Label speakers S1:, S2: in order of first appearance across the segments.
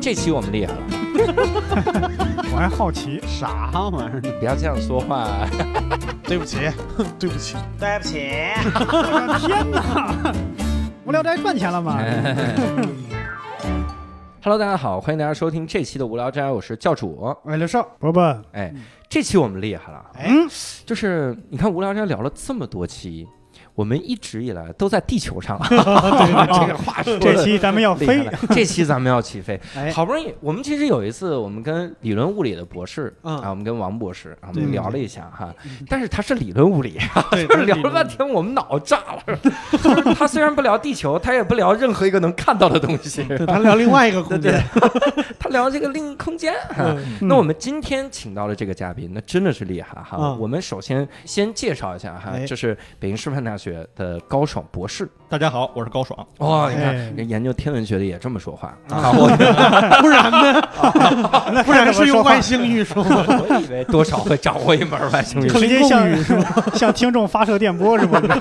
S1: 这期我们厉害了，
S2: 我还好奇，
S3: 啥玩意儿？
S1: 你不要这样说话。
S4: 对不起，对不起，
S5: 对不起，
S2: 我的天哪！无聊斋赚钱了吗？
S1: 哎 Hello，大家好，欢迎大家收听这期的无聊斋，我是教主。
S2: 哎，刘少，伯伯，
S1: 哎，这期我们厉害了，
S3: 嗯哎，
S1: 就是你看无聊斋聊了这么多期，我们一直以来都在地球上，
S3: 哦
S1: 这个话说
S2: 这
S1: 的
S2: 期咱们要
S1: 厉害
S2: 飞
S1: 了，这期咱们要起飞。
S3: 哎
S1: 好不容易，我们其实有一次，我们跟理论物理的博士、
S3: 嗯
S1: 啊，我们跟王博士啊，我
S3: 对嗯
S1: 们聊了一下哈，但是他是理论物理，
S3: 对，
S1: 就是 聊了半天，我们脑炸了。就是他虽然不聊地球，他也不聊任何一个能看到的东西，
S3: 对，咱聊另外一个空间，
S1: 他聊这个另一空间。哈
S3: 嗯
S1: 那我们今天请到的这个嘉宾，那真的是厉害哈！
S3: 嗯
S1: 我们首先先介绍一下哈，
S3: 哎
S1: 这是北京师范大学的高爽博士。
S4: 大家好，我是高爽。
S1: 哦，你看，
S2: 哎
S1: 人研究天文学的也这么说话，
S3: 啊我不然呢？不然是用外星语说吗？
S1: 我以为多少会掌握一门外星语。
S2: 直接向 向听众发射电波是不是？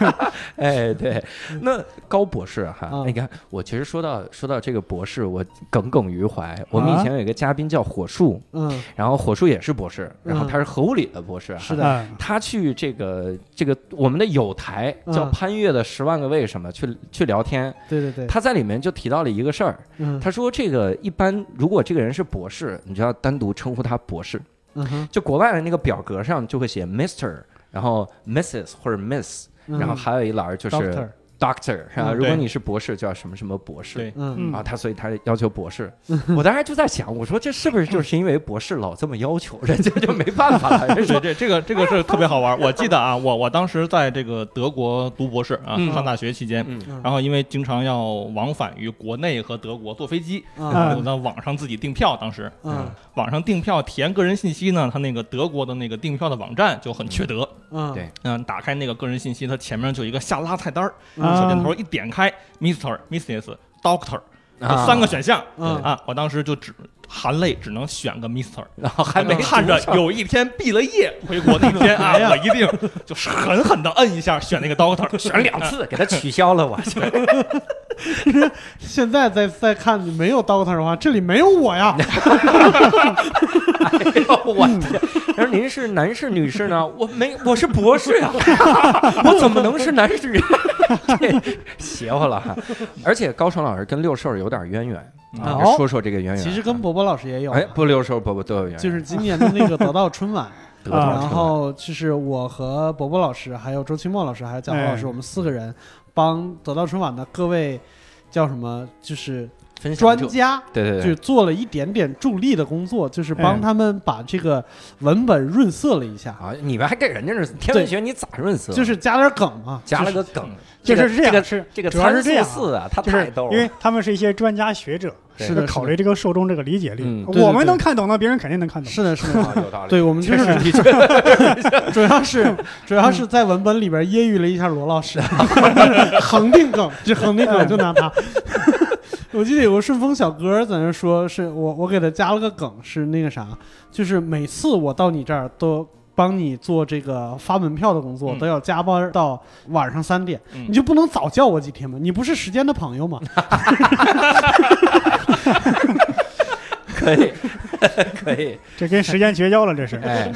S1: 哎，对，那高博士哈，
S3: 嗯
S1: 你看，我其实说到说到这个博士，我耿耿于怀。我
S3: 啊
S1: 们以前有一个嘉宾叫火树，
S3: 嗯，
S1: 然后火树也是博士，然后
S3: 嗯
S1: 他是核物理的博士，啊
S3: 是的
S2: 嗯
S1: 他去这个这个我们的有台叫
S3: 嗯
S1: 潘越的十万个为什么去去聊天，
S3: 对对对，
S1: 他在里面就提到了一个事儿，
S3: 嗯
S1: 他说这个一般如果这个人是博士，你就要单独称呼他博士，
S3: 嗯哼，
S1: 就国外的那个表格上就会写 Mister，然后 Mrs 或者 Miss，
S3: 嗯
S1: 然后还有一栏就是
S3: Doctor，
S1: Doctor 啊，
S3: 嗯
S1: 如果
S4: 对
S1: 你是博士就要什么什么博士
S4: 对。
S3: 嗯
S2: 嗯
S1: 啊，他所以他要求博士，我当时就在想，我说这是不是就是因为博士老这么要求，人家就没办法 了？人家
S4: 这这这个这个是特别好玩儿，我记得啊，我我当时在这个德国读博士啊，
S1: 嗯
S4: 上大学期间，
S1: 嗯
S4: 然后因为经常要往返于国内和德国，坐飞机，
S3: 啊
S2: 嗯
S4: 我在网上自己订票，当时
S3: 嗯
S4: 网上订票填个人信息呢，他那个德国的那个订票的网站就很缺德，
S3: 嗯，
S1: 对
S4: 嗯，打开那个个人信息，它前面就有一个下拉菜单儿，
S2: 啊
S4: 小箭头一点开，Mister、Mrs、Doctor
S1: 啊
S4: 三个选项
S3: 嗯
S4: 啊，我当时就只含泪只能选个 Mister。
S3: 啊
S1: 然后还没
S4: 我盼着有一天毕了业回国那天啊，我一定就是狠狠的摁一下选那个 doctor，
S1: 选两次，
S3: 啊
S1: 给他取消了， 我去。
S3: 现在再再看没有 Doctor 的话，这里没有我呀，
S1: 哎呦我天！他说您是男士女士呢？我没，我是博士呀、 我怎么能是男士？ 这邪乎了哈！而且高爽老师跟六兽有点渊源，
S3: 哦
S1: 啊，说说这个渊源。
S3: 其实跟伯伯老师也有，啊
S1: 哎不六兽不不都有渊源，
S3: 就是今年的那个得到春晚，
S1: 得
S2: 啊
S1: 到
S3: 然后就是我和伯伯老师，还有周清墨老师，还有蒋波老师，
S2: 哎
S3: 我们四个人帮得到春晚的各位叫什么，就是
S1: 分享
S3: 专
S1: 者
S3: 家。
S1: 对对
S3: 就
S1: 对，
S3: 做了一点点助力的工作，就是帮
S2: 哎
S3: 他们把这个文本润色了一下，
S1: 啊，你们还给人家是天文学，你咋润色？啊
S3: 就是加点梗嘛，
S1: 加了
S3: 就是
S1: 个梗，
S2: 就
S1: 这
S2: 是
S1: 个
S2: 这
S1: 这
S2: 样，
S1: 个
S2: 是
S1: 这个
S2: 主要
S1: 参
S2: 是
S1: 数
S2: 这样啊
S1: 四啊，他
S2: 就
S1: 太
S2: 是
S1: 逗
S2: 因
S1: 了
S2: 为。他们是一些专家学者，
S1: 对
S3: 是的，
S2: 考
S3: 是
S2: 虑这个受众这个理解力
S1: 嗯。
S3: 对对
S2: 我们
S3: 对
S2: 能看懂的，别人肯定能看
S3: 的
S2: 懂。
S3: 是的，是的，
S1: 啊，有道理。
S3: 对我们就
S1: 确
S3: 是
S1: 实的确，
S3: 主要是 主要是在文本里边揶揄了一下罗老师，恒定梗，这恒定梗就拿他。 我记得有个顺丰小哥在那说，是我我给他加了个梗，是那个啥，就是每次我到你这儿都帮你做这个发门票的工作，
S4: 嗯
S3: 都要加班到晚上三点，
S4: 嗯
S3: 你就不能早叫我几天吗？你不是时间的朋友吗？
S1: 可以，可 以。
S2: 这跟时间绝交了，这是。
S1: 哎，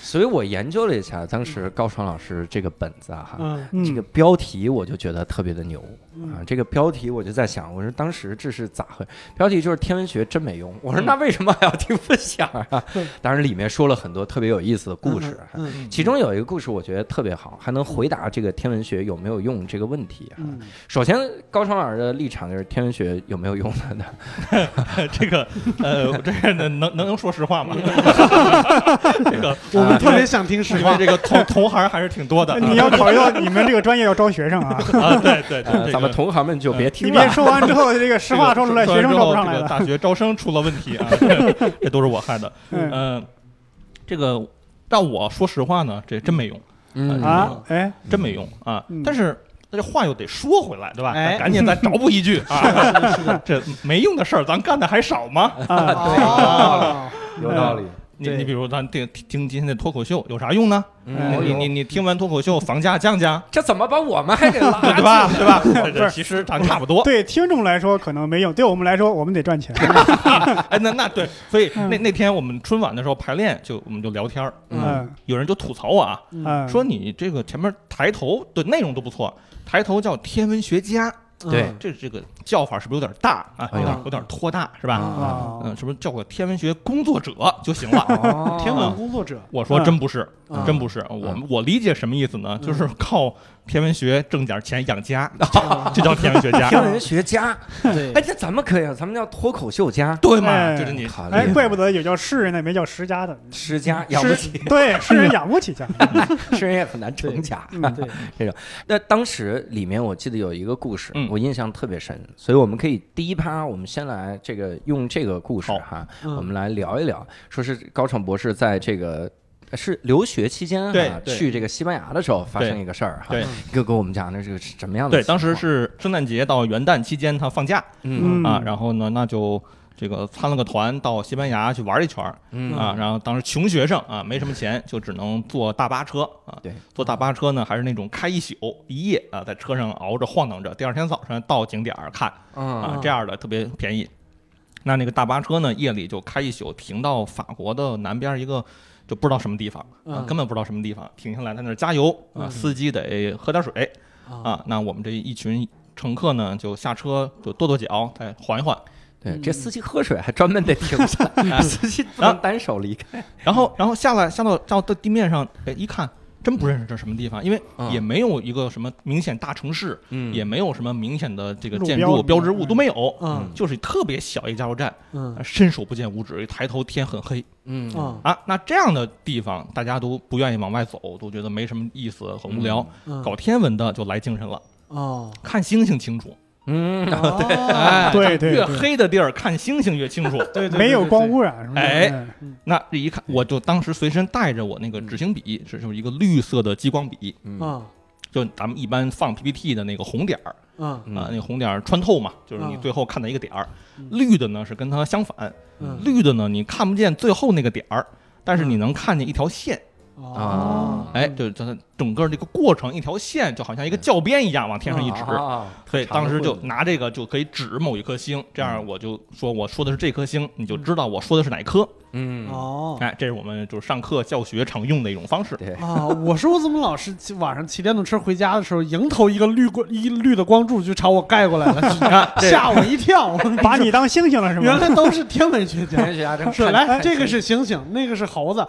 S1: 所以我研究了一下当时高爽老师这个本子啊，哈，
S3: 嗯
S2: 嗯
S1: 这个标题我就觉得特别的牛啊！这个标题我就在想，我说当时这是咋回？标题就是天文学真没用。我说
S4: 嗯
S1: 那为什么还要听分享啊
S3: 对？
S1: 当然里面说了很多特别有意思的故事，啊
S3: 嗯嗯
S1: 其中有一个故事我觉得特别好，还能回答这个天文学有没有用这个问题啊。
S3: 嗯，
S1: 首先，高爽老师的立场就是天文学有没有用 呢？
S4: 这个 呃，这个能能能说实 话吗？这个
S3: 我
S1: 啊
S3: 们特别想听实
S4: 因
S3: 话
S4: 为。这个同同行还是挺多的啊。
S2: 你要考虑到你们这个专业要招学生 啊，
S4: 啊，对 对，对
S1: 呃
S2: 哎
S4: 这
S1: 咱们
S4: 个
S1: 同行们就别
S2: 你
S1: 听
S2: 别
S1: 了。
S2: 说完之后，这个实话说出来，
S4: 这
S2: 学
S4: 个
S2: 生
S4: 之
S2: 说
S4: 后
S2: 不上来
S4: 这个
S2: 了。
S4: 大学招生出了问 题啊，这这都是我害的。
S2: 嗯
S4: 嗯，这个但我说实话呢，这真没用，
S1: 嗯
S2: 啊，哎，
S4: 真没用啊
S2: 嗯。
S4: 但是。那这话又得说回来，对吧？
S3: 哎
S4: 赶紧再找补一句
S2: 哎
S4: 啊！这没用的事儿，咱干的还少吗？
S2: 啊，
S3: 哦
S1: 有道理。
S4: 你
S3: 对
S4: 你比如咱听听今天的脱口秀有啥用呢？
S1: 嗯
S4: 你你你听完脱口秀，房价降降，
S1: 这怎么把我们还给拉
S4: 对吧？对吧？这其实咱差不
S1: 哦
S4: 多。
S2: 对听众来说可能没用，对我们来说我们得赚钱。
S1: 嗯
S4: 哎，那那对，所以
S2: 嗯
S4: 那那天我们春晚的时候排练就我们就聊天儿，
S1: 嗯
S2: 嗯
S4: 有人就吐槽我啊，
S2: 嗯，
S4: 说你这个前面抬头的内容都不错，抬头叫天文学家，
S3: 嗯
S1: 对
S4: 这这个叫法是不是有点大啊？有
S1: 哎
S4: 点
S1: 呀
S4: 有点拖大是吧？
S1: 啊
S4: 嗯，
S2: 啊，
S4: 是不是叫个天文学工作者就 行了？
S1: 哦
S3: 天文工作者，
S4: 我说真不是，
S1: 嗯
S3: 啊
S4: 真不是。我们我理解什么意思呢？就是靠天文学挣点钱养 家，
S3: 啊
S4: 这叫天文学家。
S1: 天文学家，
S3: 对
S1: 哎，这咱们可以，啊，咱们叫脱口秀家，
S4: 对嘛？
S2: 哎
S4: 就是你
S1: 好
S2: 哎
S1: 厉，害
S2: 怪不得有叫诗人的，没叫诗家的。
S1: 施家养不起，
S2: 对，诗人养 不起啊家。
S1: 诗人也很难成家。
S2: 嗯
S3: 对，
S1: 那当时里面我记得有一个故事
S4: 嗯，
S1: 我印象特别深，所以我们可以第一趴，我们先来这个用这个故事
S4: 好
S1: 哈，
S3: 嗯
S1: 我们来聊一聊，说是高闯博士在这个。呃是留学期间
S4: 对
S1: 哈，
S4: 对
S1: 去这个西班牙的时候发生一个事儿哈
S4: 对，
S1: 就给我们讲的这个是什么样的
S4: 对，
S1: 情况？
S4: 当时是圣诞节到元旦期间，他放假
S1: 嗯
S2: 嗯
S4: 啊，然后呢，那就这个参了个团到西班牙去玩一圈儿
S1: 嗯
S4: 啊，然后当时穷学生啊，没什么钱，就只能坐大巴车啊。
S1: 对，
S4: 坐大巴车呢，还是那种开一宿一夜啊，在车上熬着晃荡着，第二天早上到景点儿看
S1: 嗯
S4: 啊，这样的特别便宜。那那个大巴车呢，夜里就开一宿，停到法国的南边一个就不知道什么地方啊
S3: 嗯，
S4: 根本不知道什么地方，停下来在那儿加油啊，
S3: 嗯
S4: 司机得喝点水
S3: 啊，
S4: 啊。那我们这一群乘客呢，就下车就跺跺脚，再缓一缓。
S1: 对，
S3: 嗯
S1: 这司机喝水还专门得停下， 司机不能单手离开。
S4: 然后然后下来下到到到地面上，哎，一看。真不认识这什么地方，因为
S1: 嗯
S4: 也没有一个什么明显大城市，
S1: 嗯
S4: 也没有什么明显的这个
S2: 路
S4: 建
S2: 标
S4: 筑
S2: 嗯
S4: 标志物都没有，
S3: 嗯
S4: 就是特别小一个加油站，
S3: 嗯
S4: 伸手不见五指，一抬头天很黑
S1: 嗯
S3: 啊
S4: 啊。那这样的地方，大家都不愿意往外走，都觉得没什么意思，很无聊。
S3: 嗯
S4: 搞天文的就来精神了，
S3: 哦，啊
S4: 看星星清楚。
S1: 嗯，
S3: 对
S4: 哎，
S2: 对对
S4: 越
S2: 对
S4: 黑的地儿看星星越清楚。
S3: 对对，
S2: 没有光污染，是吧
S4: 哎，
S2: 嗯
S4: 那这一看，我就当时随身带着我那个执行笔，是就是一个绿色的激光笔，
S1: 嗯
S3: 啊
S4: 就咱们一般放 PPT 的那个红点儿
S3: 啊
S4: 啊，那个红点儿穿透嘛，就是你
S3: 嗯
S4: 最后看到一个点儿
S3: 嗯。
S4: 绿的呢是跟它相反，
S3: 嗯
S4: 绿的呢，你看不见最后那个点儿，但是你能看见一条线，
S3: 哦
S1: 啊
S4: 哎，就是它整个这个过程，一条线就好像一个教鞭一样往天上一指，
S1: 啊
S4: 所以
S1: 长的
S4: 当时就
S1: 棍子
S4: 拿这个就可以指某一颗星，这样我就说我说的是这颗星，你就知道我说的是哪一颗，
S1: 嗯
S3: 哦。
S4: 哎，这是我们就是上课教学常用的一种方式。
S1: 对，
S3: 啊！我说我怎么老是骑晚上骑电动车回家的时候，迎头一个绿光一绿的光柱就朝我盖过来了，
S4: 你看，这
S3: 吓我一跳。
S2: 把你当猩猩了是
S3: 原
S2: 吗？
S3: 来都是天文学
S1: 天
S3: 家，
S1: 文 学家真
S3: 是
S1: 哎看
S3: 来这个是猩猩，那个是猴子，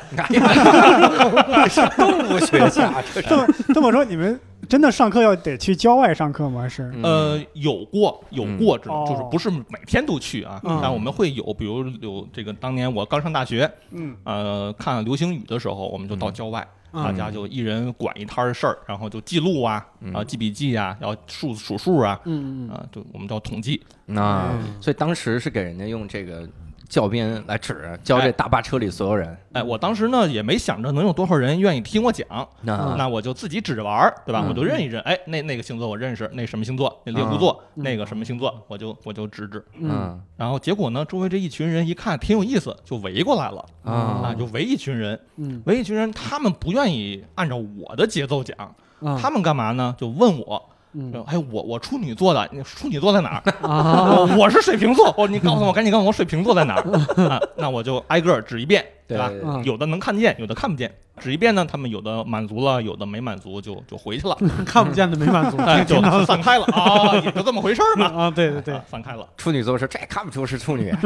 S1: 是 动物学家， 这
S2: 这么这么说，你们真的上课要得去郊外上课吗？还是
S1: 嗯
S4: 呃，有过有过这
S2: 嗯
S4: 种，就是不是每天都去啊，
S3: 哦嗯
S4: 但我们会有，比如有这个当年我刚上大学，
S2: 嗯
S4: 呃，看流星雨的时候，我们就到郊外，
S3: 嗯
S4: 大家就一人管一摊儿事儿，然后就记录啊，
S1: 嗯
S4: 啊记笔记啊，要数数数啊，
S3: 嗯
S4: 啊，就我们叫统计。
S1: 啊，
S3: 嗯
S1: 所以当时是给人家用这个教鞭来指教这大巴车里所有人，
S4: 哎，我当时呢也没想着能有多少人愿意听我讲，
S3: 啊
S1: 那
S4: 那我就自己指着玩儿，对吧？
S1: 嗯
S4: 我就认一认，哎，那那个星座我认识，那什么星座，那猎户座，
S3: 嗯
S4: 那个什么星座，我就我就指指。
S3: 嗯
S1: 嗯
S4: 然后结果呢，周围这一群人一看挺有意思，就围过来了。
S1: 啊
S4: 啊，就围一群人，
S3: 嗯
S4: 围一群人，他们不愿意按照我的节奏讲，
S3: 嗯，
S4: 他们干嘛呢？就问我，
S3: 嗯
S4: 哎，我我处女座的，你处女座在哪儿？
S3: 啊，
S4: 我我是水瓶座，哦我你告诉我，赶紧告诉我水瓶座在哪儿啊？那我就挨个儿指一遍，
S1: 对
S4: 吧？
S3: 嗯
S4: 有的能看见，有的看不见。指一遍呢，他们有的满足了，有的没满足就就回去 了，
S3: 看不见的没满足
S4: 哎，就散开了啊，也就这么回事儿嘛。
S3: 啊，对对 对
S4: 啊，散开了，
S1: 处女座说这看不出是处女，啊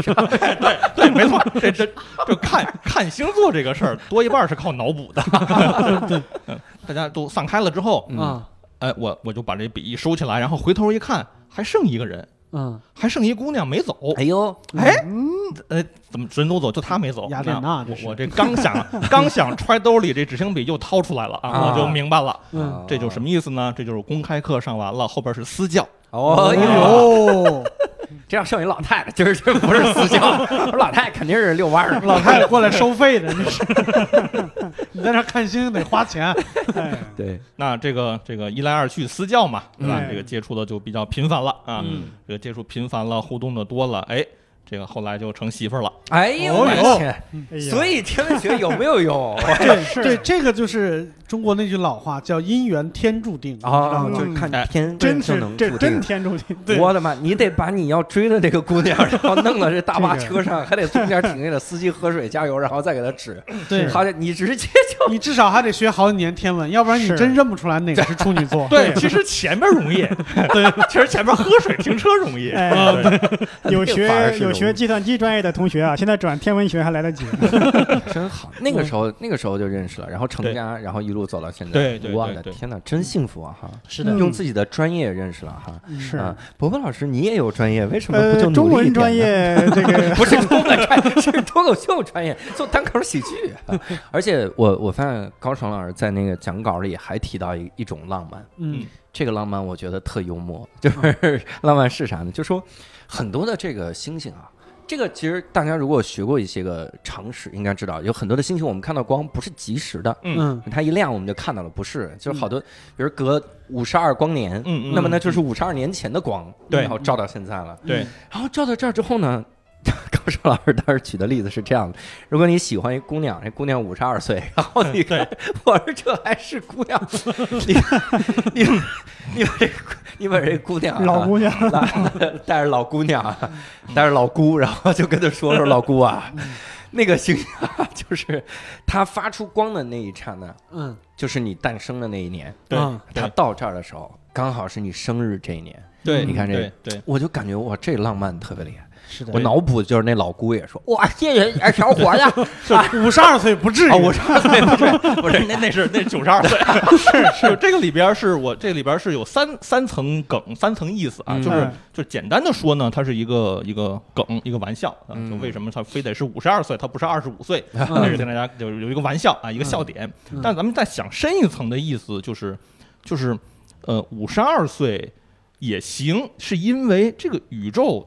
S4: 对，没错，这这就看看星座这个事儿，多一半儿是靠脑 补的。嗯大家都散开了之后，
S1: 嗯
S3: 啊
S4: 哎，我我就把这笔一收起来，然后回头一看，还剩一个人，
S3: 嗯，
S4: 还剩一姑娘没走。
S1: 哎呦，
S4: 哎，呃，怎么人都走，就她没走？
S3: 雅典娜这
S4: 我
S3: 是
S4: 我这刚想刚想揣兜里，这执行笔又掏出来了
S1: 啊
S4: 啊，我就明白了，
S1: 哦
S3: 嗯，
S4: 这就什么意思呢？这就是公开课上完了，后边是私教，
S1: 哦
S3: 哎
S1: 呦，
S3: 呦，
S1: 这要剩一老太太，今儿这不是私 教，我老太太肯定是遛弯儿的，
S3: 老太太过来收费的，这是， 你在那看星星得花钱，
S2: 哎
S1: 对，
S4: 那这个这个一来二去私教嘛，对吧？
S2: 嗯
S4: 这个接触的就比较频繁了啊，
S1: 嗯
S4: 这个接触频繁了，互动的多了，哎，这个后来就成媳妇儿了。
S1: 哎呦
S3: 哦
S1: 我的
S3: 哟
S1: 天！
S2: 哎呀
S1: 嗯所以天文学有没有 用
S3: 对
S2: 是
S3: 对，这个就是中国那句老话，叫“姻缘天注定”
S1: 啊？
S3: 你知道吗
S1: 就是看
S4: 哎
S1: 天
S2: 真
S1: 就是能
S2: 这
S1: 注
S2: 真
S1: 定。
S2: 天注定，对，
S1: 我的妈！你得把你要追的这个姑娘，然后弄到这大巴车上，还得中间停下来，司机喝水加油，然后再给她 指。
S3: 嗯对，
S1: 好，你直接
S3: 你至少还得学好几年天文，要不然你
S2: 是
S3: 真认不出来哪个是处女座。
S4: 对，其实前面 容易，对，其实前面喝水停车容易。
S2: 哎
S4: 啊对
S1: 就
S2: 有
S1: 反而
S2: 学
S1: 是
S2: 有
S1: 容
S2: 学
S1: 易
S2: 计算机专业的同学啊，现在转天文学还来 得及。
S1: 真好。那个时
S2: 嗯
S1: 候，那个时候就认识了，然后成家，然后一路走到现在。
S4: 对对
S1: 我
S4: 对
S1: 的
S4: 对
S1: 天哪，真幸福啊！哈，
S2: 是
S3: 的嗯
S1: 用自己的专业认识了哈。
S3: 嗯
S2: 是
S1: 啊，伯伯老师，你也有专业，为什么不
S2: 呃
S1: 就，
S2: 中
S1: 努力一
S2: 文
S1: 点呢哎
S2: 专业这 个
S1: 不是中文专业， 是脱口秀专业，做单口喜 剧。而且我我发现高爽老师在那个讲稿里还提到一一种浪漫，
S3: 嗯
S1: 这个浪漫我觉得特幽默，就是
S4: 嗯
S1: 浪漫是啥呢？就说很多的这个星星啊。这个其实大家如果学过一些个常识，应该知道有很多的星星，我们看到光不是及时的，
S4: 嗯
S3: 嗯
S1: 它一亮我们就看到了，不是，就是好多，比如隔五十二光年，
S4: 嗯
S1: 那么呢就是五十二年前的光，
S4: 对
S1: 然后照到现在了，
S4: 对，
S1: 然后照到这儿之后呢， 高超老师当时举的例子是这样的：如果你喜欢一姑娘，这姑娘五十二岁，然后你看，我说这还是姑娘，你你你把这你把这姑娘、啊、
S2: 老姑娘，
S1: 带带着老姑娘啊，带着老姑，然后就跟她说说老姑啊，那个形象啊就是她发出光的那一刹那，
S3: 嗯
S1: 就是你诞生的那一年，
S4: 对
S3: 嗯
S1: 她
S4: 对
S1: 到这儿的时候，刚好是你生日这一年，
S4: 对，
S1: 你看这
S4: 对对，
S1: 我就感觉哇，这浪漫特别厉害。
S3: 是
S1: 我脑补就是那老姑也说：“ 哇，谢谢你啊小伙 子啊！”
S3: 五十二岁不至于，
S4: 啊
S1: 我说：“对不是，不
S4: 不是
S1: 是，
S4: 那那是那九十二岁，是是这个里边是我这里边是有三三层梗三层意思啊，
S1: 嗯
S4: 就是
S2: 嗯
S4: 就简单的说呢，它是一个一个梗一个玩笑啊，
S1: 嗯
S4: 就为什么它非得是五十二岁，它不是二十五岁，那是跟大家有有一个玩笑啊，一个笑点
S3: 嗯。
S4: 但咱们再想深一层的意思就是就是呃五十二岁也行，是因为这个宇宙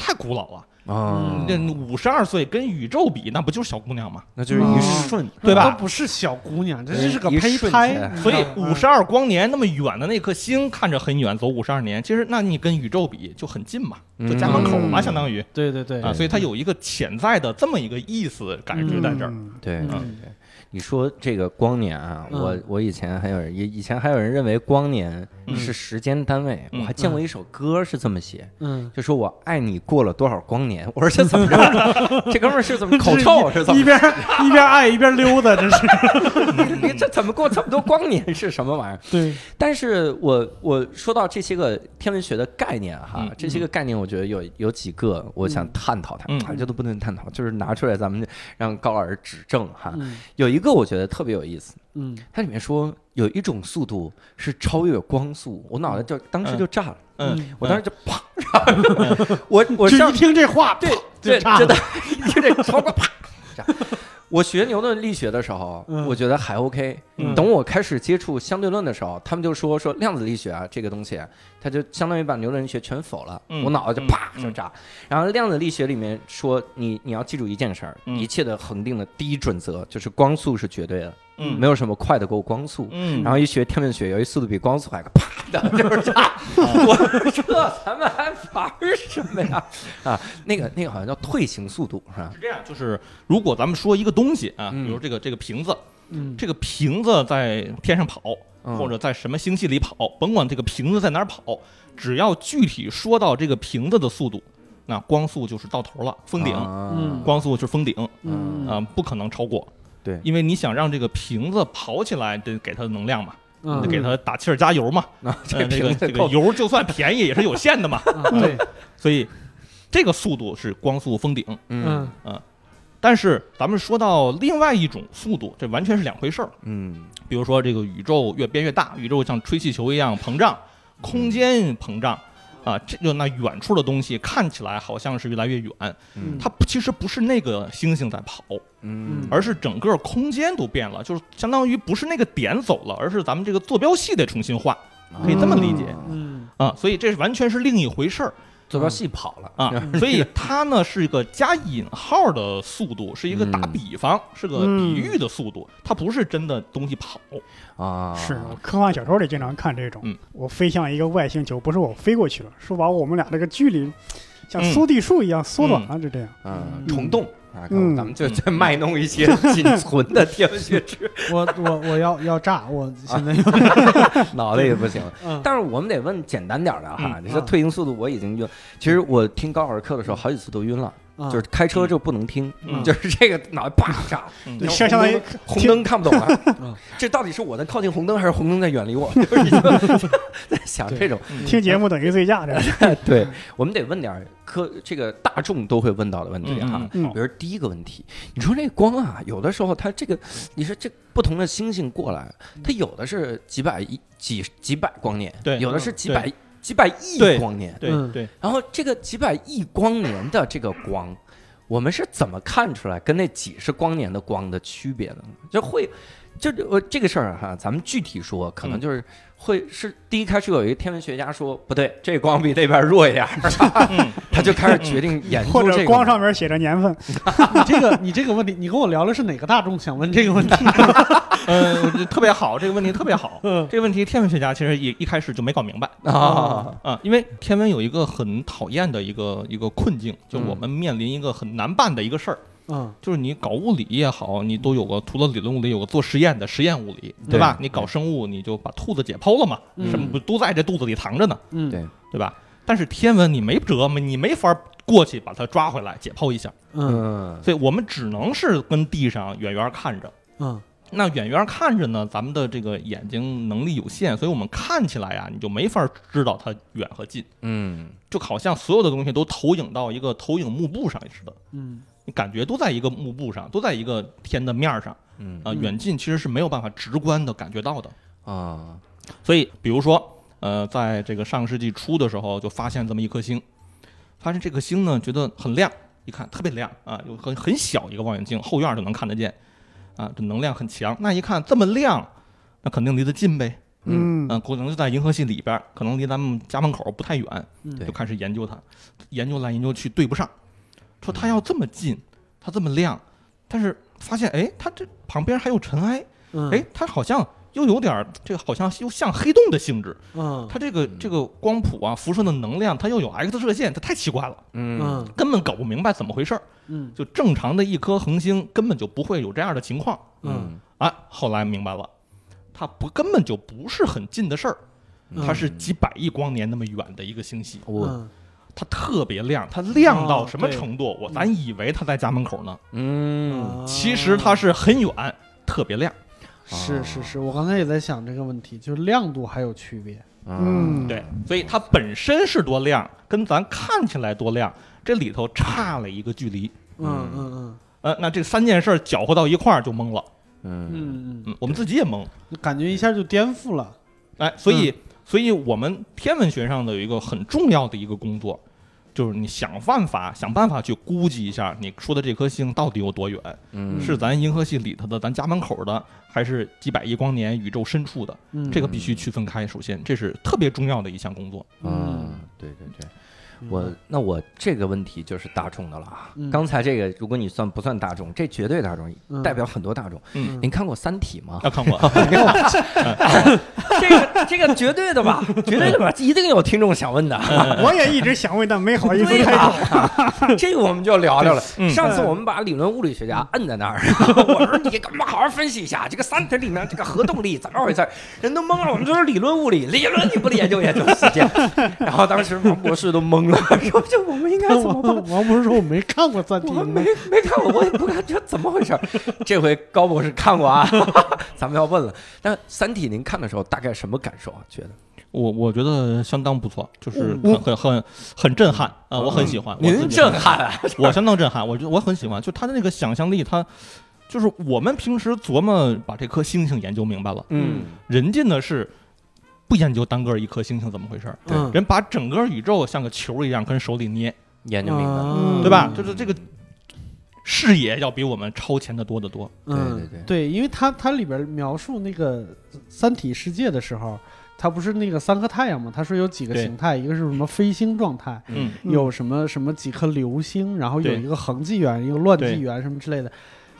S4: 太古老了，
S1: 啊
S4: 那五十二岁跟宇宙比，那不就是小姑娘吗？
S1: 那就是一瞬，
S4: 对
S3: 嗯
S4: 吧
S3: 都不是小姑娘，这真是个
S1: 一
S3: 胚
S1: 瞬
S3: 胎嗯
S1: 间。
S3: 你
S4: 所以
S3: 知道吗
S1: 嗯
S4: 五十二光年那么远的那颗星看着很远，走五十二年，其实那你跟宇宙比就很近嘛，就家门口嘛，
S2: 嗯
S4: 相当于
S3: 对对对
S4: 啊，所以它有一个潜在的这么一个意思感觉在这儿。
S2: 嗯
S1: 对对
S3: 嗯
S1: 对。你说这个光年啊，
S3: 嗯
S1: 我我以前还有人，以以前还有人认为光年
S4: 嗯
S1: 是时间单位，
S4: 嗯
S1: 我还见过一首歌是这么写，
S3: 嗯，
S1: 就说我爱你过了多少光年。我说这怎么着？ 这哥们儿是 怎么口臭是怎
S3: 一
S1: 么？
S3: 边一边爱一边溜达，这是
S1: 你这怎么过这么多光年是什么玩意儿？
S3: 对，
S1: 但是我我说到这些个天文学的概念哈，
S4: 嗯
S1: 这些个概念我觉得有有几个我想探讨它，
S4: 嗯
S1: 啊这都不能探讨，就是拿出来咱们让高老师指正哈。
S3: 嗯
S1: 有一个我觉得特别有意思，
S3: 嗯
S1: 它里面说有一种速度是超越光速，我脑袋就当时就炸了，
S4: 嗯，
S1: 我当时就啪，然后我我
S3: 就
S1: 上
S3: 一听这话，
S1: 对
S3: 啪
S1: 对，
S3: 就炸
S1: 真的
S3: 了。，
S1: 就这超过啪。这样 我学牛顿力学的时候，
S3: 嗯
S1: 我觉得还 OK
S3: 嗯。
S1: 等我开始接触相对论的时候，他们就说说量子力学啊这个东西，它就相当于把牛顿力学全否了，
S4: 嗯
S1: 我脑袋就啪
S4: 嗯
S1: 就炸。然后量子力学里面说，你你要记住一件事儿，
S4: 嗯
S1: 一切的恒定的第一准则就是光速是绝对的，
S4: 嗯
S1: 没有什么快得过光速。
S4: 嗯，
S1: 然后一学天文学，由于速度比光速还快，啪的 就是炸。我说这咱们还玩什么呀？啊，那个那个好像叫退行速度是吧？
S4: 是这样，就是如果咱们说一个东西啊，
S1: 嗯
S4: 比如这个这个瓶子，
S3: 嗯
S4: 这个瓶子在天上跑，
S1: 嗯
S4: 或者在什么星系里跑，甭管这个瓶子在哪儿跑，只要具体说到这个瓶子的速度，那光速就是到头了，封顶，
S1: 啊
S3: 嗯
S4: 光速是封顶。
S3: 嗯
S4: 啊、不可能超过。
S1: 对
S4: 因为你想让这个瓶子跑起来，得给它能量嘛，
S3: 嗯
S4: 得给它打气儿加油嘛。
S1: 那
S4: 呃
S1: 啊这
S4: 这个
S1: 瓶
S4: 这
S1: 子
S4: 个
S1: 够
S4: 油就算便宜也是有限的 嘛，
S3: 啊对，
S4: 所以这个速度是光速封顶。
S1: 嗯
S3: 嗯
S4: 但是咱们说到另外一种速度，这完全是两回事儿。
S1: 嗯
S4: 比如说这个宇宙越变越大，宇宙像吹气球一样膨胀，空间膨胀。啊，这就那远处的东西看起来好像是越来越远，
S1: 嗯
S4: 它其实不是那个星星在跑，
S1: 嗯，
S4: 而是整个空间都变了，就是相当于不是那个点走了，而是咱们这个坐标系得重新画可以这么理解
S1: 嗯
S3: 嗯
S4: 啊，所以这完全是另一回事儿
S1: 坐标系跑了
S4: 啊，所以它呢是一个加引号的速度，是一个打比方，是个比喻的速度，它不是真的东西跑，
S1: 啊，
S2: 是我科幻小说里经常看这种
S4: 嗯，
S2: 我飞向一个外星球，不是我飞过去了，说把我们俩这个距离
S4: 嗯
S2: 像缩地术一样缩短了，就这样。
S1: 啊
S3: 嗯，
S1: 虫洞啊，
S2: 嗯
S1: 咱们就再卖弄一些仅存的天文学知
S3: 我我我要要炸，我现在要
S1: 识，脑袋也不行。嗯啊
S3: 嗯
S1: 但是我们得问简单点儿的哈，你说退行速度我已经晕，其实我听高尔课的时候好几次都晕了，
S3: 啊
S1: 就是开车就不能听，
S4: 嗯
S1: 就是这个脑袋叭炸，
S4: 嗯
S1: 然后
S2: 相相当于
S1: 红灯红灯看不懂
S3: 嗯
S1: 了，这到底是我在靠近红灯还是红灯在远离我？ 就是已经在想这种，
S4: 嗯
S2: 听节目等于醉驾这。
S1: 对我们得问点儿科这个大众都会问到的问题哈。
S4: 嗯
S2: 嗯
S1: 比如第一个问题，你说这光啊，有的时候它这个，你说这不同的星星过来，它有的是几百亿、几几百光年，
S4: 嗯对嗯
S1: 有的是几
S4: 对
S1: 百几百亿
S4: 对
S1: 光年。
S4: 对
S3: 嗯
S4: 对，
S1: 然后这个几百亿光年的这个光，我们是怎么看出来跟那几十光年的光的区别的呢？就会，就我这个事儿哈，咱们具体说，可能
S4: 嗯
S1: 就是会是第一开始有一个天文学家说不对，这光比那边弱一点儿，
S4: 嗯
S1: 他就开始决定研究
S2: 或
S1: 这
S2: 者
S1: 个
S2: 光
S1: 问
S2: 上面写着年份，
S3: 你这个你这个问题，你跟我聊的是哪个大众想问这个问题？
S4: 呃，我觉得特别好，这个问题特别好。
S3: 嗯
S4: 这个问题天文学家其实一一开始就没搞明白
S1: 题啊。
S4: 啊，因为天文有一个很讨厌的一个一个困境，就我们面临一个很难办的一个事儿，
S3: 嗯
S4: 就是你搞物理也好，你都有个除了理论物理有个做实验的实验物理，对吧？
S1: 对
S4: 你搞生物，你就把兔子解剖了嘛，
S3: 嗯
S4: 什么不都在这肚子里藏着呢，
S3: 嗯，
S1: 对
S4: 对吧？但是天文你没辙嘛，你没法过去把它抓回来解剖一下，
S3: 嗯
S1: 嗯
S4: 所以我们只能是跟地上远远看着。
S3: 嗯
S4: 那远远看着呢，咱们的这个眼睛能力有限，所以我们看起来啊，你就没法知道它远和近，
S1: 嗯
S4: 就好像所有的东西都投影到一个投影幕布上似的，
S3: 嗯
S4: 你感觉都在一个幕布上，都在一个天的面儿上
S1: 嗯
S4: 啊、
S3: 嗯
S4: 远近其实是没有办法直观的感觉到的。
S1: 啊
S4: 所以，比如说，呃，在这个上世纪初的时候，就发现这么一颗星，发现这颗星呢，觉得很亮，一看特别亮啊，有很很小一个望远镜，后院就能看得见，啊，这能量很强。那一看这么亮，那肯定离得近呗，
S2: 嗯
S4: 嗯、，可能就在银河系里边儿，可能离咱们家门口不太远
S3: 嗯，
S1: 对
S4: 就开始研究它，研究来研究去对不上，说它要这么近，它这么亮，但是发现哎，它这旁边还有尘埃，
S3: 嗯，
S4: 哎，它好像又有点儿这个好像又像黑洞的性质。
S3: 嗯
S4: 它这个
S1: 嗯
S4: 这个光谱啊，辐射的能量，它又有 X 射线，它太奇怪了，
S1: 嗯
S3: 嗯
S4: 根本搞不明白怎么回事儿。
S3: 嗯
S4: 就正常的一颗恒星根本就不会有这样的情况
S3: 嗯，
S4: 啊。后来明白了，它不根本就不是很近的事儿，
S1: 嗯
S4: 它是几百亿光年那么远的一个星系，
S1: 我
S4: 它特别亮，它亮到
S3: 嗯哦
S4: 什么
S3: 对
S4: 程度？我
S3: 嗯哦
S4: 咱以为它在家门口呢，
S3: 啊
S1: 嗯
S4: 其实它是很远，特别亮。
S3: 是是是，我刚才也在想这个问题，就是亮度还有区别。
S2: 嗯
S4: 对，所以它本身是多亮，跟咱看起来多亮，这里头差了一个距离。
S1: 嗯
S3: 嗯嗯
S4: 呃，那这三件事儿搅和到一块儿就懵了，
S1: 嗯
S3: 嗯嗯
S4: 嗯，我们自己也懵，
S3: 嗯，感觉一下就颠覆了。
S4: 哎，所以，所以我们天文学上的有一个很重要的一个工作，就是你想办法想办法去估计一下你说的这颗星到底有多远，
S1: 嗯
S4: 是咱银河系里头的，咱家门口的，还是几百亿光年宇宙深处的？
S3: 嗯，
S4: 这个必须区分开，首先这是特别重要的一项工作。
S1: 啊，对对对，我那我这个问题就是大众的了啊
S3: 嗯。
S1: 刚才这个，如果你算不算大众，这绝对大众，
S3: 嗯
S1: 代表很多大众。
S4: 嗯
S1: 您看过《三体》吗？
S4: 要看我，
S1: 这个这个绝对的吧，绝对的吧，一定有听众想问的。
S4: 嗯
S2: 我也一直想问，但没好意思
S4: 啊
S1: 对
S2: 开口。
S1: 吧？这个我们就聊聊了。
S4: 嗯
S1: 上次我们把理论物理学家摁在那儿， 我说你给我们好好分析一下这个三体里面这个核动力怎么回事儿，人都懵了。我们就是理论物理，理论你不得研究研究实践？ 然后当时王博士都懵 了，说这我们应该
S3: 那
S1: 怎么办？
S3: 王王博士说我没看过《三体
S1: 我》们没，没看过，我也不看这怎么回 事儿。这回高博士看过啊， 咱们要问了。但《三体》您看的时候大概什么感受啊？觉得
S4: 我我觉得相当不错，就是
S3: 嗯
S4: 很很很很震撼啊、我很喜欢。我自己
S1: 您震撼啊？
S4: 我相当震撼，我觉得我很喜欢，就他的那个想象力，他就是我们平时琢磨把这颗星星研究明白了，
S1: 嗯
S4: 人家呢是不研究单个一颗星星怎么回事儿，
S3: 嗯
S4: 人把整个宇宙像个球一样跟手里捏，
S1: 研究明白了。
S3: 嗯
S4: 对吧？就是这个视野要比我们超前的多得多。
S1: 对对
S3: 嗯
S1: 对
S3: 对，因为它它里边描述那个三体世界的时候，它不是那个三颗太阳嘛？它说有几个
S4: 对
S3: 形态，一个是什么飞星状态，
S4: 嗯
S2: 嗯
S3: 有什么什么几颗流星，然后有
S4: 对
S3: 一个恒纪元，一个乱纪
S4: 对
S3: 元什么之类的。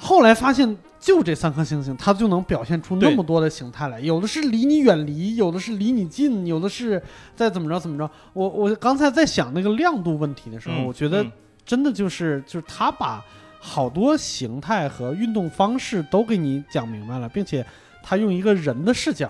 S3: 后来发现，就这三颗星星，它就能表现出那
S4: 对
S3: 么多的形态来。有的是离你远离，有的是离你近，有的是再怎么着怎么着。我我刚才在想那个亮度问题的时候，
S4: 嗯
S3: 我觉得
S4: 嗯
S3: 真的就是就是它把好多形态和运动方式都给你讲明白了，并且它用一个人的视角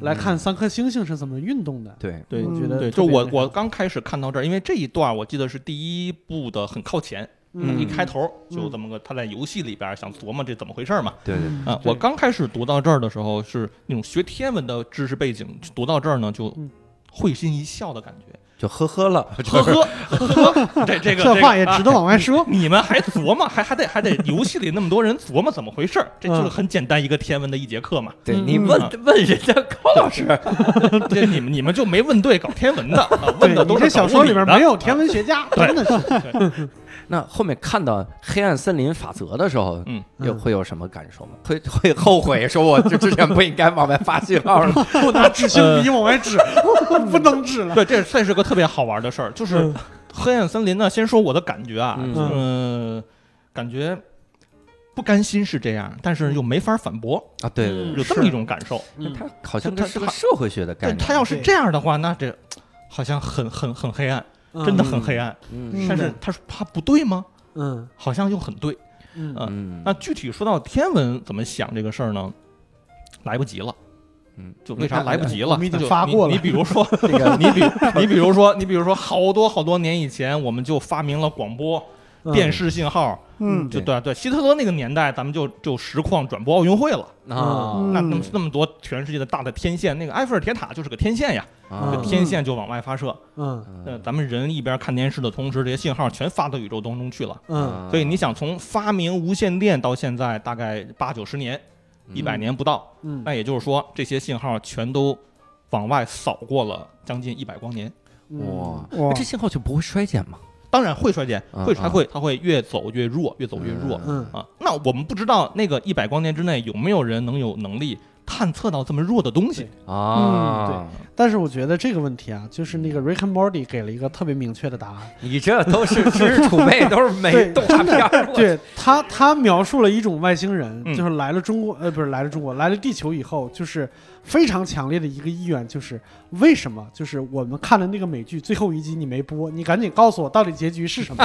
S3: 来看三颗星星是怎么运动的。
S1: 对，
S4: 对
S3: 我觉得
S4: 嗯对，
S3: 嗯特
S4: 就
S3: 别
S4: 我
S3: 那
S4: 我
S3: 啥
S4: 刚开始看到这儿，因为这一段我记得是第一部的很靠前，
S1: 嗯
S4: 一开头就
S3: 嗯
S4: 这么个他在游戏里边想琢磨这怎么回事嘛。
S1: 对嗯对，
S4: 啊，我刚开始读到这儿的时候是那种学天文的知识背景，读到这儿呢就
S3: 嗯
S4: 会心一笑的感觉，
S1: 就呵呵了，
S4: 呵呵呵呵，这这个
S3: 这话也值
S4: 知
S3: 得
S4: 道。
S3: 往外说。
S4: 你们还琢磨，还还得还得游戏里那么多人琢磨怎么回事儿，这就是
S3: 嗯
S4: 很简单一个天文的一节课嘛。
S1: 对
S3: 嗯
S1: 你
S3: 嗯
S1: 问
S4: 嗯
S1: 问人家高老师，
S4: 这你们你们就没问对搞天 文的，啊
S3: 对，
S4: 问的都
S3: 你这
S4: 是
S3: 小
S4: 搞
S3: 说
S4: 物理
S3: 里边
S4: 的
S3: 没有天文学家，
S4: 对
S3: 真的是。
S1: 那后面看到《黑暗森林法则》的时候，
S4: 嗯，
S1: 又会有什么感受吗？会会后悔说我这之前不应该往外发信号 了。
S3: 不拿指性笔往外指，不能指了。
S4: 对，这算是个特别好玩的事儿。就是《黑暗森林》呢，先说我的感觉啊，
S1: 嗯
S4: 就是呃感觉不甘心是这样，但是又没法反驳，
S1: 啊，对对
S4: 有这么一种感受。
S1: 对，
S3: 嗯
S1: 他好像
S4: 嗯他
S1: 这是个
S4: 他
S1: 社会学的概
S4: 但
S1: 念。
S4: 他要是
S3: 对
S4: 这样的话，那这好像很很很黑暗，真的很黑暗。
S1: 嗯
S4: 但是他说他不对吗？
S3: 嗯
S4: 好像又很对。
S3: 嗯
S4: 呃
S1: 嗯，
S4: 那具体说到天文怎么想这个事儿呢？来不及了，
S1: 嗯
S4: 就为啥来不及了？
S3: 我们已经
S4: 就
S3: 发
S4: 你
S3: 过了
S4: 你比如说，
S1: 那个
S4: 你比你比如说，你比如说，好多好多年以前，我们就发明了广播、
S3: 嗯
S4: 电视信号，
S2: 嗯
S4: 就对啊对，希特勒那个年代，咱们就就实况转播奥运会了。
S1: 啊
S4: 那
S2: 嗯
S4: 那么那么多全世界的大的天线，那个埃菲尔铁塔就是个天线呀，
S1: 啊
S3: 嗯
S4: 天线就往外发射。
S3: 嗯
S4: 呃，
S1: 嗯
S4: 咱们人一边看电视的同时，这些信号全发到宇宙当中去了。
S3: 嗯
S1: 啊
S4: 所以你想，从发明无线电到现在，大概八九十年，一百年不到。
S3: 嗯，
S4: 那也就是说，这些信号全都往外扫过了将近一百光年。
S1: 嗯
S3: 嗯
S4: 嗯
S1: 哇，
S2: 哇
S1: 那这信号就不会衰减吗？
S4: 当然会衰减，
S1: 嗯
S4: 会它会它会越走越弱，越走越弱
S3: 嗯
S4: 啊。那我们不知道那个一百光年之内有没有人能有能力探测到这么弱的东西。嗯
S1: 啊，
S3: 但是我觉得这个问题啊，就是那个 Rick and Morty 给了一个特别明确的答案。
S1: 你这都是知识储备，都是
S3: 对
S1: 美动画片儿。我
S3: 对他，他描述了一种外星人，
S4: 嗯
S3: 就是来了中国，呃，不是来了中国，来了地球以后，就是非常强烈的一个意愿，就是为什么？就是我们看的那个美剧最后一集你没播，你赶紧告诉我到底结局是什么？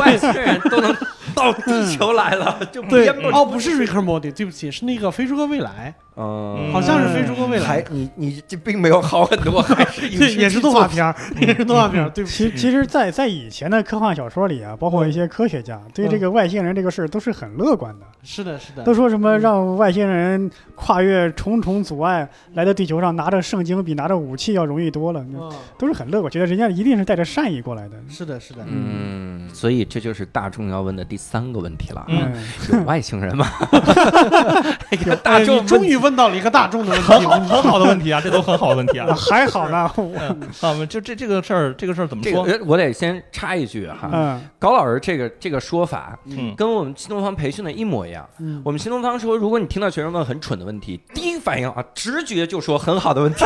S1: 外星人都能到地球来了，就
S3: 对
S1: 编不，了
S3: 哦，不是 Rick and Morty，对不起，是那个《飞出个未来
S1: 嗯》，
S3: 好像是《飞出个未来
S1: 还》，你你这并没有好很多，还是 影
S3: 对，
S1: 视
S3: 也是
S1: 剧
S3: 动
S1: 作
S3: 画片儿，也是动画片儿，对不
S2: 其
S3: 起。
S2: 其实在，在以前的科幻小说里啊，包括一些科学家
S4: 嗯
S2: 对这个外星人这个事儿都是很乐观的，
S3: 是的，是的
S2: 都，说什么让外星人跨越重重阻碍来到地球上，拿着圣经比拿着武器要容易多了，
S3: 嗯，
S2: 都是很乐观，觉得人家一定是带着善意过来的。。
S3: 是的，是的，
S1: 嗯，所以这就是大众要问的第三个问题了。
S4: 嗯，
S1: 有外星人吗？ 哎呀大
S3: 哎
S1: 众
S3: 你终
S1: 问
S3: 于问到了一个大众的问题了。
S4: 很好的问题啊，这都很好的问题啊
S2: 还好呢， 我
S4: 嗯啊，我就这这个事儿，这个事儿怎么
S1: 这个，
S4: 说？
S1: 呃我得先插一句哈，
S2: 嗯
S1: 高老师这个这个说法
S4: 嗯，
S1: 跟我们新东方培训的一模一样。
S3: 嗯
S1: 我们新东方说，如果你听到学生问很蠢的问题，第一反应啊，直觉就说很好的问题，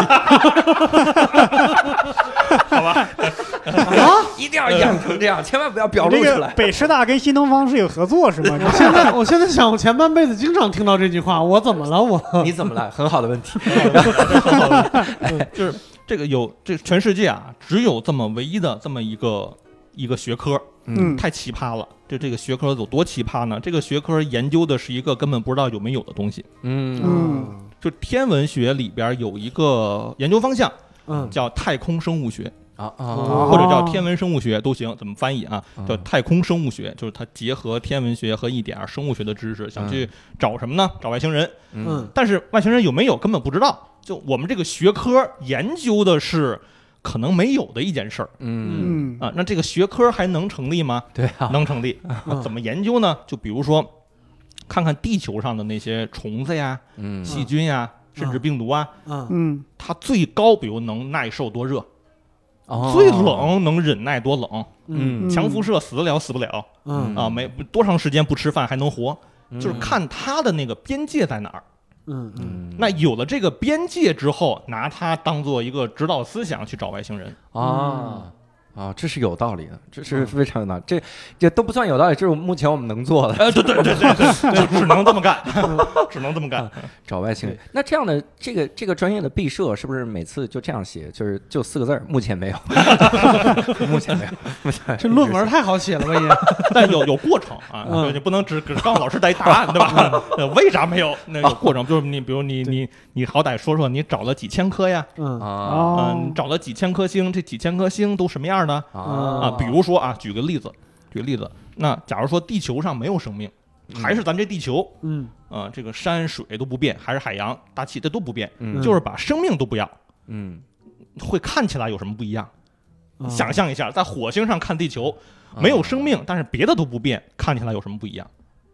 S3: 啊，
S1: 一定要养成这样，千万不要表露
S2: 这
S1: 出
S2: 个
S1: 来。
S2: 北师大跟新东方是有合作是吗？
S3: 我现在我现在想，我前半辈子经常听到这句话，我怎么了？我
S1: 你怎么了？很好的问题。
S4: 就是这个有这全世界啊，只有这么唯一的这么一个一个学科，
S2: 嗯
S4: 太奇葩了。这这个学科有多奇葩呢？这个学科研究的是一个根本不知道有没有的东西。
S1: 嗯
S2: 嗯
S4: 就天文学里边有一个研究方向
S3: 嗯
S4: 叫太空生物学，
S1: 啊
S3: 哦
S2: 嗯
S1: 啊
S4: 嗯或者叫天文生物学都行，怎么翻译啊？
S1: 嗯
S4: 叫太空生物学，就是它结合天文学和一点儿生物学的知识，想去找什么呢？找外星人。
S1: 嗯
S3: 嗯
S4: 但是外星人有没有根本不知道。就我们这个学科研究的是可能没有的一件事儿
S1: 嗯
S2: 嗯
S4: 啊，那这个学科还能成立吗？
S1: 对啊，
S4: 能 成立。嗯
S3: 嗯
S4: 怎么研究呢？就比如说，看看地球上的那些虫子呀、
S1: 嗯
S4: 细菌呀，甚至病毒啊，
S3: 嗯
S2: 嗯
S4: 它最高比如能耐受多热，
S1: 哦
S4: 最冷能忍耐多冷，
S3: 嗯
S2: 嗯
S4: 强辐射死得了死不了
S3: 嗯
S4: 啊，没多长时间不吃饭还能活，
S1: 嗯
S4: 就是看它的那个边界在哪儿。
S3: 嗯嗯
S1: 嗯
S4: 那有了这个边界之后，拿它当做一个指导思想去找外星人。
S1: 啊。啊，这是有道理的，这是非常有道理，这这都不算有道理，这是目前我们能做的。
S4: 哎，对对对对对，就只能这么干， 只能这么干。
S1: 找外星人
S4: 对，
S1: 那这样的这个这个专业的毕设是不是每次就这样写？就是就四个字儿，目前没有， 目前没有，目前没有
S3: 这论文太好写了吧 也？
S4: 但有有过程啊，
S3: 嗯
S4: 对你不能只只告诉老师带一答案，对吧？呃为啥没有？那有过程，就是你比如你
S3: 对
S4: 你你好歹说说你找了几千颗呀，
S3: 嗯
S1: 啊
S4: 嗯、
S2: 哦
S4: 你，找了几千颗星，这几千颗星都什么样呢？啊，
S1: 哦
S4: 比如说啊，举个例子，举个例子，那假如说地球上没有生命，
S1: 嗯
S4: 还是咱这地球
S3: 嗯
S4: 啊、呃这个山水都不变，还是海洋、大气这都不变，
S1: 嗯
S4: 就是把生命都不要，
S1: 嗯，
S4: 会看起来有什么不一样？
S3: 啊
S4: 想象一下，在火星上看地球，
S1: 嗯
S4: 没有生命，但是别的都不变，看起来有什么不一样？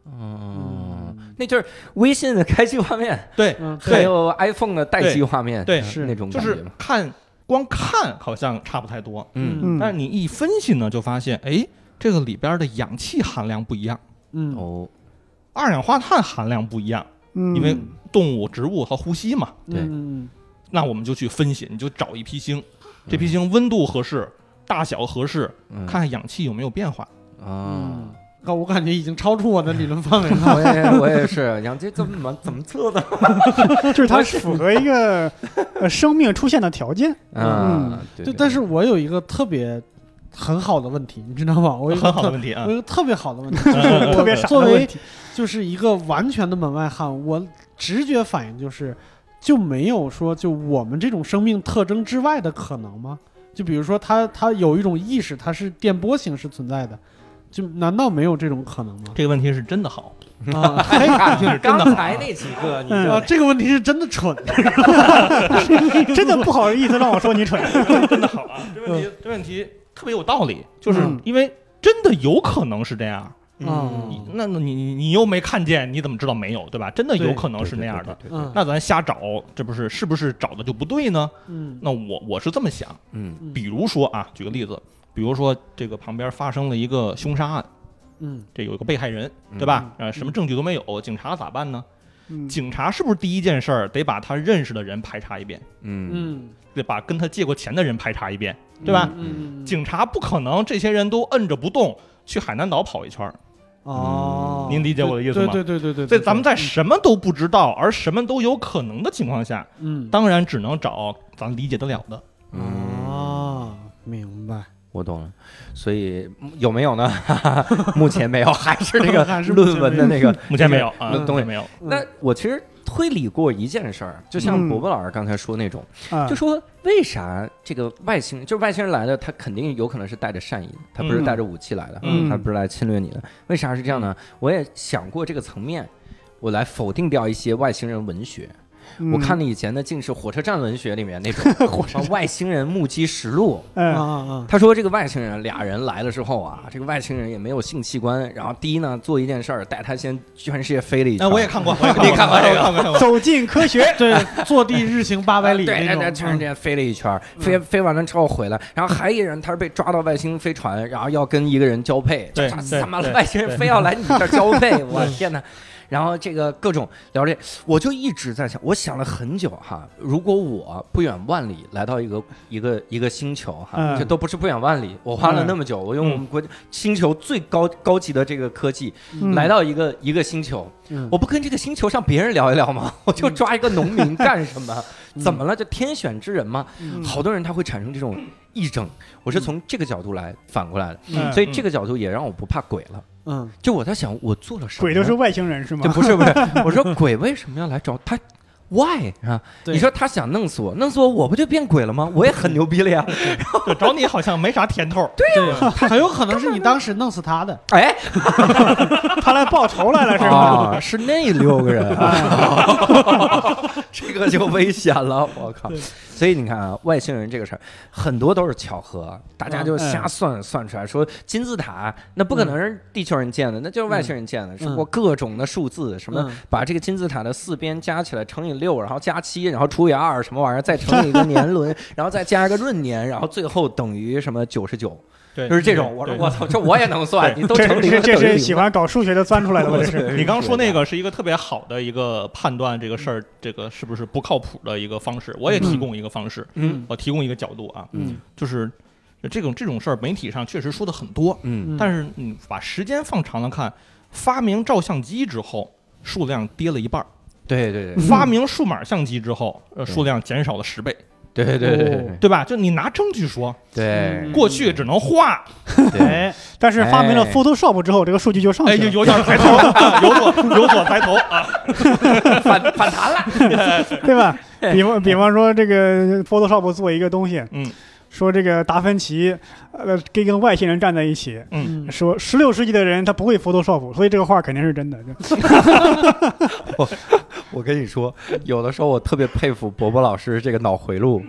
S1: 嗯
S4: 嗯
S1: 哦，那就是微信的开机画面，
S4: 对，
S3: 嗯，
S1: 还有 iPhone 的待机画面，
S4: 对对
S3: 是
S1: 那哎种
S4: 就
S1: 感
S4: 是
S1: 觉嘛。
S4: 看光看好像差不太多，
S1: 嗯，
S2: 嗯
S4: 但是你一分析呢，就发现哎，这个里边的氧气含量不一样，
S3: 嗯
S1: 哦，
S4: 二氧化碳含量不一样，
S2: 嗯，
S4: 因为动物、植物它呼吸嘛。
S1: 对
S3: 嗯
S4: 那我们就去分析，你就找一批星，这批星温度合适，大小合适，
S1: 嗯
S4: 看看嗯氧气有没有变化。
S1: 啊。
S3: 啊我感觉已经超出我的理论范围了。
S1: 我也我也是，杨这怎么怎么测 的？
S2: 就是它符合一个呃生命出现的条件。
S4: 嗯
S1: 啊，对
S3: 就
S1: 对
S3: 但是我有一个特别很好的问题，你知道吗？我有一个
S4: 很好的
S3: 特
S4: 问题啊
S3: 我，有一个特别好的 问题，就是我
S2: 特别傻的
S3: 作
S2: 问
S3: 为
S2: 题
S3: 就是一个完全的门外汉，我直觉反应就是就没有说就我们这种生命特征之外的可能吗？就比如说它它有一种意识，它是电波形式存在的，就难道没有这种可能 吗？
S4: 这个问题是真的好，
S3: 啊，
S1: 哎呀
S4: 是真的好
S1: 刚才那几个，你
S3: 啊
S1: 这
S3: 这个问题是真的蠢，
S2: 真的不好意思让我说你蠢。
S4: 真的好啊！这问
S1: 嗯
S4: 题这问题特别有道理，就是
S3: 嗯
S4: 因为真的有可能是这样。你
S1: 嗯，
S4: 那那你你你又没看见，你怎么知道没有，对吧？真的有
S3: 对
S4: 可能是那样的。
S1: 对，对对对
S3: 嗯
S4: 那咱瞎找，这不是是不是找的就不对呢？
S3: 嗯
S4: 那我我是这么想，
S1: 嗯
S4: 比如说啊，举个例子，比如说这个旁边发生了一个凶杀案，
S3: 嗯
S4: 这有一个被害人，
S1: 嗯
S4: 对吧？呃，什么证据都没有，警察咋办呢？
S2: 嗯
S4: 警察是不是第一件事儿得把他认识的人排查一遍，
S1: 嗯
S3: 嗯，
S4: 得把跟他借过钱的人排查一遍，对吧？
S3: 嗯，
S4: 警察不可能这些人都摁着不动去海南岛跑一圈儿，
S3: 哦，
S4: 嗯您理解我的意思吗
S3: 对对对对对
S4: 在
S3: 对，
S4: 咱们在什么都不知道而什么都有可能的情况下，
S3: 嗯
S4: 当然只能找咱理解得了的。
S1: 嗯，
S3: 啊，明白。
S1: 我懂了。所以嗯有没有呢？ 目前没有，还是那
S3: 还
S1: 个
S3: 是目前
S1: 论文的那个。
S4: 目前没有啊，
S1: 那东西
S4: 没有。
S3: 嗯
S1: 那我其实推理过一件事儿，就像
S2: 嗯
S1: 伯伯老师刚才说那种，
S2: 啊
S1: 就，说为啥这个外星人，就是外星人来的，他肯定有可能是带着善意的，他不是
S4: 嗯
S1: 带着武器来的，
S4: 嗯
S1: 他不是来侵略你的。为啥是这样呢？我也想过这个层面，我来否定掉一些外星人文学。
S2: 嗯
S1: 我看了以前的《竟是火车站文学》里面那种啊外星人目击实录，
S3: 啊
S2: 嗯，
S3: 啊啊，
S1: 他说这个外星人俩人来了之后啊，这个外星人也没有性器官，然后第一呢做一件事儿，带他先全世界飞了一圈。
S4: 哎，我也看过，我也
S1: 你看过
S4: 我也
S1: 这个
S4: 看过，看过
S2: 嗯走进科学。
S3: 对，坐地日行 八百里
S1: 呃对，
S3: 那
S1: 对对，
S3: 种，
S1: 全世界飞了一圈儿，飞飞完了之后回来，然后还一人他是被抓到外星飞船，然后要跟一个人交配，
S4: 对
S1: 这
S4: 对
S1: 他妈的
S4: 对
S1: 外星人非要来你这儿交配，我天哪！然后这个各种聊这，我就一直在想，我想了很久哈，如果我不远万里来到一个一个一个星球哈，
S2: 嗯
S1: 这都不是不远万里，我花了那么久，我用我们国星球最高高级的这个科技
S2: 嗯
S1: 来到一个一个星球，
S3: 嗯
S1: 我不跟这个星球上别人聊一聊吗？ 我就抓一个农民干什么？怎么了？就天选之人嘛。
S2: 嗯
S1: 好多人他会产生这种癔症，我是从这个角度来反过来的，
S2: 嗯
S1: 所以这个角度也让我不怕鬼了。
S3: 嗯
S1: 就我在想，我做了什么？
S2: 鬼都是外星人是吗
S1: 这？不是 不是，我说鬼为什么要来找他？Why 啊？
S3: 对
S1: 你说他想弄死我，弄死我，我不就变鬼了吗？我也很牛逼了 呀！
S4: 就找你好像没啥甜头。对，
S3: 对，很有可能是你当时弄死他的。
S1: 哎，
S2: 他来报仇 来了是吗？
S1: 啊，是那六个人啊， 这个就危险了，我靠！所以你看啊，外星人这个事儿，很多都是巧合，大家就瞎算、算出来，说金字塔那不可能是地球人建的，那就是外星人建的，通过各种的数字什么
S3: 嗯，
S1: 把这个金字塔的四边加起来乘以六，然后加七，然后除以二，什么玩意儿，再乘以一个年轮， 然后再加一个闰年，然后最后等于什么九十九，
S4: 对
S1: 就是这种。我说我操，这我也能算，
S4: 对
S1: 你都
S2: 这
S1: 乘零
S2: 这
S1: 了
S2: 这
S1: 等于
S2: 是
S1: 零
S2: 喜
S1: 了
S2: 欢搞数学的钻出 来的吗？这是。
S4: 你刚刚说那个是一个特别好的一个判断这个事
S1: 嗯
S4: 儿，这个是不是不靠谱的一个方式？我也提供一个方式，
S1: 嗯
S4: 我提供一个角度啊，
S1: 嗯
S4: 就是这种这种事儿，媒体上确实说的很多，
S1: 嗯，
S4: 但是你把时间放长了看，发明照相机之后，数量跌了一半儿；
S1: 对对
S4: 发明数码相机之后，呃，
S1: 对
S4: 数量减少了十倍，
S1: 对对对对对
S4: 对吧？就你拿证据说，
S1: 对
S2: 嗯
S4: 过去只能画，
S1: 对，
S2: 哎，但是发明了
S1: 哎
S2: Photoshop 之后，这个数据就上
S4: 哎，
S2: 去
S4: 有
S2: 了。
S4: 有点抬头， 啊有所有所抬头啊，
S1: 反反弹了，
S2: 对 吧？
S3: 哎
S2: 比方比方说，这个 Photoshop 做一个东西，
S4: 嗯，
S2: 说这个达芬奇，呃，跟一个外星人站在一起，
S3: 嗯
S2: 说十六世纪的人他不会 Photoshop，所以这个画肯定是真的。
S1: 我跟你说，有的时候我特别佩服伯伯老师这个脑回路。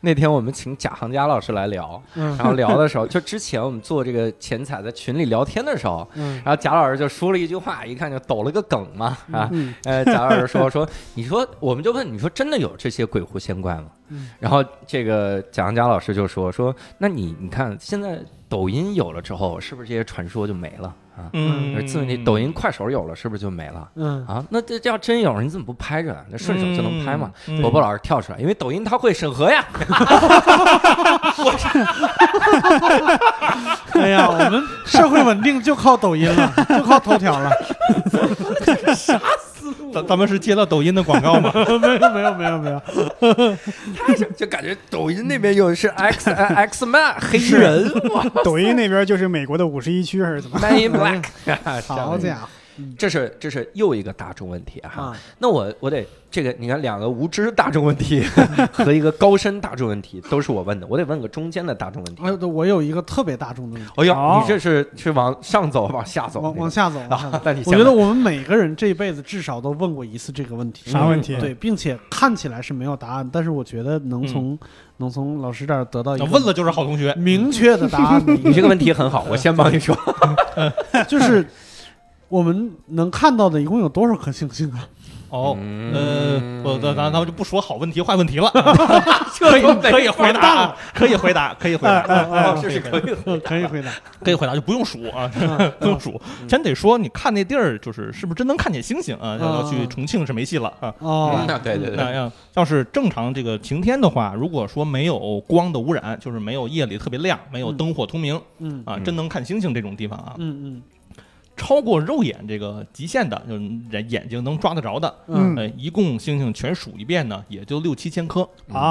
S1: 那天我们请贾行家老师来 聊，
S3: 嗯
S1: 然后聊的时候，就之前我们做这个钱彩在群里聊天的时候，
S3: 嗯
S1: 然后贾老师就说了一句话，一看就抖了个梗嘛啊。
S2: 嗯，
S1: 呃，贾老师说说，你说我们就问你说真的有这些鬼狐仙怪吗？
S3: 嗯
S1: 然后这个贾行家老师就说说，那你你看现在抖音有了之后，是不是这些传说就没了啊？
S4: 嗯，
S1: 自从你抖音、快手有了，是不是就没了？
S3: 嗯
S1: 啊，那这这要真有，你怎么不拍着？啊那顺手就能拍嘛。
S4: 嗯嗯
S1: 伯伯老师跳出来，因为抖音它会审核 呀。
S3: 哎呀，我们社会稳定就靠抖音 了，就靠头条了。
S4: 咱咱们是接到抖音的广告吗？
S3: 没有没 有没有没有，
S1: 就感觉抖音那边又是 X 呃 X Man 黑衣人 哇
S2: 抖音那边就是美国的五十一区还是怎么？
S1: ，Man
S3: 嗯
S1: in Black 这样
S3: 好
S1: 的
S3: 家伙
S1: 这是这是又一个大众问题哈。
S3: 啊！
S1: 那我我得这个，你看两个无知大众问题 和一个高深大众问题都是我问的，我得问个中间的大众问题。
S3: 哎呦，我有一个特别大众的问题，
S1: 哎
S2: 哦
S1: 呦，你这是是往上走，往下走那
S3: 往
S1: 个，
S3: 往下走，往下走
S1: 啊？那你
S3: 我
S1: 先
S3: 觉得
S1: 问
S3: 我们每个人这一辈子至少都问过一次这个问题，
S2: 啥问题？
S3: 对，并且看起来是没有答案，但是我觉得能从、能从老师这儿得到一个
S4: 问了就是好同学，
S3: 明确的答案的一个，
S1: 你这个问题很好，我先帮你说。
S3: 就是我们能看到的一共有多少颗星星啊？
S4: 哦，呃
S1: 嗯，
S4: 我咱咱咱们就不说好问题坏问题了，
S1: 可
S4: 可以可以回答啊，可以回答，可以回答，啊
S1: 这是可以
S3: 嗯可以回答。
S4: 可以回答，就不用数啊，
S3: 嗯
S4: 不用数，真得说，你看那地儿，就是是不是真能看见星星啊？要要去
S3: 嗯
S4: 重庆是没戏了啊。哎
S3: 哦，
S1: 那嗯对对对
S4: 那要要是正常这个晴天的话，如果说没有光的污染，就是没有夜里特别亮，没有灯火通明
S3: 嗯
S4: 啊，
S1: 嗯
S4: 真能看星星这种地方啊，
S3: 嗯
S4: 超过肉眼这个极限的，就是人眼睛能抓得着的，
S3: 嗯
S4: 呃，一共星星全数一遍呢，也就六七千颗，
S1: 嗯
S2: 啊，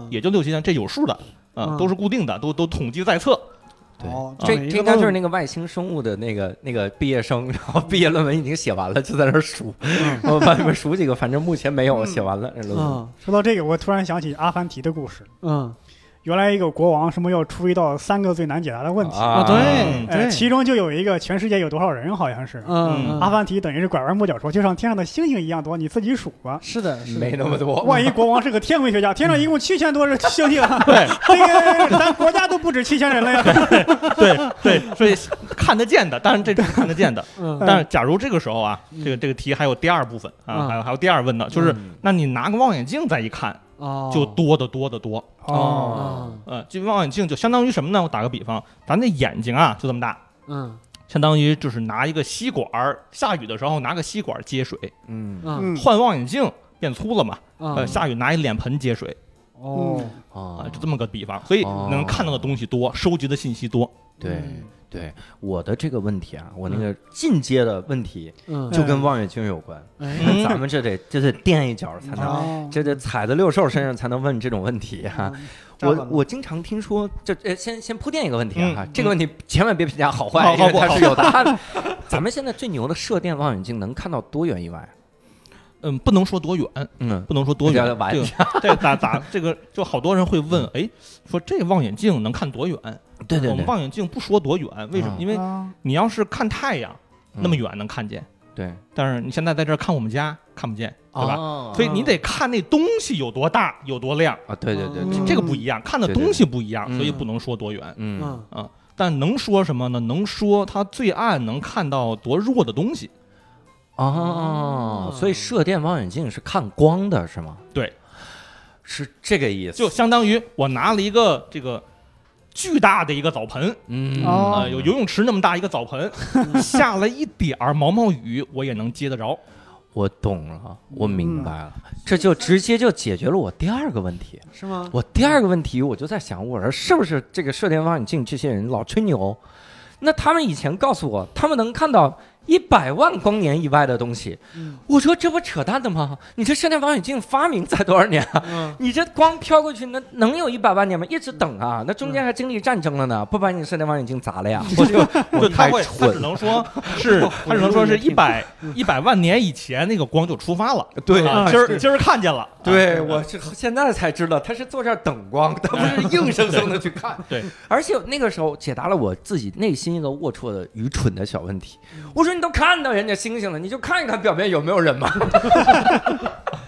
S3: 啊，
S4: 也就六七千，这有数的啊
S3: 嗯，
S4: 都是固定的，都都统计在册。
S1: 对啊
S3: 哦
S4: 啊
S1: 这
S3: 每一
S1: 这
S3: 个
S1: 应该
S3: 都
S1: 就是那个外星生物的那个那个毕业生，然后毕业论文已经写完了，就在那儿 数，我把你们数几个，反正目前没有写完了这论
S4: 啊
S1: 文。
S3: 嗯
S2: 说到这个，我突然想起《阿凡提》的故事。
S3: 嗯
S2: 原来一个国王什么要出一道三个最难解答的问题，
S1: 啊
S3: 啊，对
S2: 呃，
S3: 对，
S2: 其中就有一个全世界有多少人，好像是。
S3: 嗯
S2: 阿凡提等于是拐弯抹角说，就像天上的星星一样多，你自己数吧。
S3: 是的，是的
S1: 没那么多，
S2: 万一国王是个天文学家，天上一共七千多人星星，
S4: 对
S2: 这个咱国家都不止七千人了呀。
S4: 对对， 所以看得见的，当然这是看得见的。
S3: 嗯
S4: 但是假如这个时候啊，这个这个题还有第二部分啊，
S3: 嗯
S4: 还有还有第二问的，就是
S1: 嗯
S4: 那你拿个望远镜再一看，
S3: 哦
S4: 就多得多得多。
S1: 哦，
S3: 嗯
S4: 呃，这望远镜就相当于什么呢？我打个比方，咱这眼睛啊就这么大，
S3: 嗯
S4: 相当于就是拿一个吸管儿，下雨的时候拿个吸管儿接水，
S1: 嗯
S3: 嗯
S2: 嗯，
S4: 换望远镜变粗了嘛，呃，
S3: 嗯
S4: 下雨拿一脸盆接水
S3: 哦
S2: 嗯
S1: 啊
S4: 啊，就这么个比方，所以
S1: 哦
S4: 能看到的东西多，收集的信息多。
S1: 对
S3: 嗯
S1: 对，我的这个问题啊，我那
S4: 嗯
S1: 个进阶的问题
S3: 嗯
S1: 就跟望远镜有关，
S3: 哎
S4: 嗯
S1: 咱们这得这得垫一脚才能，
S3: 哦
S1: 这得踩在六兽身上才能问这种问题哈。
S4: 嗯
S3: 站稳
S1: 我
S3: 了
S1: 我经常听说，就呃，先先铺垫一个问题啊，
S4: 嗯
S1: 这个问题千万别评价好坏，
S4: 好
S1: 因为
S4: 好不好
S1: 它是有答案 的。咱们现在最牛的射电望远镜能看到多远以外？
S4: 嗯，不能说多远，
S1: 嗯，
S4: 不能说多
S1: 大家
S4: 远
S1: 的，玩
S4: 这个这咋咋这个就好多人会问，哎，说这望远镜能看多远？
S1: 嗯对对
S4: 我们
S1: 对，
S4: 望远镜不说多远，为什么
S1: 啊？
S4: 因为
S2: 啊
S4: 你要是看太阳
S1: 嗯
S4: 那么远能看见，
S1: 对，
S4: 但是你现在在这儿看我们家看不见，对吧？
S1: 吧
S4: 哦所以你得看那东西有多大、有多亮，
S1: 啊，对对对
S3: 嗯
S1: 对，
S4: 这个不一样，看的
S1: 对对
S4: 东西不一样，
S1: 嗯
S4: 所以不能说多远。
S1: 嗯，
S3: 嗯
S4: 但能说什么呢？能说它最暗能看到多弱的东西。
S1: 哦，所以射电望远镜是看光的，是吗？
S4: 嗯对，
S1: 是这个意思。
S4: 就相当于我拿了一个这个巨大的一个澡盆，
S1: 嗯
S2: 哦
S4: 啊、有游泳池那么大一个澡盆，下了一点儿毛毛雨，我也能接得着。
S1: 我懂了，我明白了，
S4: 嗯
S1: 这就直接就解决了我第二个问题。
S3: 是吗？
S1: 我第二个问题，我就在想，我说是不是这个射电望远镜这些人老吹牛？那他们以前告诉我，他们能看到一百万光年以外的东西。
S3: 嗯
S1: 我说这不扯淡的吗？你这射电望远镜发明才多少年啊？
S3: 嗯
S1: 你这光飘过去，那能有一百万年吗？一直等啊，那中间还经历战争了呢，不把你射电望远镜砸了呀？我就
S4: 就
S1: 我
S4: 他
S1: 太
S4: 会，他
S1: 蠢
S4: 只 能说是，他只能说是一百一百万年以前那个光就出发了，
S1: 对
S4: 啊
S3: 啊
S4: 今儿
S3: 是
S4: 今儿看见了，
S1: 对，
S4: 啊嗯
S1: 我是现在才知道他是坐这儿等光，他不是硬生生的去看。
S4: 对，
S1: 而且那个时候解答了我自己内心一个龌龊的、愚蠢的小问题。我说你都看到人家星星了，你就看一看表面有没有人嘛。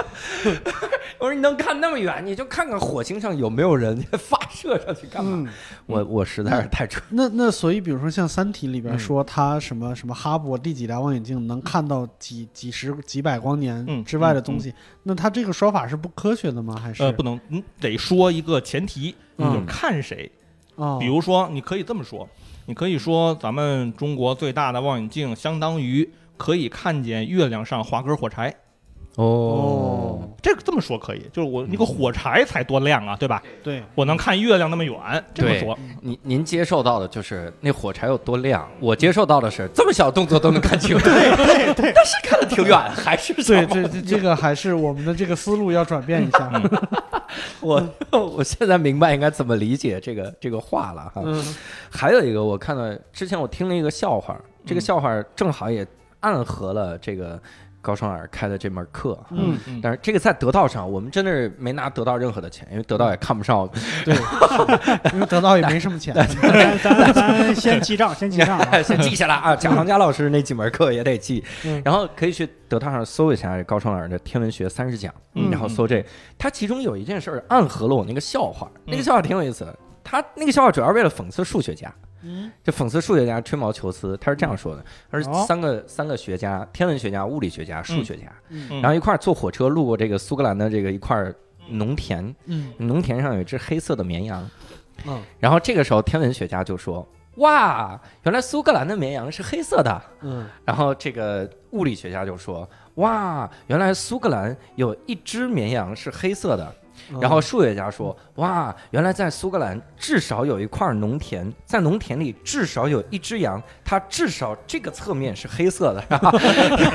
S1: 我说你能看那么远，你就看看火星上有没有人，发射上去干嘛？
S2: 嗯，
S1: 我我实在是太蠢。
S3: 那那所以，比如说像《三体》里边
S1: 嗯
S3: 说，它什么什么哈勃第几代望远镜能看到几几十几百光年
S4: 嗯
S3: 之外的东西，那它这个说法是不科学的吗？还是
S4: 呃，不能，你得说一个前提，
S1: 嗯
S4: 就是看谁。
S3: 哦
S4: 比如说，你可以这么说，你可以说咱们中国最大的望远镜相当于可以看见月亮上划根火柴，
S3: 哦，
S4: 这个这么说可以，就是
S1: 嗯
S4: 我那个火柴才多亮啊，对吧？
S3: 对，
S4: 我能看月亮那么远，这么
S1: 对
S4: 说，
S1: 您您接受到的就是那火柴有多亮，我接受到的是这么小动作都能看清。 对对对，但是看得挺远，还是
S3: 对，这这这个还是我们的这个思路要转变一下。
S1: 我 我现在明白应该怎么理解这个这个话了 哈。
S3: 嗯
S1: 还有一个，我看到之前我听了一个笑话，这个笑话正好也暗合了这个高双尔开的这门课。哈
S3: 嗯，
S4: 嗯
S1: 但是这个在得到上，我们真的是没拿得到任何的钱，因为得到也看不上。
S3: 对，因为得到也没什么钱。
S2: 咱咱咱先记账，先记账啊。
S1: 先记下来啊，贾行家老师那几门课也得记，
S3: 嗯
S1: 然后可以去得到上搜一下高双老师的《天文学三十讲》
S4: 嗯
S1: 然后搜这，他其中有一件事儿暗合了我那个笑话，那个
S4: 嗯
S1: 笑话挺有意思的，他那个笑话主要是为了讽刺数学家。就讽刺数学家吹毛求疵，他是这样说的：他
S2: 哦
S1: 说三个、三个学家，天文学家、物理学家、数学家，
S4: 嗯
S1: 然后一块儿坐火车路过这个苏格兰的这个一块儿农田，
S3: 嗯
S1: 农田上有一只黑色的绵羊。
S3: 嗯，
S1: 然后这个时候天文学家就说：“哇，原来苏格兰的绵羊是黑色的。
S3: 嗯”
S1: 然后这个物理学家就说：“哇，原来苏格兰有一只绵羊是黑色的。”
S3: 嗯
S1: 然后数学家说：“哇，原来在苏格兰至少有一块农田，在农田里至少有一只羊，它至少这个侧面是黑色的。”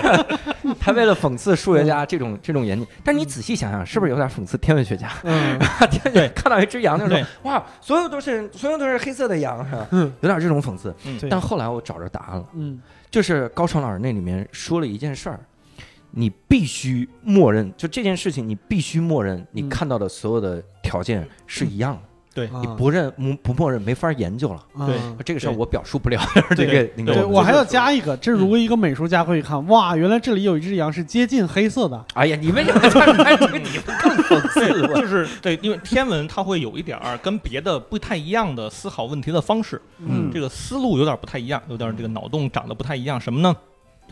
S1: 他为了讽刺数学家这种这种严谨，但你仔细想想，是不是有点讽刺天文学家？
S3: 嗯，
S1: 对，看到一只羊就说
S4: 对：“
S1: 哇，所有都是所有都是黑色的羊，是吧？”有点这种讽刺。
S4: 嗯
S3: 对
S1: 但后来我找着答案了，
S3: 嗯
S1: 就是高爽老师那里面说了一件事儿，你必须默认，就这件事情，你必须默认你
S3: 嗯
S1: 看到的所有的条件是一样的，
S4: 对
S3: 啊
S1: 你不认不不默认没法研究了。
S4: 对
S3: 啊
S1: 这个事儿
S4: 对
S1: 我表述不了，这
S4: 对
S1: 个那
S4: 对
S1: 个
S3: 对，我还要加一个，这
S1: 嗯
S3: 如果一个美术家会看，哇，原来这里有一只羊是接近黑色的，
S1: 哎呀，你为什么在拍这个？你们更讽刺
S4: 对，
S1: 我。
S4: 就是对，因为天文它会有一点儿跟别的不太一样的思考问题的方式，
S1: 嗯
S4: 这个思路有点不太一样，有点这个脑洞长得不太一样。什么呢？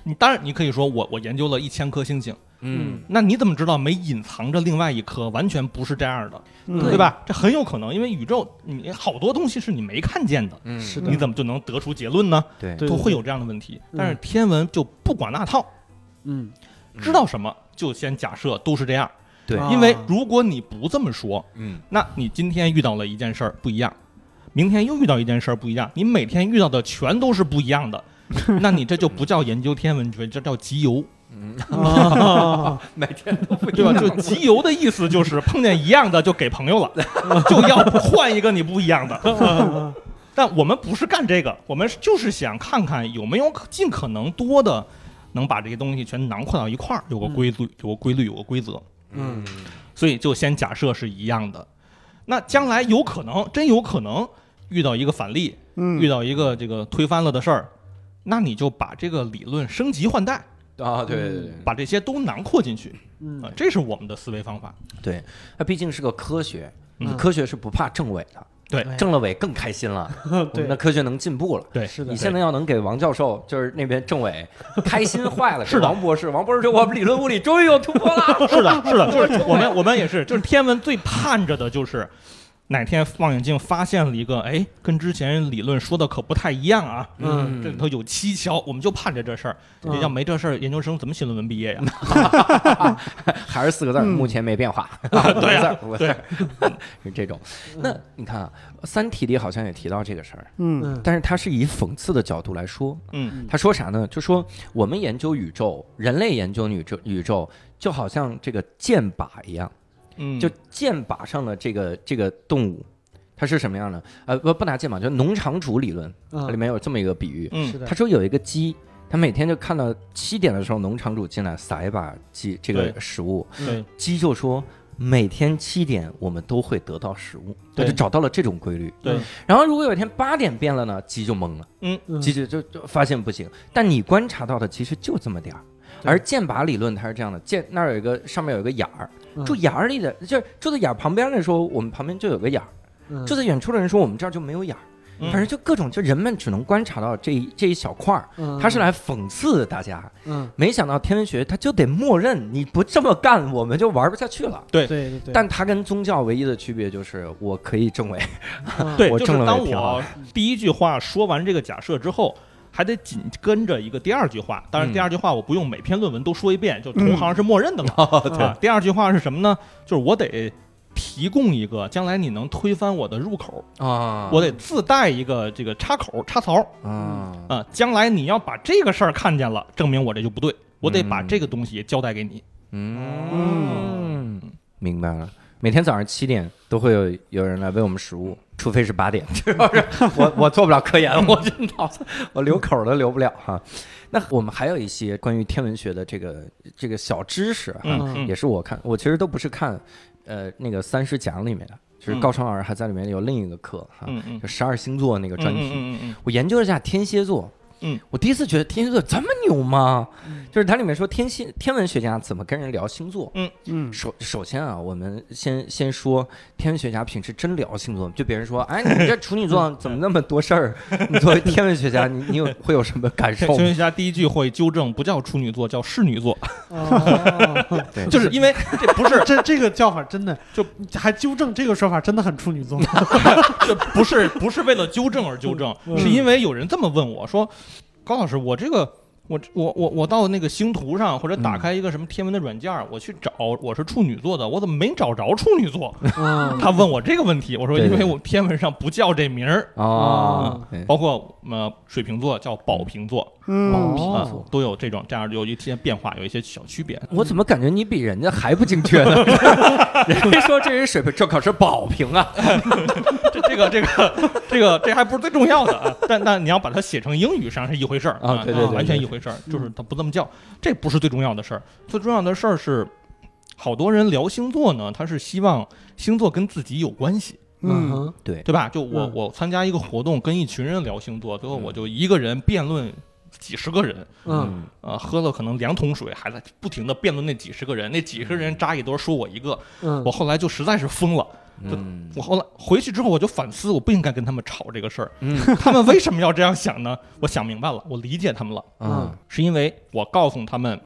S4: 你当然你可以说我我研究了一千颗星星，
S1: 嗯，
S4: 那你怎么知道没隐藏着另外一颗完全不是这样的，
S2: 嗯
S4: 对？吧？这很有可能，因为宇宙你好多东西是你没看见的，
S1: 嗯
S3: 是的
S4: 你怎么就能得出结论呢？
S1: 对
S3: 对
S4: 都会有这样的问题。
S3: 嗯
S4: 但是天文就不管那套，
S3: 嗯，
S4: 知道什么就先假设都是这样，
S1: 对
S3: 啊
S4: 因为如果你不这么说，
S1: 嗯
S4: 那你今天遇到了一件事儿不一样，明天又遇到一件事儿不一样，你每天遇到的全都是不一样的，那你这就不叫研究天文 学，这叫集邮，
S1: 嗯，
S3: 啊
S1: 每天都会
S4: 对 吧？就集邮的意思就是碰见一样的就给朋友了， 就要换一个你不一样的。但我们不是干这个，我们就是想看看有没有可尽可能多的能把这些东西全囊括到一块儿，有个规律，有个规律，有个规则。
S1: 嗯
S4: 所以就先假设是一样的。那将来有可能，真有可能遇到一个反例，
S2: 嗯
S4: 遇，到一个这个推翻了的事儿，那你就把这个理论升级换代，
S1: 啊，对对对对。
S4: 把这些都囊括进去
S3: 嗯
S4: 啊、这是我们的思维方法。
S1: 对，它毕竟是个科学，
S4: 嗯
S1: 你科学是不怕政委的。
S4: 对
S1: 政了委更开心 了，我
S3: 对
S1: 们的科学能进步了。
S4: 对，
S3: 是的
S1: 你现在要能给王教授，就是那边政委，开心 坏了。
S4: 是的
S1: 王博士，王博士说我们理论物理 终于有突破了。
S4: 是的，是的，就是我们我们也是，就是天文最盼着的就是哪天望远镜发现了一个，哎，跟之前理论说的可不太一样啊，
S1: 嗯
S4: 这里头有蹊跷，我们就盼着这事儿。
S3: 嗯
S4: 这要没这事儿，研究生怎么写论文毕业呀？
S1: 还是四个字儿，
S2: 嗯
S1: 目前没变 化。
S4: 对呀
S1: 五个字儿，五个字儿是 这种。那你看啊，《三体》里好像也提到这个事儿，
S2: 嗯
S3: 嗯
S1: 但是他是以讽刺的角度来说，
S4: 嗯
S1: 他说啥呢？就说我们研究宇宙，人类研究宇宙，宇宙就好像这个箭靶一样，
S4: 嗯，
S1: 就箭靶上的这个这个动物，它是什么样的？呃，不不拿箭靶，就农场主理论，它里
S3: 嗯，
S1: 面有这么一个比喻，
S4: 嗯
S3: 是的，
S1: 他说有一个鸡，他每天就看到七点的时候，农场主进来撒一把鸡这个
S4: 对
S1: 食物，
S4: 对
S1: 鸡就说每天七点我们都会得到食物，他
S4: 对
S1: 就找到了这种规律。
S4: 对，
S1: 然后如果有一天八点变了呢，鸡就懵了，
S3: 嗯
S1: 鸡就就就发现不行。但你观察到的其实就这么点儿。
S3: 对
S1: 而箭靶理论它是这样的，箭那儿有一个上面有一个眼儿，
S3: 嗯
S1: 住眼儿里的就是住在眼儿旁边的时候，我们旁边就有个眼儿；
S3: 嗯
S1: 住在远处的人说我们这儿就没有眼儿。
S4: 嗯
S1: 反正就各种，就人们只能观察到这一这一小块儿，
S3: 嗯
S1: 他是来讽刺大家。
S3: 嗯，
S1: 没想到天文学他就得默认你不这么干，我们就玩不下去了。
S3: 对对对，
S1: 但他跟宗教唯一的区别就是，我可以证伪。
S3: 嗯
S4: 对，
S1: 我
S4: 就是
S1: 正了
S4: 当
S1: 也挺好
S4: 我第一句话说完这个假设之后，还得紧跟着一个第二句话。当
S1: 嗯
S4: 然，第二句话我不用每篇论文都说一遍，就同行是默认的 了。
S1: 哦
S4: 啊，第二句话是什么呢？就是我得提供一个将来你能推翻我的入口，
S1: 啊
S4: 我得自带一个这个插口插槽
S3: 嗯
S1: 啊，
S4: 啊。将来你要把这个事儿看见了，证明我这就不对，我得把
S1: 嗯
S4: 这个东西交代给你。
S1: 嗯，明白了。每天早上七点都会有有人来喂我们食物，除非是八 点，主要是我我做不了科研，我这脑子我留口儿都留不了哈。那我们还有一些关于天文学的这个这个小知识哈，
S4: 嗯
S3: 嗯
S1: 啊也是我看，我其实都不是看，呃，那个三十讲里面的，就是
S4: 嗯
S1: 高超老师还在里面有另一个课哈，
S4: 嗯嗯
S1: 就十二星座那啊个
S4: 嗯
S1: 专
S4: 嗯
S1: 题，
S4: 嗯嗯
S1: 我研究了一下天蝎座，
S4: 嗯，
S1: 我第一次觉得天蝎座这么牛吗？
S3: 嗯
S1: 就是它里面说天蝎天文学家怎么跟人聊星座。
S2: 嗯
S1: 首首先啊，我们先先说天文学家平时真聊星座，就别 人说，哎，你这处女座怎么那么多事儿？你作为天文学家，你你有会有什么感
S4: 天
S1: 受吗？
S4: 文学家第一句会纠正，不叫处女座，叫侍女 座，
S3: 哦
S1: 对，
S4: 就是因为这不是
S3: 这这个叫法真的
S4: 就
S3: 还纠正这个说法真的很处女座，
S4: 这不是不是为了纠正而纠正，
S3: 嗯
S4: 是因为有人这么问我说，高老师，我这个我我我我到那个星图上或者打开一个什么天文的软件，我去找我是处女座的，我怎么没找着处女座？
S3: 嗯
S4: 他问我这个问题，我说
S1: 对
S4: 因
S1: 对
S4: 为我天文上不叫这名儿，
S1: 哦，对
S4: 包括呃水瓶座叫宝瓶座
S2: 嗯，
S4: 啊、
S3: 哦
S4: 都有这种这样有一些变化，有一些小区别。
S1: 我怎么感觉你比人家还不精确 呢？人家说这人水平，这可是宝瓶啊！
S4: 这这个这个这个这还不是最重要的啊！但但你要把它写成英语，实际上是一回事儿
S1: 啊对对对对嗯
S4: 完全一回事儿，就是它不这么叫，这不是最重要的事儿。最重要的事儿是，好多人聊星座呢，他是希望星座跟自己有关系，
S3: 嗯
S2: 嗯
S3: 哼
S1: 对，
S4: 对吧？就我
S3: 嗯
S4: 我参加一个活动，跟一群人聊星座，最
S1: 嗯
S4: 后我就一个人辩论几十个人，
S3: 嗯，
S4: 呃，喝了可能两桶水，还在不停的辩论那几十个人，那几十个人扎一堆说我一个，
S3: 嗯
S4: 我后来就实在是疯了。
S1: 嗯
S4: 我后来回去之后，我就反思，我不应该跟他们吵这个事儿。
S1: 嗯
S4: 他们为什么要这样想呢？我想明白了，我嗯理解他们了，
S1: 啊
S4: 是因为我告诉他们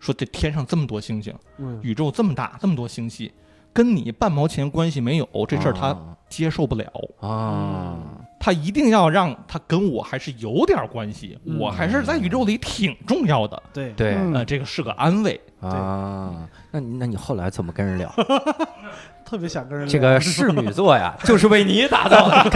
S4: 说，这天上这么多星星，
S3: 嗯
S4: 宇宙这么大，这么多星系，跟你半毛钱关系没有，这事儿他
S1: 哦
S4: 接受不了。
S1: 啊，
S4: 他一定要让他跟我还是有点关系，
S3: 嗯
S4: 我还是在宇宙里挺重要的。
S3: 对
S1: 对
S2: 嗯
S4: 呃，这个是个安慰。
S1: 啊，那你那你后来怎么跟人 聊？
S3: 特别想跟人
S1: 这
S3: 聊
S1: 个侍女座呀， 就是为你打造的。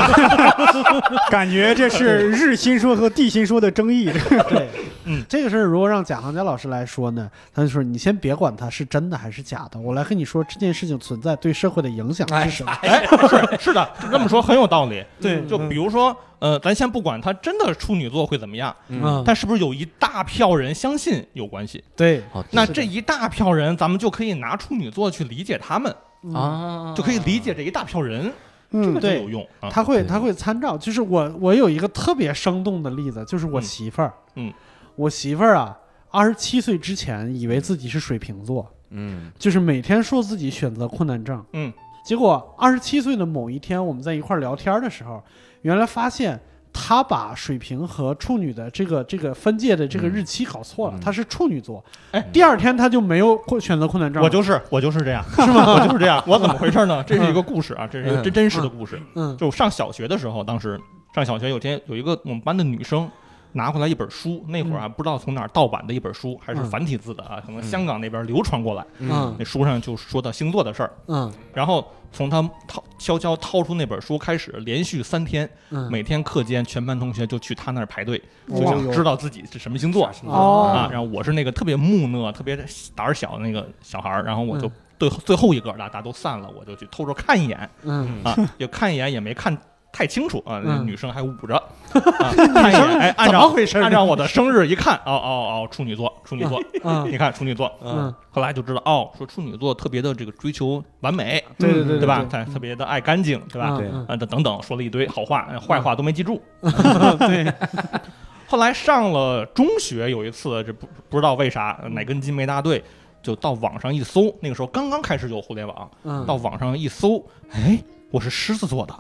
S2: 感觉这是日心说和地心说的争议。
S3: 对，
S4: 嗯，
S3: 这个事儿如果让贾行家老师来说呢，他就说你先别管它是真的还是假的，我来跟你说这件事情存在对社会的影响是什么。
S4: 哎，是是的，就这么说很有道理。
S3: 对
S4: 就比如说，呃，咱先不管他真的处女座会怎么样，
S3: 嗯，
S4: 但是不是有一大票人相信有关系？
S3: 对，
S1: 好，
S4: 那
S3: 是的
S4: 这一大票人，咱们就可以拿处女座去理解他们，
S3: 嗯
S1: 啊，
S4: 就可以理解这一大票人，这
S2: 嗯
S4: 个就
S3: 对
S4: 有用啊。
S3: 他会
S1: 对
S3: 他会参照，就是我我有一个特别生动的例子，就是我
S4: 嗯
S3: 媳妇儿，
S4: 嗯，
S3: 我媳妇儿啊，二十七岁之前以为自己是水瓶座，
S1: 嗯
S3: 就是每天说自己选择困难症，
S4: 嗯，
S3: 结果二十七岁的某一天，我们在一块儿聊天的时候，原来发现他把水瓶和处女的这个这个分界的这个日期搞错了，
S1: 嗯
S3: 他是处女座。
S4: 哎
S3: 第二天他就没有困选择困难症了。
S4: 我就是我就是这 样，是吗？我就是这样，我怎么回事呢？这是一个故事啊，这是一个真真实的故事。
S3: 嗯
S4: 就上小学的时候，当时上小学有天有一个我们班的女生拿回来一本书，那会儿啊不知道从哪儿盗版的一本书，还是
S3: 嗯
S4: 繁体字的啊，可能香港那边流传过来。
S3: 嗯
S4: 那书上就说到星座的事儿，
S3: 嗯
S4: 然后从她掏悄悄掏出那本书开始，连续三天，
S3: 嗯，
S4: 每天课间全班同学就去她那儿排队，
S3: 哇
S4: 就想知道自己是什么星座。啊
S3: 哦，
S4: 然后我是那个特别木讷、特别胆儿小的那个小孩儿，然后我就
S3: 嗯
S4: 最后最后一个，大家都散了，我就去偷着看一眼
S3: 嗯，
S4: 啊，也看一眼也没看太清楚啊，那
S3: 嗯
S4: 女生还捂 着，啊看一眼，哎，按
S3: 怎么
S4: 照
S3: 回事呢？
S4: 按照我的生日一看，哦哦哦，处女座，处女 座，
S3: 嗯
S4: 你看处女座，
S3: 嗯，
S4: 后来就知道哦，说处女座特别的这个追求完美，
S3: 对对对
S4: 对吧？
S3: 对
S4: 他特别的爱干净，对吧？
S1: 对
S3: 嗯
S4: 啊，等等等，说了一堆好话，哎坏话都没记住。
S3: 嗯对，
S4: 后来上了中学，有一次这不不知道为啥
S3: 嗯
S4: 哪根筋没搭对，就到网上一搜，那个时候刚刚开始有互联网，
S3: 嗯
S4: 到网上一搜，哎，我是狮子座的，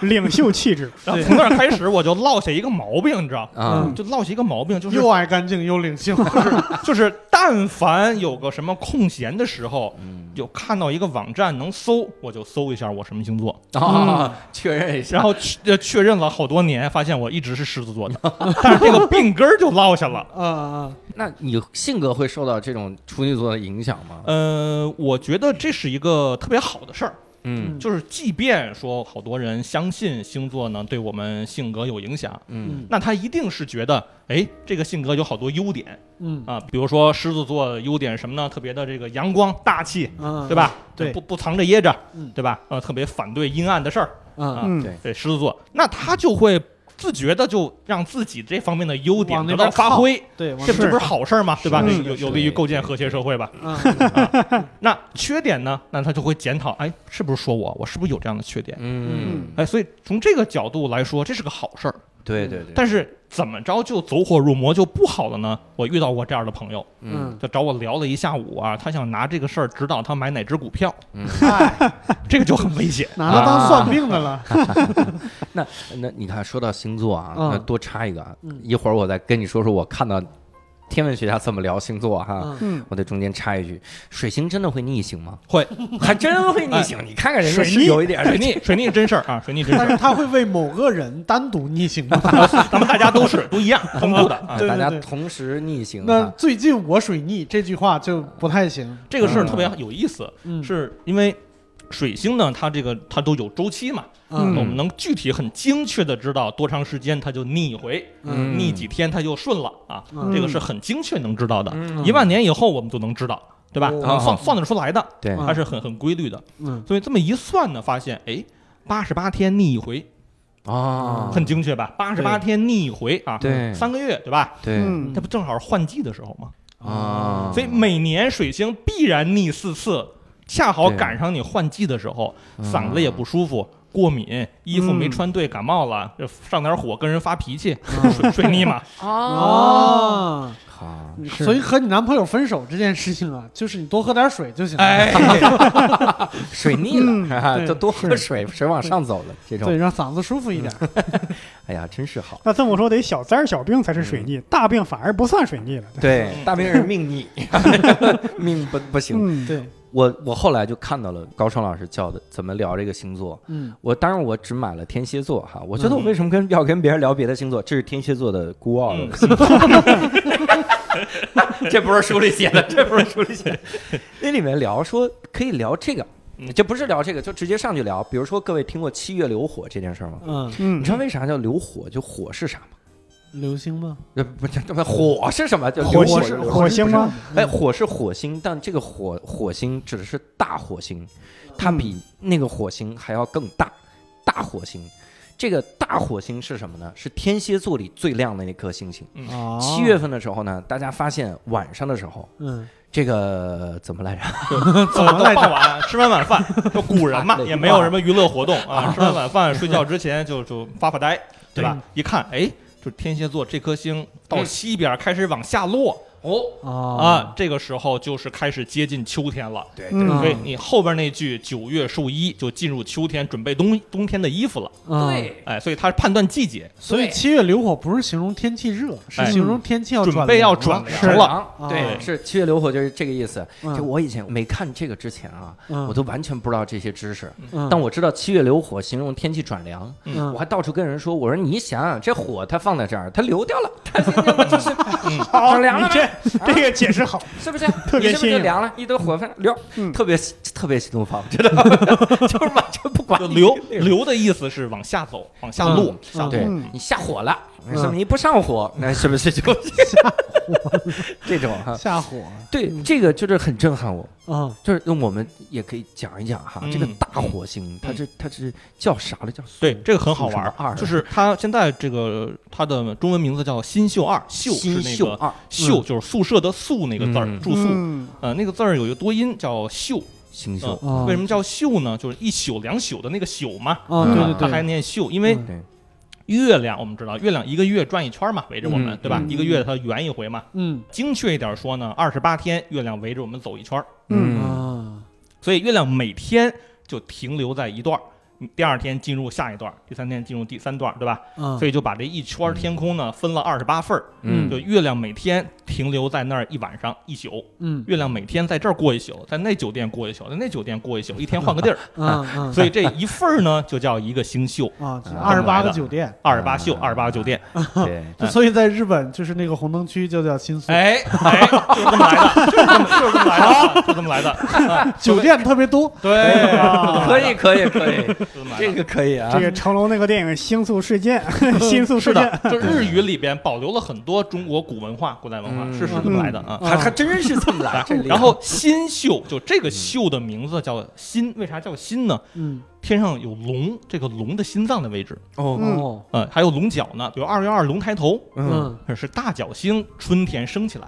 S2: 领袖气质，
S4: 然后从那儿开始我就落下一个毛病，你知道，
S1: 啊
S3: 嗯，
S4: 就落下一个毛病，就是
S3: 又爱干净又领性。 啊
S4: 就是但凡有个什么空闲的时候，
S1: 嗯
S4: 有看到一个网站能搜，我就搜一下我什么星座，
S1: 啊，确认一下
S4: 然后确呃确认了好多年，发现我一直是狮子座的，但是这个病根儿就落下了。
S3: 啊啊，
S1: 那你性格会受到这种处女座的影响吗？
S4: 呃，我觉得这是一个特别好的事儿，
S1: 嗯
S4: 就是即便说好多人相信星座呢对我们性格有影响，
S1: 嗯
S4: 那他一定是觉得，哎，这个性格有好多优点
S3: 嗯
S4: 啊，比如说狮子座的优点什么呢？特别的这个阳光大气，
S3: 嗯，
S4: 对？吧？
S3: 对
S4: 不不藏着掖着
S3: 嗯，
S4: 对吧？呃，特别反对阴暗的事儿，
S3: 嗯，
S2: 嗯，
S1: 对
S4: 对狮子座，那他就会自觉的就让自己这方面的优点
S3: 往那
S4: 得
S3: 边
S4: 到发
S3: 靠
S4: 挥，
S3: 对，往
S4: 这不
S3: 这
S4: 这不是好事儿吗？对吧？
S1: 是
S4: 有
S1: 的
S4: 有
S1: 是
S4: 有
S1: 的
S4: 利于构建和谐社会吧？
S3: 嗯
S4: 那缺点呢？那他就会检讨，哎，是不是说我？我是不是有这样的缺点？
S1: 嗯，
S4: 哎，所以从这个角度来说，这是个好事儿。
S1: 对对对，
S4: 但是怎么着就走火入魔就不好了呢？我遇到过这样的朋友，
S1: 嗯
S4: 就找我聊了一下午啊，他想拿这个事儿指导他买哪只股票，
S1: 嗯，
S3: 哎，
S4: 这个就很危险。
S3: 拿它当算命 的了。
S4: 啊
S1: 那那你看，说到星座啊，
S3: 嗯
S1: 那多插一个啊
S3: 嗯，
S1: 一会儿我再跟你说说我看到天文学家怎么聊星座哈。
S3: 嗯
S2: 嗯，
S1: 我在中间插一句，水星真的会逆行吗？
S4: 会，
S1: 还真会逆行。你看看人家
S4: 水
S1: 是
S4: 逆
S1: 有一点儿
S4: 水 逆，水逆真事儿啊，水逆真事
S3: 但是
S4: 儿，
S3: 他会为某个人单独逆行 吗？
S4: 咱们大家都是都一样同步的 啊。
S3: 对
S1: 大
S3: 对
S1: 家
S3: 对
S1: 同时逆行啊
S4: 嗯
S3: 那
S1: 哈。
S3: 最近我水逆这句话就不太行。
S4: 这个事儿特别有意思，
S3: 嗯，
S4: 是因为水星呢，它这个它都有周期嘛，
S3: 啊
S1: 嗯
S4: 我们能具体很精确的知道多长时间它就逆一回，
S3: 嗯
S1: 嗯
S4: 逆几天它就顺了啊，
S3: 嗯
S4: 这个是很精确能知道的。
S1: 嗯
S4: 一万年以后我们就能知道，对吧？
S3: 哦
S4: 能算算得出来的，
S1: 对，
S3: 嗯
S4: 它是很很规律的。
S3: 嗯
S4: 所以这么一算呢，发现哎，八十八天逆一回，
S1: 哦，
S4: 很精确吧？八十八天逆一回啊，
S1: 对
S4: 三个月对吧？
S1: 对
S2: 嗯
S4: 那不正好换季的时候吗？
S1: 啊，
S4: 所以每年水星必然逆四次，恰好
S1: 对
S4: 赶上你换季的时候，
S1: 嗯
S4: 嗓子也不舒服。过敏，衣服没
S2: 嗯
S4: 穿对，感冒了，这上点火跟人发脾气，
S3: 嗯
S4: 水水 逆嘛，
S3: 哦，
S1: 好，
S2: 是
S3: 所以和你男朋友分手这件事情啊，就是你多喝点水就行了。
S4: 哎，
S1: 水逆了
S2: 嗯
S1: 哈哈，
S3: 对
S1: 就多喝
S3: 是
S1: 水，水往上走了。这种
S3: 对，，让嗓子舒服一点。
S4: 嗯
S1: 哎呀，真是好。
S2: 那这么说得小灾儿小病才是水逆，大病反而不算水逆了。
S1: 对
S4: 嗯，
S1: 大病人命逆， 命不不行。
S2: 嗯，
S3: 对，
S1: 我我后来就看到了高超老师教的怎么聊这个星座。
S3: 嗯
S1: 我当然我只买了天蝎座哈，我觉得我
S4: 嗯
S1: 为什么跟要跟别人聊别的星座，这是天蝎座的孤傲的
S4: 嗯
S1: 星座。 这不是书里写的，这不是书里写的。那里面聊说可以聊这个
S4: 嗯，
S1: 这不是聊这个，就直接上去聊。比如说各位听过七月流火这件事儿吗？
S3: 嗯，
S2: 嗯
S1: 你知道为啥叫流火？就火是啥吗？
S3: 流星吗？
S1: 呃，不，这不火是什么？就
S2: 火
S1: 流
S2: 星
S1: 流
S2: 火星吗？
S1: 哎，火是火星，但这个火火星指的是大火星，它比那个火星还要更大，大火星。这个大火星是什么呢？是天蝎座里最亮的那颗星星。
S2: 哦
S3: 啊，
S1: 七月，份的时候呢，大家发现晚上的时候，
S3: 嗯，
S1: 这个怎么来着？
S4: 怎么到傍晚吃完晚饭，就古人嘛，
S1: 累
S4: 也没有什么娱乐活动啊，吃完晚饭睡觉之前就就发发呆，对吧？一看，哎，就天蝎座这颗星到西边开始往下落，哦啊
S3: 啊，
S4: 这个时候就是开始接近秋天了。
S1: 对
S2: 嗯
S4: 所以你后边那句“九月数衣”就进入秋天，准备冬冬天的衣服了。
S3: 啊，
S4: 哎，所以它是判断季节，
S3: 所以七月流火不是形容天气热，是
S4: 哎
S3: 形容天气要
S4: 准
S3: 转
S4: 备要
S3: 凉
S4: 转
S3: 了
S4: 凉
S1: 是
S4: 了
S1: 狼对，
S3: 啊
S1: 是七月流火就是这个意思。
S3: 嗯
S1: 就我以前没看这个之前啊，
S3: 嗯
S1: 我都完全不知道这些知识，
S3: 嗯
S1: 但我知道七月流火形容天气转凉。
S3: 嗯
S1: 我还到处跟人说，我说你想啊想，这火它放在这儿，它流掉了， 它今天就是
S2: 好，
S1: 转凉
S2: 你
S1: 了
S2: 这
S1: 呗，
S2: 这个解释 好，
S1: 是不是？
S2: 特
S1: 你
S2: 别
S1: 是不
S2: 新
S1: 是
S2: 颖
S1: 就凉了？一堆火放流
S2: 嗯，
S1: 特别特别新东方，知道吗？ 就是完全不管
S4: 就
S1: 你
S4: 流流的意思是往下走，往下落
S3: 嗯，
S4: 下落。
S1: 对
S2: 嗯
S1: 你下火了，
S3: 嗯
S1: 是不是？你不上火，那是不是就下火 这种哈？
S3: 下火
S1: 对，这个就是很震撼我。
S3: 啊，
S1: 就是那我们也可以讲一讲哈，
S4: 嗯
S1: 这个大火星它是它是叫啥了？叫
S4: 对，这个很好玩
S1: 什么二
S4: 儿，就是它现在这个它的中文名字叫新秀二，秀是
S1: 新
S4: 那
S1: 秀
S4: 个
S1: 二，
S3: 嗯
S4: 秀，就是宿舍的宿那个字儿，
S1: 嗯
S4: 住宿。
S2: 嗯
S4: 呃，那个字儿有一个多音叫秀，
S1: 新秀
S4: 嗯，
S3: 啊
S4: 为什么叫秀呢？就是一宿两宿的那个宿嘛，
S3: 啊？
S1: 嗯
S3: 对
S4: 它
S3: 对
S4: 还
S3: 对，
S4: 念秀，因为
S3: 嗯
S1: 对
S4: 月亮我们知道，月亮一个月转一圈嘛，围着我们
S1: 嗯，
S4: 对吧？
S3: 嗯
S4: 一个月它圆一回嘛。
S3: 嗯
S4: 精确一点说呢，二十八天月亮围着我们走一圈儿，
S1: 嗯，
S3: 啊，
S4: 所以月亮每天就停留在一段儿，第二天进入下一段儿，第三天进入第三段儿，对吧？
S3: 啊
S4: 所以就把这一圈儿天空呢分了二十八份儿，
S1: 嗯
S4: 就月亮每天停留在那儿一晚上一宿，
S3: 嗯
S4: 月亮每天在这儿过一宿，在那酒店过一宿，在那酒店过一宿，一天换个 地儿，
S3: 啊啊，
S4: 所以这一份儿呢就叫一个星宿，
S3: 啊，
S1: 啊
S3: 二十八个酒店，
S4: 二十八宿，二十八酒店，
S1: 嗯对，
S3: 就所以在日本就是那个红灯区就叫新宿，
S4: 哎哎，就是这么来的，就是这么就是这么来的，就这么来的，啊
S3: 酒店特别多，
S4: 对，
S3: 啊
S1: 可以可以可 以，
S4: 就这么来
S1: 这
S4: 的。
S1: 个可以啊
S2: 这。个成龙那个电影《星宿事件》， 星宿
S4: 是
S2: 事
S4: 的
S2: 件，，
S4: 就日语里边保留了很多中国古文化、古代文化，
S1: 嗯
S4: 是是这么来的啊。
S1: 还还真是这么 来，这厉害
S4: 然后新宿就这个宿的名字叫新，为啥叫新呢？
S3: 嗯
S4: 天上有龙，这个龙的心脏的位置，
S1: 哦，
S2: 嗯
S3: 哦
S4: 呃，还有龙角呢，比如二幺二龙抬头，
S1: 嗯，
S4: 是大角星春天升起来，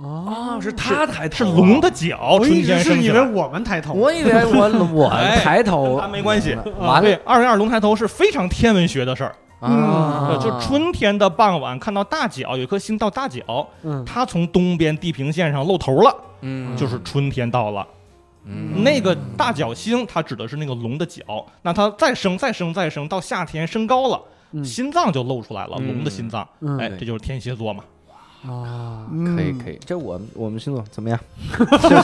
S1: 哦，是他抬头，
S4: 是龙，的角，
S3: 哦我
S4: 春
S3: 一直
S4: 天
S3: 是
S4: 升
S3: 以
S4: 起
S3: 为
S4: 来。
S3: 我们抬头，
S1: 我以为我我
S4: 哎
S1: 抬头，嗯
S4: 跟哎他没关系
S1: 完
S4: 嗯对
S1: 了，
S4: 二幺二龙抬头是非常天文学的事儿，
S1: 啊
S4: 呃，就春天的傍晚看到大角有一颗星到大角，
S3: 嗯
S4: 它从东边地平线上露头了，
S1: 嗯，
S4: 就是春天到了。
S1: 嗯
S4: 那个大角星，它指的是那个龙的角。那它再升、再升、再升，到夏天升高了，
S3: 嗯
S4: 心脏就露出来了，
S1: 嗯
S4: 龙的心脏。
S3: 嗯
S4: 哎，
S1: 对
S4: 这就是天蝎座嘛。
S3: 啊，
S1: 可以
S2: 嗯
S1: 可以，这我们我们星座怎 么样？是不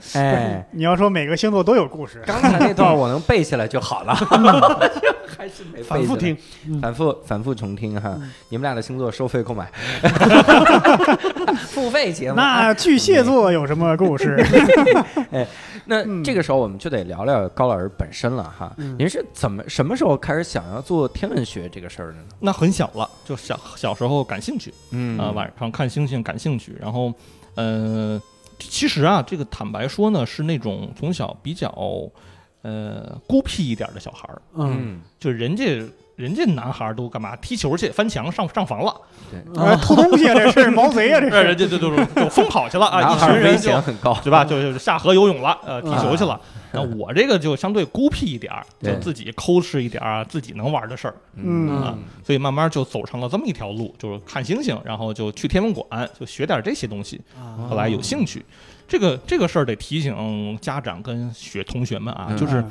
S1: 是？哎，
S2: 你要说每个星座都有故事，
S1: 刚才那段我能背下来就好了， 还是没背下来
S3: 反复听，，
S1: 反复反复重听哈。你们俩的星座收费购买，付费节目。啊
S2: 那巨蟹座有什么故 事？
S1: 那这个时候我们就得聊聊高老师本身了哈。您是怎么什么时候开始想要做天文学这个事儿的呢？
S4: 那很小了，就小小时候感兴趣
S1: 嗯
S4: 啊、晚上看星星感兴趣。然后，呃，其实啊，这个坦白说呢，是那种从小比较呃孤僻一点的小孩儿，
S3: 嗯，
S4: 就人家。人家男孩儿都干嘛踢球去，翻墙上上 房了，
S2: 啊偷东西啊，这是毛贼啊，这
S4: 人
S2: 是。
S4: 家就就就就疯跑去了啊！
S1: 男
S4: 一
S1: 孩
S4: 群
S1: 危
S4: 人就
S1: 险很高，
S4: 对吧？就就是下河游泳了，呃，踢球去了。那
S1: 嗯
S4: 我这个就相对孤僻一点儿，就
S1: 对
S4: 自己抠哧一点儿啊，自己能玩的事儿，
S2: 嗯
S4: 啊所以慢慢就走上了这么一条路，就是看星星，然后就去天文馆，就学点这些东西。
S3: 啊
S4: 后来有兴趣，这个这个事儿得提醒家长跟学同学们啊，
S1: 嗯
S4: 就是，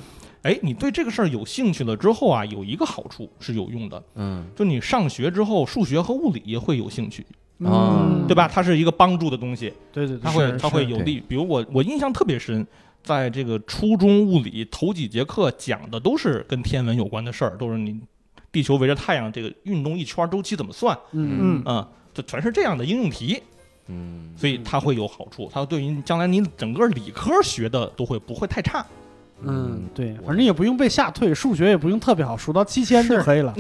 S4: 哎，你对这个事儿有兴趣了之后啊，有一个好处是有用的，
S1: 嗯
S4: 就你上学之后，数学和物理也会有兴趣，
S1: 啊
S4: 对吧？它是一个帮助的东西。
S3: 对对对，
S4: 它会
S3: 嗯是
S4: 它会有
S1: 对
S4: 利于，比如我我印象特别深，在这个初中物理头几节课讲的都是跟天文有关的事儿，都是你地球围着太阳这个运动一圈儿周期怎么算
S3: 嗯
S2: 嗯，
S4: 啊、这全是这样的应用题，
S1: 嗯
S4: 所以它会有好处，它对于你将来你整个理科学的都会不会太差。
S3: 嗯，对，反正也不用被吓退，数学也不用特别好，数到七千就是可以了。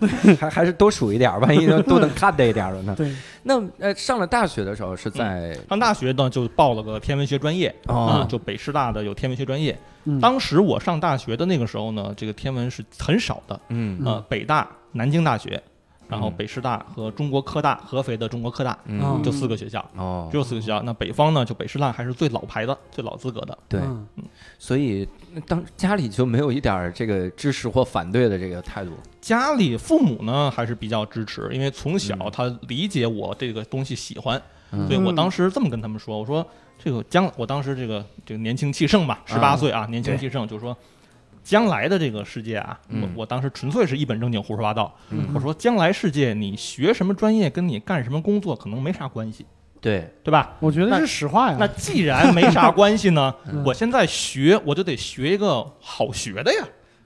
S1: 嗯还还是多数一点儿，万一都都能看到一点儿 了呢。
S3: 对，
S1: 那呃，上了大学的时候是在
S4: 上大学呢就报了个天文学专业啊、
S1: 哦
S4: 就北师大的有天文学专业。
S3: 嗯
S4: 当时我上大学的那个时候呢，这个天文是很少的，
S1: 嗯
S4: 呃，北大、南京大学、然后
S1: 嗯
S4: 北师大和中国科大，合肥的中国科大，
S1: 嗯
S2: 啊
S4: 就四个学校，
S1: 哦
S4: 只，有四个学校。那北方呢，就北师大还是最老牌的、最老资格的。
S1: 对，
S3: 嗯
S1: 所以当家里就没有一点儿这个支持或反对的这个态度。
S4: 家里父母呢还是比较支持，因为从小
S1: 嗯
S4: 他理解我这个东西喜欢，
S1: 嗯
S4: 所以我当时这么跟他们说，我说这个将我当时这个这个年轻气盛
S3: 嗯
S4: 吧，十八岁啊，年轻气盛，就说将来的这个世界啊，我
S1: 嗯
S4: 我当时纯粹是一本正经胡说八道，
S1: 嗯
S4: 我说将来世界你学什么专业跟你干什么工作可能没啥关系，
S1: 对，
S4: 对吧？
S3: 我觉得
S4: 那
S3: 是实话呀。
S4: 那既然没啥关 系呢
S1: 嗯，
S4: 我现在学我就得学一个好学的呀，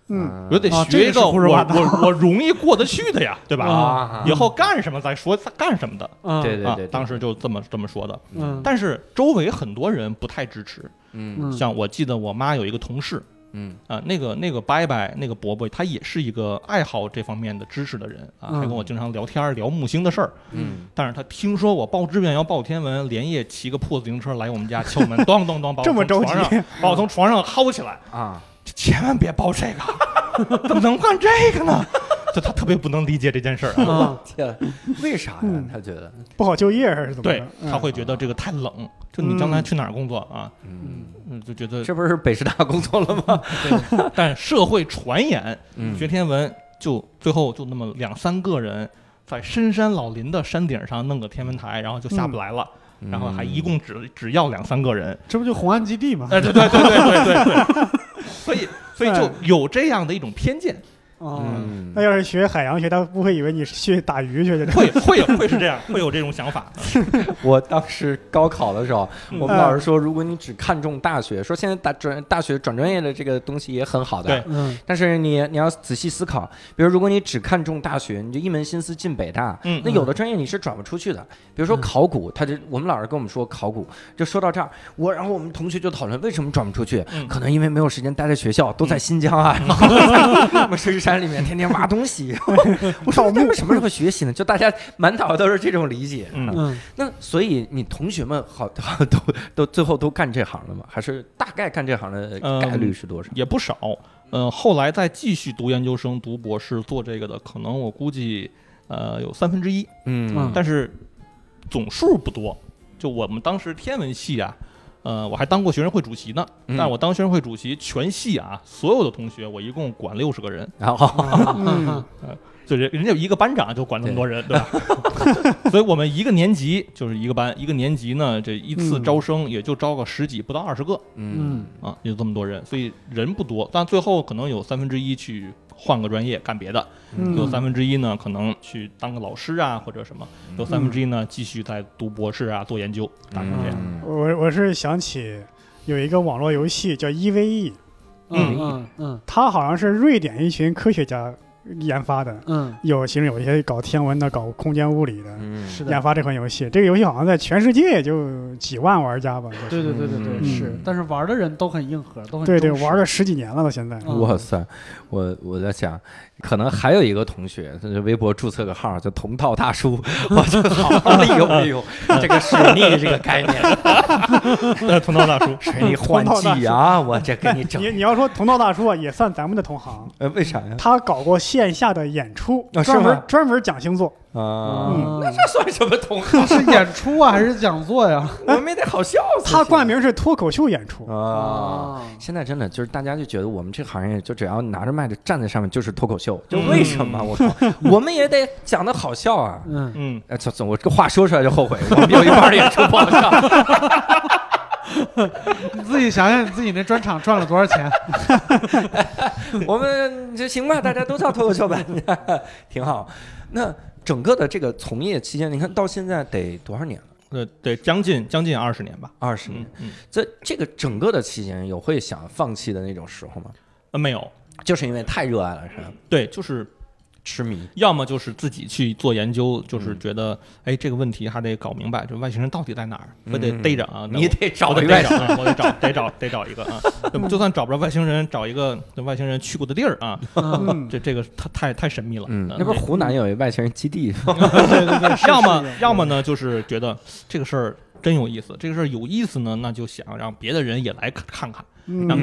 S2: 嗯，
S4: 我就得
S3: 啊
S4: 学
S3: 这个是
S4: 一个
S3: 胡
S4: 我
S3: 说八道哦
S4: 我我容易过得去的呀，对吧？
S1: 啊
S4: 以后干什么再说干什么的
S3: 嗯
S1: 对对
S4: 啊！当时就这么这么说的，
S3: 嗯，
S4: 但是周围很多人不太支持。
S1: 嗯
S3: 嗯
S4: 像我记得我妈有一个同事
S1: 嗯
S4: 啊、那个那个伯伯那个伯伯，他也是一个爱好这方面的知识的人啊，
S3: 嗯
S4: 还跟我经常聊天儿聊木星的事儿。
S1: 嗯，
S4: 但是他听说我报志愿要报天文，连夜骑个破自行车来我们家敲门， 咚咚咚，把我
S2: 这么
S4: 从
S2: 着
S4: 床
S2: 急
S4: 上， 把我从床上薅起来，
S1: 啊，
S4: 千万别报这个， 怎么能干这个呢？ 就他特别不能理解这件事儿啊，
S3: 嗯
S1: 天，为啥呀
S2: 嗯？
S1: 他觉得，
S2: 不好就业啊还是怎么
S4: 对
S2: 着？，
S4: 他会觉得这个太冷，就你将来去哪儿工作啊？
S1: 嗯，
S4: 嗯，就觉得，
S1: 这不是北师大工作了吗？
S4: 但社会传言
S1: 嗯
S4: 学天文就最后就那么两三个人在深山老林的山顶上弄个天文台，然后就下不来了，
S1: 嗯
S4: 然后还一共只只要两三个 人。
S3: 这不就红安基地吗？
S4: 哎，对对对对对对对，所 以所以就有这样的一种偏见，
S3: 哦，
S1: 嗯，
S2: 那要是学海洋学，他不会以为你是去打鱼去 的。
S4: 会会有会是这样，会有这种想法。
S1: 我当时高考的时候，
S4: 嗯
S1: 我们老师说，如果你只看重大学，说现在大专大学转专业的这个东西也很好的，
S4: 对
S3: 嗯
S1: 但是你你要仔细思考，比如如果你只看重大学，你就一门心思进北大，
S4: 嗯
S1: 那有的专业你是转不出去的。比如说考古，他就我们老师跟我们说考古，就说到这儿，我然后我们同学就讨论为什么转不出去，
S4: 嗯
S1: 可能因为没有时间待在学校，都在新疆啊，然后 我们深山里面天天挖东西。 我
S4: 嗯
S1: 说他们什么时候学习呢？就大家满脑都是这种理解。
S4: 嗯
S3: 嗯，
S1: 那所以你同学们好 好都都最后都干这行了吗？还是大概干这行的
S4: 嗯
S1: 概率是多少？
S4: 也不少。呃，后来再继续读研究生、读博士、做这个的，可能我估计呃有三分之一，
S1: 嗯
S4: 但是总数不多。就我们当时天文系啊，呃，我还当过学生会主席呢。
S1: 嗯
S4: 但我当学生会主席，全系啊所有的同学，我一共管六十个人，
S1: 然后。
S3: 嗯
S4: 就人人家有一个班长就管那么多人，对吧？ 所以我们一个年级就是一个班，一个年级呢，这一次
S3: 嗯
S4: 招生也就招个十几不到二十个，
S1: 嗯
S4: 啊，有这么多人，所以人不多，但最后可能有三分之一去换个专业干别的，
S3: 嗯
S4: 有三分之一呢可能去当个老师啊或者什么，
S1: 嗯
S4: 有三分之一呢继续在读博士啊做研究，大概这样。
S1: 嗯
S2: 我我是想起有一个网络游戏叫 EVE，
S3: 嗯嗯嗯
S2: 它好像是瑞典一群科学家研发的，
S3: 嗯，
S2: 有其中有一些搞天文的、搞空间物理的，
S1: 嗯
S3: 是
S2: 研
S3: 的，
S2: 发这款游戏。这个游戏好像在全世界也就几万玩家吧，就是
S3: 对对对对对，
S1: 嗯
S3: 是，但是玩的人都很硬核，都很
S2: 对
S3: 忠实
S2: 玩了十几年了，到现在。
S3: 嗯
S1: 哇塞，我我在想，可能还有一个同学，他就微博注册个号叫“同套大叔”，我 就好好利用利用 这个水逆这个概 念，嗯
S4: 呃，同道大叔，
S1: 水逆换季啊，我这给你整
S2: 你，你要说同道大叔啊，也算咱们的同行，
S1: 呃，为啥呀？
S2: 他搞过线下的演出，
S1: 啊是
S2: 专门
S1: 吗
S2: 专门讲星座。
S1: 啊，
S3: 嗯，
S1: 这算什么同行？
S3: 是演出啊还是讲座呀？
S1: 我们也得好笑死。
S2: 他冠名是脱口秀演出，
S1: 啊。
S3: 啊，
S1: 现在真的就是大家就觉得我们这行业就只要拿着麦子站在上面就是脱口秀，就为什么我靠，我们也得讲的好笑啊。
S3: 嗯，
S4: 嗯，
S1: 哎，总总，我这个话说出来就后悔，我们有一半儿演出不好笑。
S3: 你自己想想你自己那专场赚了多少钱？
S1: 我们这行吧，大家都叫脱口秀吧，挺好。那整个的这个从业期间，你看到现在得多少年了？
S4: 呃，对，将近将近二十年吧。
S1: 二十
S4: 嗯
S1: 年。
S4: 嗯，
S1: 这这个整个的期间，有会想放弃的那种时候吗？
S4: 呃，没有，
S1: 就是因为太热爱了，是吧？
S4: 对，就是
S1: 痴迷。
S4: 要么就是自己去做研究，就是
S1: 嗯
S4: 觉得，哎，这个问题还得搞明白，这外星人到底在哪儿，我得
S1: 嗯
S4: 逮着啊，那
S1: 你
S4: 我
S1: 得
S4: 我
S1: 找
S4: 得
S1: 一
S4: 得
S1: 个
S4: 找，啊我得找，得找，得找一个啊！
S1: 嗯
S4: 就就算找不着外星人，找一个那外星人去过的地儿啊，
S3: 嗯，
S2: 嗯，
S4: 这这个太太太神秘了。
S1: 嗯，那不是湖南有一外星人基地 吗？
S3: 对对对，是
S4: 要么
S3: 是的
S4: 要么呢，就是觉得这个事儿真有意思，这个事儿有意思呢，那就想让别的人也来看看看，让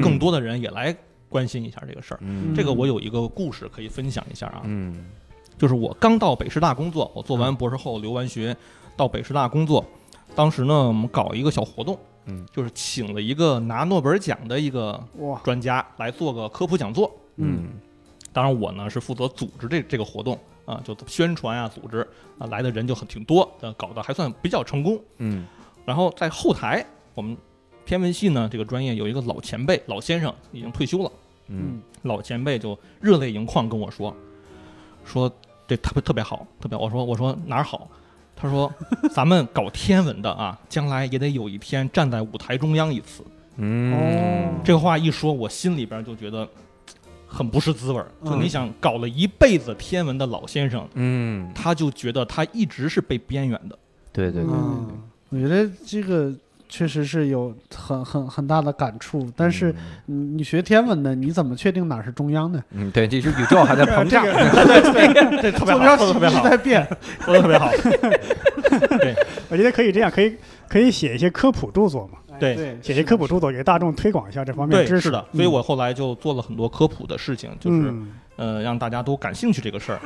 S2: 嗯，
S4: 更多的人也来关心一下这个事儿。
S1: 嗯
S4: 这个我有一个故事可以分享一下啊，
S1: 嗯
S4: 就是我刚到北师大工作，我做完博士后留完学，到北师大工作。当时呢，我们搞一个小活动，
S1: 嗯，
S4: 就是请了一个拿诺贝尔奖的一个
S2: 哇，
S4: 专家来做个科普讲座。
S2: 嗯，
S4: 当然，我呢是负责组织这这个活动啊，就宣传啊，组织啊，来的人就很挺多，呃，搞得还算比较成功。
S1: 嗯
S4: 然后在后台，我们天文系呢这个专业有一个老前辈、老先生已经退休了，
S1: 嗯
S4: 老前辈就热泪盈眶跟我说，说这特别特别好，特别好我说我说哪儿好？他说 咱们搞天文的啊，将来也得有一天站在舞台中央一次。
S1: 嗯，
S4: 这个话一说，我心里边就觉得很不是滋味儿。就
S3: 嗯
S4: 你想搞了一辈子天文的老先生，
S1: 嗯，
S4: 他就觉得他一直是被边缘的。
S1: 对对对，
S3: 嗯，我觉得这个确实是有很很很大的感触，但是你你学天文的，你怎么确定哪儿是中央呢？
S1: 嗯，对，这是宇宙还在膨胀，
S4: 这特
S3: 坐标
S4: 说
S3: 系
S4: 的特别
S3: 一直
S4: 好，
S3: 在变，
S4: 说的特别好。
S2: 我觉得可以这样，可以可以写一些科普著作嘛，
S4: 对
S3: 对，
S2: 写一些科普著作给大众推广一下这方面
S4: 对，
S2: 知识。
S4: 是的，所以我后来就做了很多科普的事情，就是、
S2: 嗯
S4: 呃让大家都感兴趣这个事儿。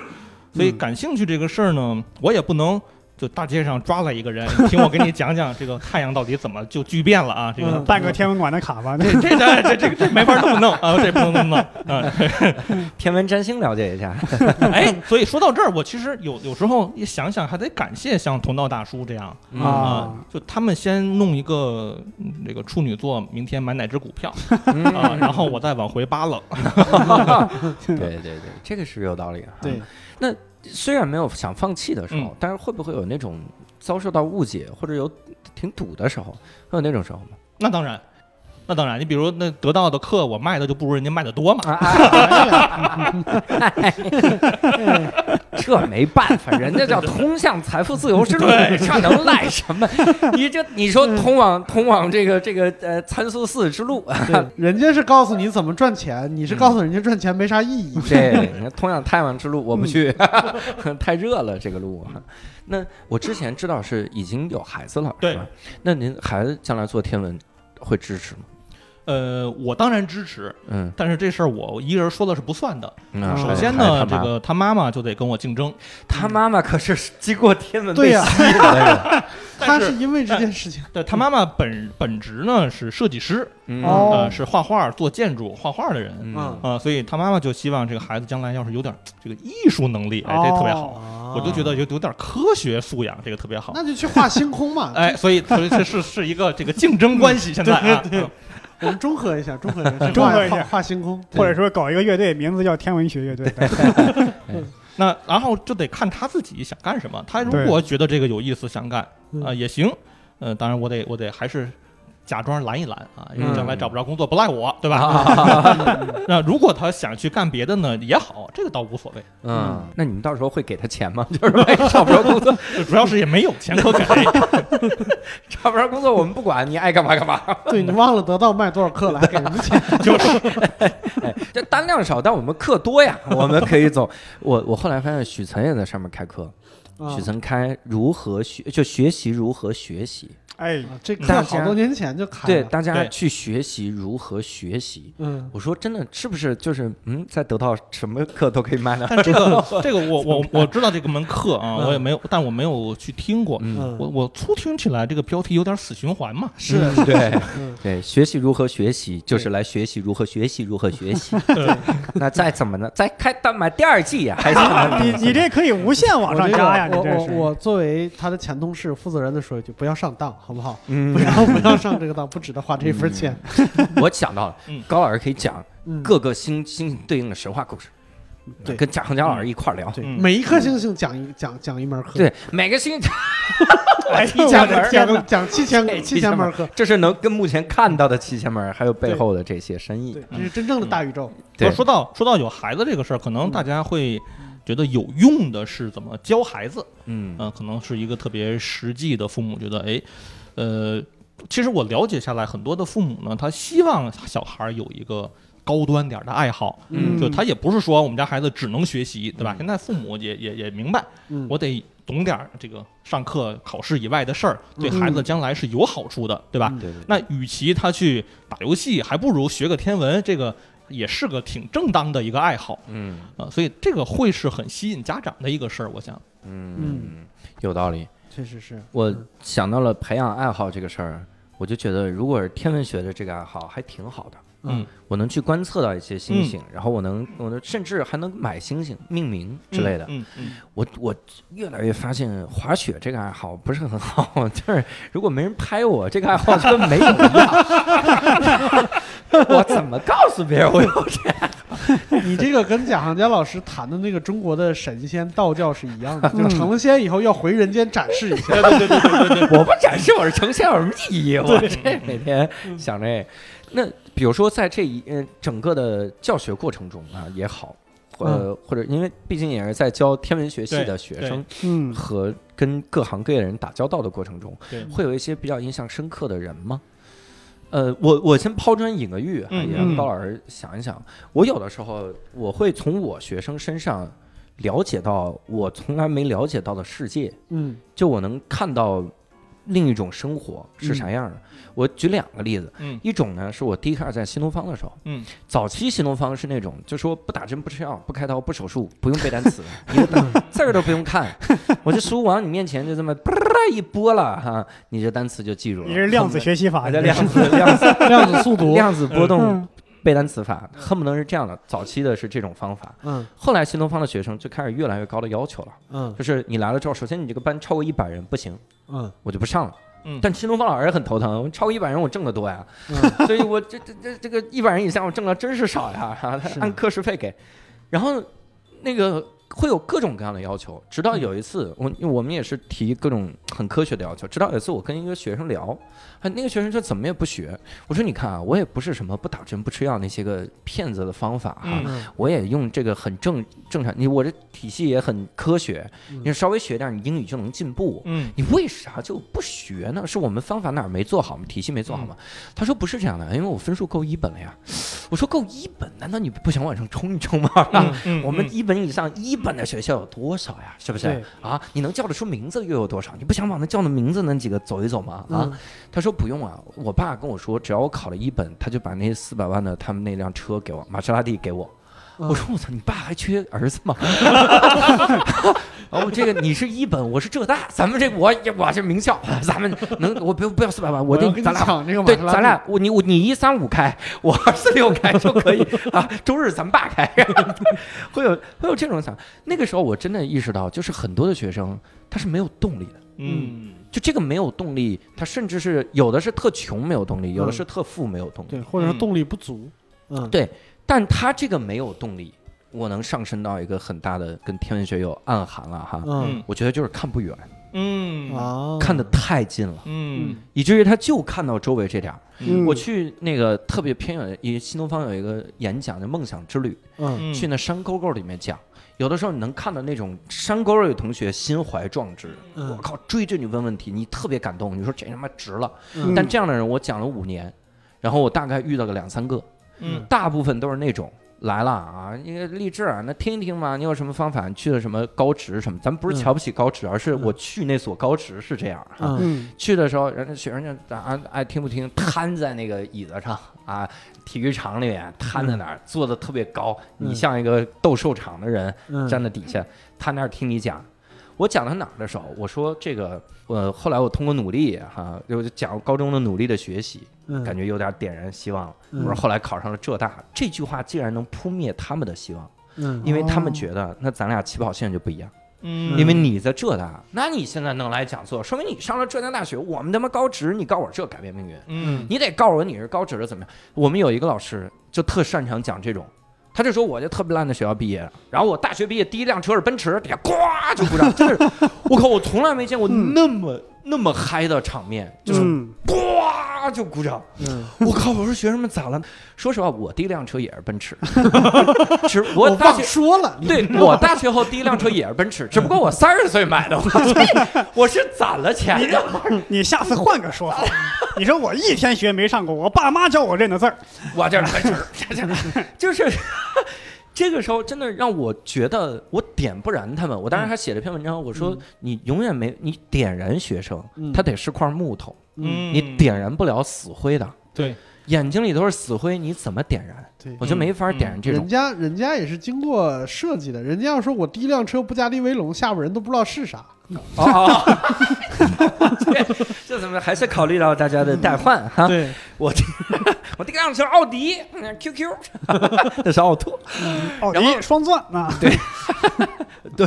S4: 所以感兴趣这个事儿呢，我也不能就大街上抓来一个人，你听我给你讲讲这个太阳到底怎么就巨变了啊？这个
S3: 嗯
S2: 办个天文馆的卡吧，
S4: 这这这这这没法这么弄啊，这不能这么弄啊！
S1: 天文占星了解一下，
S4: 哎，所以说到这儿，我其实有有时候一想想，还得感谢像同道大叔这样
S1: 嗯
S4: 啊
S2: 啊，
S4: 就他们先弄一个嗯这个处女座，明天买哪只股 票
S1: 嗯
S4: 啊，然后我再往回扒拉。
S1: 对对对，这个是有道理啊。
S3: 对，
S1: 虽然没有想放弃的时候
S4: 嗯，
S1: 但是会不会有那种遭受到误解或者有挺堵的时候，会有那种时候吗？
S4: 那当然，那当然，你比如那得到的课，我卖的就不如人家卖的多嘛。
S1: 啊哎这没办法，人家叫通向财富自由之路，这能赖什么？你这你说通往通往这个这个呃参宿寺之路，
S3: 对，人家是告诉你怎么赚钱，你是告诉人家赚钱没啥意义。
S1: 对，通向太阳之路我不去， 太热了这个路啊。那我之前知道是已经有孩子了，
S4: 对
S1: 是吧？那您孩子将来做天文会支持吗？
S4: 呃，我当然支持，
S1: 嗯，
S4: 但是这事儿我一个人说了是不算的。
S1: 那
S3: 嗯
S4: 首先
S1: 啊还
S4: 呢，
S1: 是他
S4: 这
S1: 妈
S4: 个嗯他妈妈就得跟我竞争，
S1: 他妈妈可是经过天文
S3: 对
S1: 被
S3: 呀
S1: 吸引的人，
S3: 他
S4: 但
S3: 是
S4: 是哎
S3: 因为这件事情，
S4: 对他妈妈本本职呢是设计师，
S1: 嗯
S3: 哦
S4: 呃，是画画、做建筑、画画的人。
S1: 嗯
S4: 啊、所以他妈妈就希望这个孩子将来要是有点这个艺术能力，哎，这特别好。我就觉得有有点科学素养，这个特别
S3: 哦
S4: 好。
S3: 那就去画星空嘛，
S4: 哎，所以所以这是是一个这个竞争关系，现在啊，嗯
S3: 我们中和一下，中和一下，
S2: 中和一下
S3: 画画星空。
S2: 或者说搞一个乐队，名字叫天文学 乐队。
S4: 那然后就得看他自己想干什么。他如果觉得这个有意思，想干啊、
S3: 嗯
S4: 也行。呃，当然我得我得还是假装拦一拦啊，因
S1: 嗯
S4: 为将来找不着工作不赖我，对吧？
S1: 啊
S4: 那如果他想去干别的呢，也好，这个倒无所谓，
S1: 嗯，那你们到时候会给他钱吗？ 就是万一找不着工作，
S4: 就主要是也没有钱可给。
S1: 找不着工作我们不管，你爱干嘛干嘛。
S3: 对你忘了得到卖多少克了，还给人 家钱。
S1: 这单量少，但我们课多呀，我们可以走。我我后来发现许岑也在上面开课，
S3: 啊
S1: 许岑开如何学，就学习如何学习，
S2: 哎，
S3: 啊这课
S1: 大家
S3: 好多年前就开
S1: 对
S3: 了。
S1: 大家
S4: 对
S1: 去学习如何学习。
S3: 嗯，
S1: 我说真的，是不是就是嗯，在得到什么课都可以 卖呢？
S4: 但 这个这个我我我知道这个门课啊，我也没有，但我没有去听过。
S1: 嗯，
S3: 嗯
S4: 我我粗听起来这个标题有点死循环嘛，
S3: 是的，
S1: 对
S3: 嗯
S1: 对，学习如何学习，就是来学习如何学习如何学习。那再怎么呢？再开单买第二季呀，还是
S2: 你 你这可以无限往
S3: 我
S2: 上
S3: 这
S2: 加呀！
S3: 个
S2: 你
S3: 我
S2: 这
S3: 我
S2: 是
S3: 我作为他的前同事负责人的说一句，不要上当，好不好？
S1: 嗯
S3: 不要不要上这个当，不值得花这一份钱。
S1: 我想到了
S4: 嗯，
S1: 高老师可以讲
S3: 嗯，
S1: 各个星星对应的神话故事，
S3: 对
S1: 跟贾行家老师一块儿聊。
S3: 对
S4: 嗯
S3: 每一颗星星讲一讲讲一门课，
S1: 对，每个星，
S2: 哎
S1: 一
S2: 我
S1: 家
S3: 讲
S1: 门
S2: 的
S1: 儿
S2: 天
S3: 讲
S2: 哪！
S3: 讲七千七千门课，
S1: 这是能跟目前看到的七仙门，还有背后的这些深意
S3: 对。，这是真正的大宇宙。
S1: 对嗯
S4: 说到说到有孩子这个事儿，可能大家会觉得有用的是怎么教孩子，
S1: 嗯
S4: 嗯、可能是一个特别实际的父母觉得，哎，呃，其实我了解下来，很多的父母呢，他希望小孩儿有一个高端点儿的爱好，
S1: 嗯
S4: 就他也不是说我们家孩子只能学习，对吧？现在父母也也也明白，
S3: 嗯
S4: 我得懂点儿这个上课考试以外的事儿，对孩子将来是有好处的，对吧？
S3: 嗯
S1: 对对，
S4: 那与其他去打游戏，还不如学个天文，这个也是个挺正当的一个爱好
S1: 嗯
S4: 啊、所以这个会是很吸引家长的一个事儿，我想。
S1: 嗯，有道理。
S3: 确实是。
S1: 我想到了培养爱好这个事儿，我就觉得如果是天文学的这个爱好还挺好的。
S4: 嗯，
S1: 我能去观测到一些星星，然后我能，我能甚至还能买星星命名之类的。
S4: 嗯嗯
S1: 我我越来越发现滑雪这个爱好不是很好， 就是如果没人拍我，这个爱好就跟没有一样。 我怎么告诉别人我有这个？
S3: 你这个跟贾行家老师谈的那个中国的神仙道教是一样的，就成了仙以后要回人间展示一下。
S1: 我不展示我是成仙有什么意义？我这每天想
S4: 嗯
S1: 这，那比如说在这一呃整个的教学过程中啊也好，呃或者因为毕竟也是在教天文学系的学
S4: 嗯对
S1: 生，
S2: 嗯，
S1: 和跟各行各业的人打交道的过程中
S4: 对，
S1: 会有一些比较印象深刻的人吗？呃，我我先抛砖引个玉啊，
S4: 嗯
S1: 也让
S2: 嗯
S1: 高老师想一想。我有的时候我会从我学生身上了解到我从来没了解到的世界，
S3: 嗯
S1: 就我能看到另一种生活是啥样的。我举两个例子，
S4: 嗯
S1: 一种呢是我第一开始在新东方的时候，
S4: 嗯，
S1: 早期新东方是那种就说不打针、不吃药、不开刀、不手术，不用背单词，一个单字儿都不用看，我就书往你面前就这么啪一拨了哈，你这单词就记住了。
S2: 你是 量子学习法，
S1: 啊，
S2: 你
S1: 这
S2: 这
S1: 量
S2: 是
S1: 子量 子
S3: 量子速读。
S1: 量子波动
S2: 嗯
S1: 背单词法，恨不能是这样的。早期的是这种方法，
S3: 嗯
S1: 后来新东方的学生就开始越来越高的要求了，
S3: 嗯
S1: 就是你来了之后，首先你这个班超过一百人不行，
S3: 嗯
S1: 我就不上了。
S4: 嗯
S1: 但新东方老师很头疼，超过一百人我挣得多呀，
S3: 嗯
S1: 所以我这这这这个一百人以下我挣的真是少 呀，啊
S3: 是
S1: 按课时费给，然后那个会有各种各样的要求，直
S3: 嗯
S1: 到有一次我我们也是提各种很科学的要求，直到有一次我跟一个学生聊，啊那个学生说怎么也不学，我说你看啊，我也不是什么不打针不吃药那些个骗子的方法哈、
S4: 嗯
S3: 嗯
S1: 我也用这个很正正常，你我这体系也很科学，
S3: 嗯
S1: 你稍微学点儿，你英语就能进步。
S4: 嗯
S1: 你为啥就不学呢？是我们方法哪儿没做好吗？体系没做好吗？
S4: 嗯
S1: 他说不是这样的，因为我分数够一本了 呀。我说够一本，难道你不想往上冲一冲吗？
S4: 嗯
S1: 我们一本以上一本的学校有多少呀？是不是
S3: 对
S1: 啊？你能叫得出名字又有多少？你不想往那叫的名字那几个走一走吗？啊？
S3: 嗯
S1: 他说不用啊，我爸跟我说，只要我考了一本，他就把那四百万的他们那辆车给我，玛莎拉蒂给我。
S3: 嗯
S1: 我说我操，你爸还缺儿子吗？ 哦，这个你是一本，我是浙大，咱们这我也我是名校，咱们能我不用不要四百万，我
S3: 要
S1: 这
S3: 跟
S1: 咱
S3: 你
S1: 俩
S3: 抢这个玛
S1: 对
S3: 莎拉蒂
S1: 咱俩我你我你一三五开，我二四六开就可以啊，周日咱们爸开， 会有会有这种想。那个时候我真的意识到，就是很多的学生他是没有动力的。
S4: 嗯
S1: 就这个没有动力，他甚至是有的是特穷没有动力，有的是特富没有动力。
S3: 嗯对，或者是动力不足。嗯
S1: 对但他这个没有动力，我能上升到一个很大的跟天文学有暗含了哈。
S3: 嗯
S1: 我觉得就是看不远，
S4: 嗯
S3: 啊，
S1: 看得太近了，
S4: 嗯
S1: 以至于他就看到周围这点儿。
S2: 嗯
S1: 我去那个特别偏远的，一新东方有一个演讲叫《梦想之旅》，
S3: 嗯
S1: 去那山沟沟里面讲，有的时候你能看到那种山沟里的同学心怀壮志，我
S3: 嗯
S1: 靠，追着你问问题，你特别感动，你说这他妈值了。
S3: 嗯
S1: 但这样的人我讲了五年，然后我大概遇到个两三个，
S4: 嗯
S1: 大部分都是那种来了啊，那个励志啊，那听一听嘛，你有什么方法？你去了什么高职什么？咱不是
S3: 嗯
S1: 瞧不起高职，而是
S3: 嗯
S1: 我去那所高职是这样啊。
S3: 嗯
S2: 嗯
S1: 去的时候，人家学生就啊爱听不听，瘫在那个椅子上啊，体育场里面瘫在那儿，坐的特别高，你
S3: 嗯
S1: 像一个斗兽场的人，
S3: 嗯
S1: 站在底下，他那儿听你讲。我讲到哪儿的时候，我说这个，呃，后来我通过努力哈、就讲高中的努力的学习，
S3: 嗯
S1: 感觉有点点燃希望了。我
S3: 嗯
S1: 说后来考上了浙大，这句话竟然能扑灭他们的希望，
S3: 嗯
S1: 因为他们
S2: 哦
S1: 觉得那咱俩起跑线就不一样，
S4: 嗯
S1: 因为你在浙大，那你现在能来讲座，说明你上了浙江大学，我们他妈高职，你告我这改变命运，
S4: 嗯
S1: 你得告诉我你是高职的怎么样。我们有一个老师就特擅长讲这种，他就说我就特别烂的学校毕业的，然后我大学毕业第一辆车是奔驰，底下呱就鼓掌，就是我靠，我从来没见过那么、那么嗨的场面，就是
S2: 嗯
S1: 呱就鼓掌。
S3: 嗯
S1: 我靠！我说学生们咋了？说实话，我第一辆车也是奔驰， 其实我
S3: 我
S1: 大
S3: 忘
S1: 学。
S3: 说了，你
S1: 对我大学后第一辆车也是奔驰，只不过我三十岁买的， 我这我是攒了钱的，
S2: 你下次换个说法， 你说我一天学没上过，我爸妈教我认的字儿，
S1: 我这奔驰，这这 就是这个时候真的让我觉得我点不燃他们。我当时还写了篇文章，我说你永远没你点燃学生，
S3: 嗯
S1: 他得是块木头，
S3: 嗯
S1: 你点燃不了死灰的。
S4: 对
S1: 眼睛里都是死灰，你怎么点燃？
S3: 对嗯
S1: 我就没法点燃这
S3: 人
S1: 种。
S3: 家人家也是经过设计的，人家要说我第一辆车不加力威龙，下边人都不知道是啥。
S1: 哦 哦，这 这怎么还是考虑到大家的代换哈？
S3: 对，
S1: 我这我第一辆车奥迪，QQ，那是奥拓，
S2: 奥
S1: 然后
S2: 迪哦双钻啊，
S1: 对，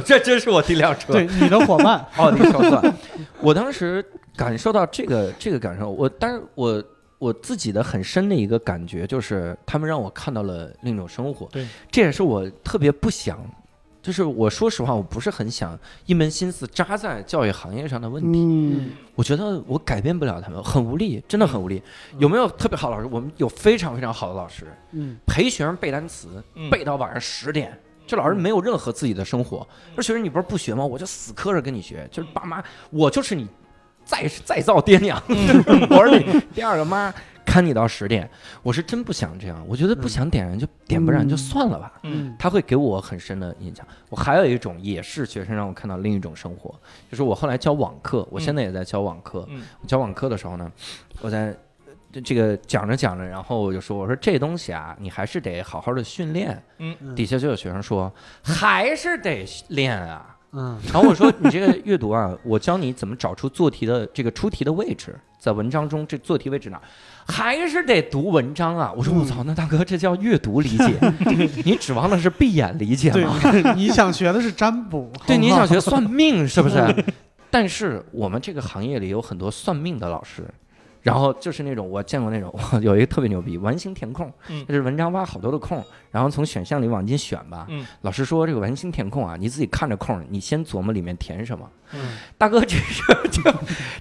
S1: 这真是我第一辆车，
S3: 对，你的伙伴，
S1: 奥迪双钻。我当时感受到这个这个感受，我但是我我自己的很深的一个感觉就是，他们让我看到了另一种生活。
S3: 对，
S1: 这也是我特别不想，就是我说实话，我不是很想一门心思扎在教育行业上的问题。
S2: 嗯，
S1: 我觉得我改变不了他们，很无力，真的很无力。有没有特别好的老师？我们有非常非常好的老师，
S3: 嗯，
S1: 陪学生背单词，
S4: 嗯
S1: 背到晚上十点。这老师没有任何自己的生活，说学生你不是不学吗？我就死磕着跟你学，就是爸妈，我就是你再再造爹娘， 我是你第二个妈，看你到十点。我是真不想这样，我觉得不想点燃就点不燃就
S2: 嗯
S1: 算了吧。
S4: 嗯
S1: 他会给我很深的印象。我还有一种也是学生让我看到另一种生活，就是我后来教网课，我现在也在教网课。
S4: 嗯
S1: 我教网课的时候呢，我在呃这个讲着讲着，然后我就说：“我说这东西啊，你还是得好好的训练。”
S4: 嗯
S3: 嗯
S1: 底下就有学生说：“还是得练啊。”
S3: 嗯，
S1: 然后我说：“你这个阅读啊，我教你怎么找出做题的这个出题的位置，在文章中这做题位置哪儿，还是得读文章啊。”我说：“我操，那大哥这叫阅读理解，你指望的是闭眼理解
S3: 对
S1: 吗？，
S3: 你想学的是占卜，
S1: 对，你
S3: 好
S1: 想
S3: 不好
S1: 学算命是不是？ 但是我们这个行业里有很多算命的老师。”然后就是那种我见过那种， 我有一个特别牛逼，完形填空，
S4: 嗯
S1: 就是文章挖好多的空，然后从选项里往进选吧。
S4: 嗯
S1: 老师说这个完形填空啊，你自己看着空，你先琢磨里面填什么。
S4: 嗯
S1: 大哥，这事儿就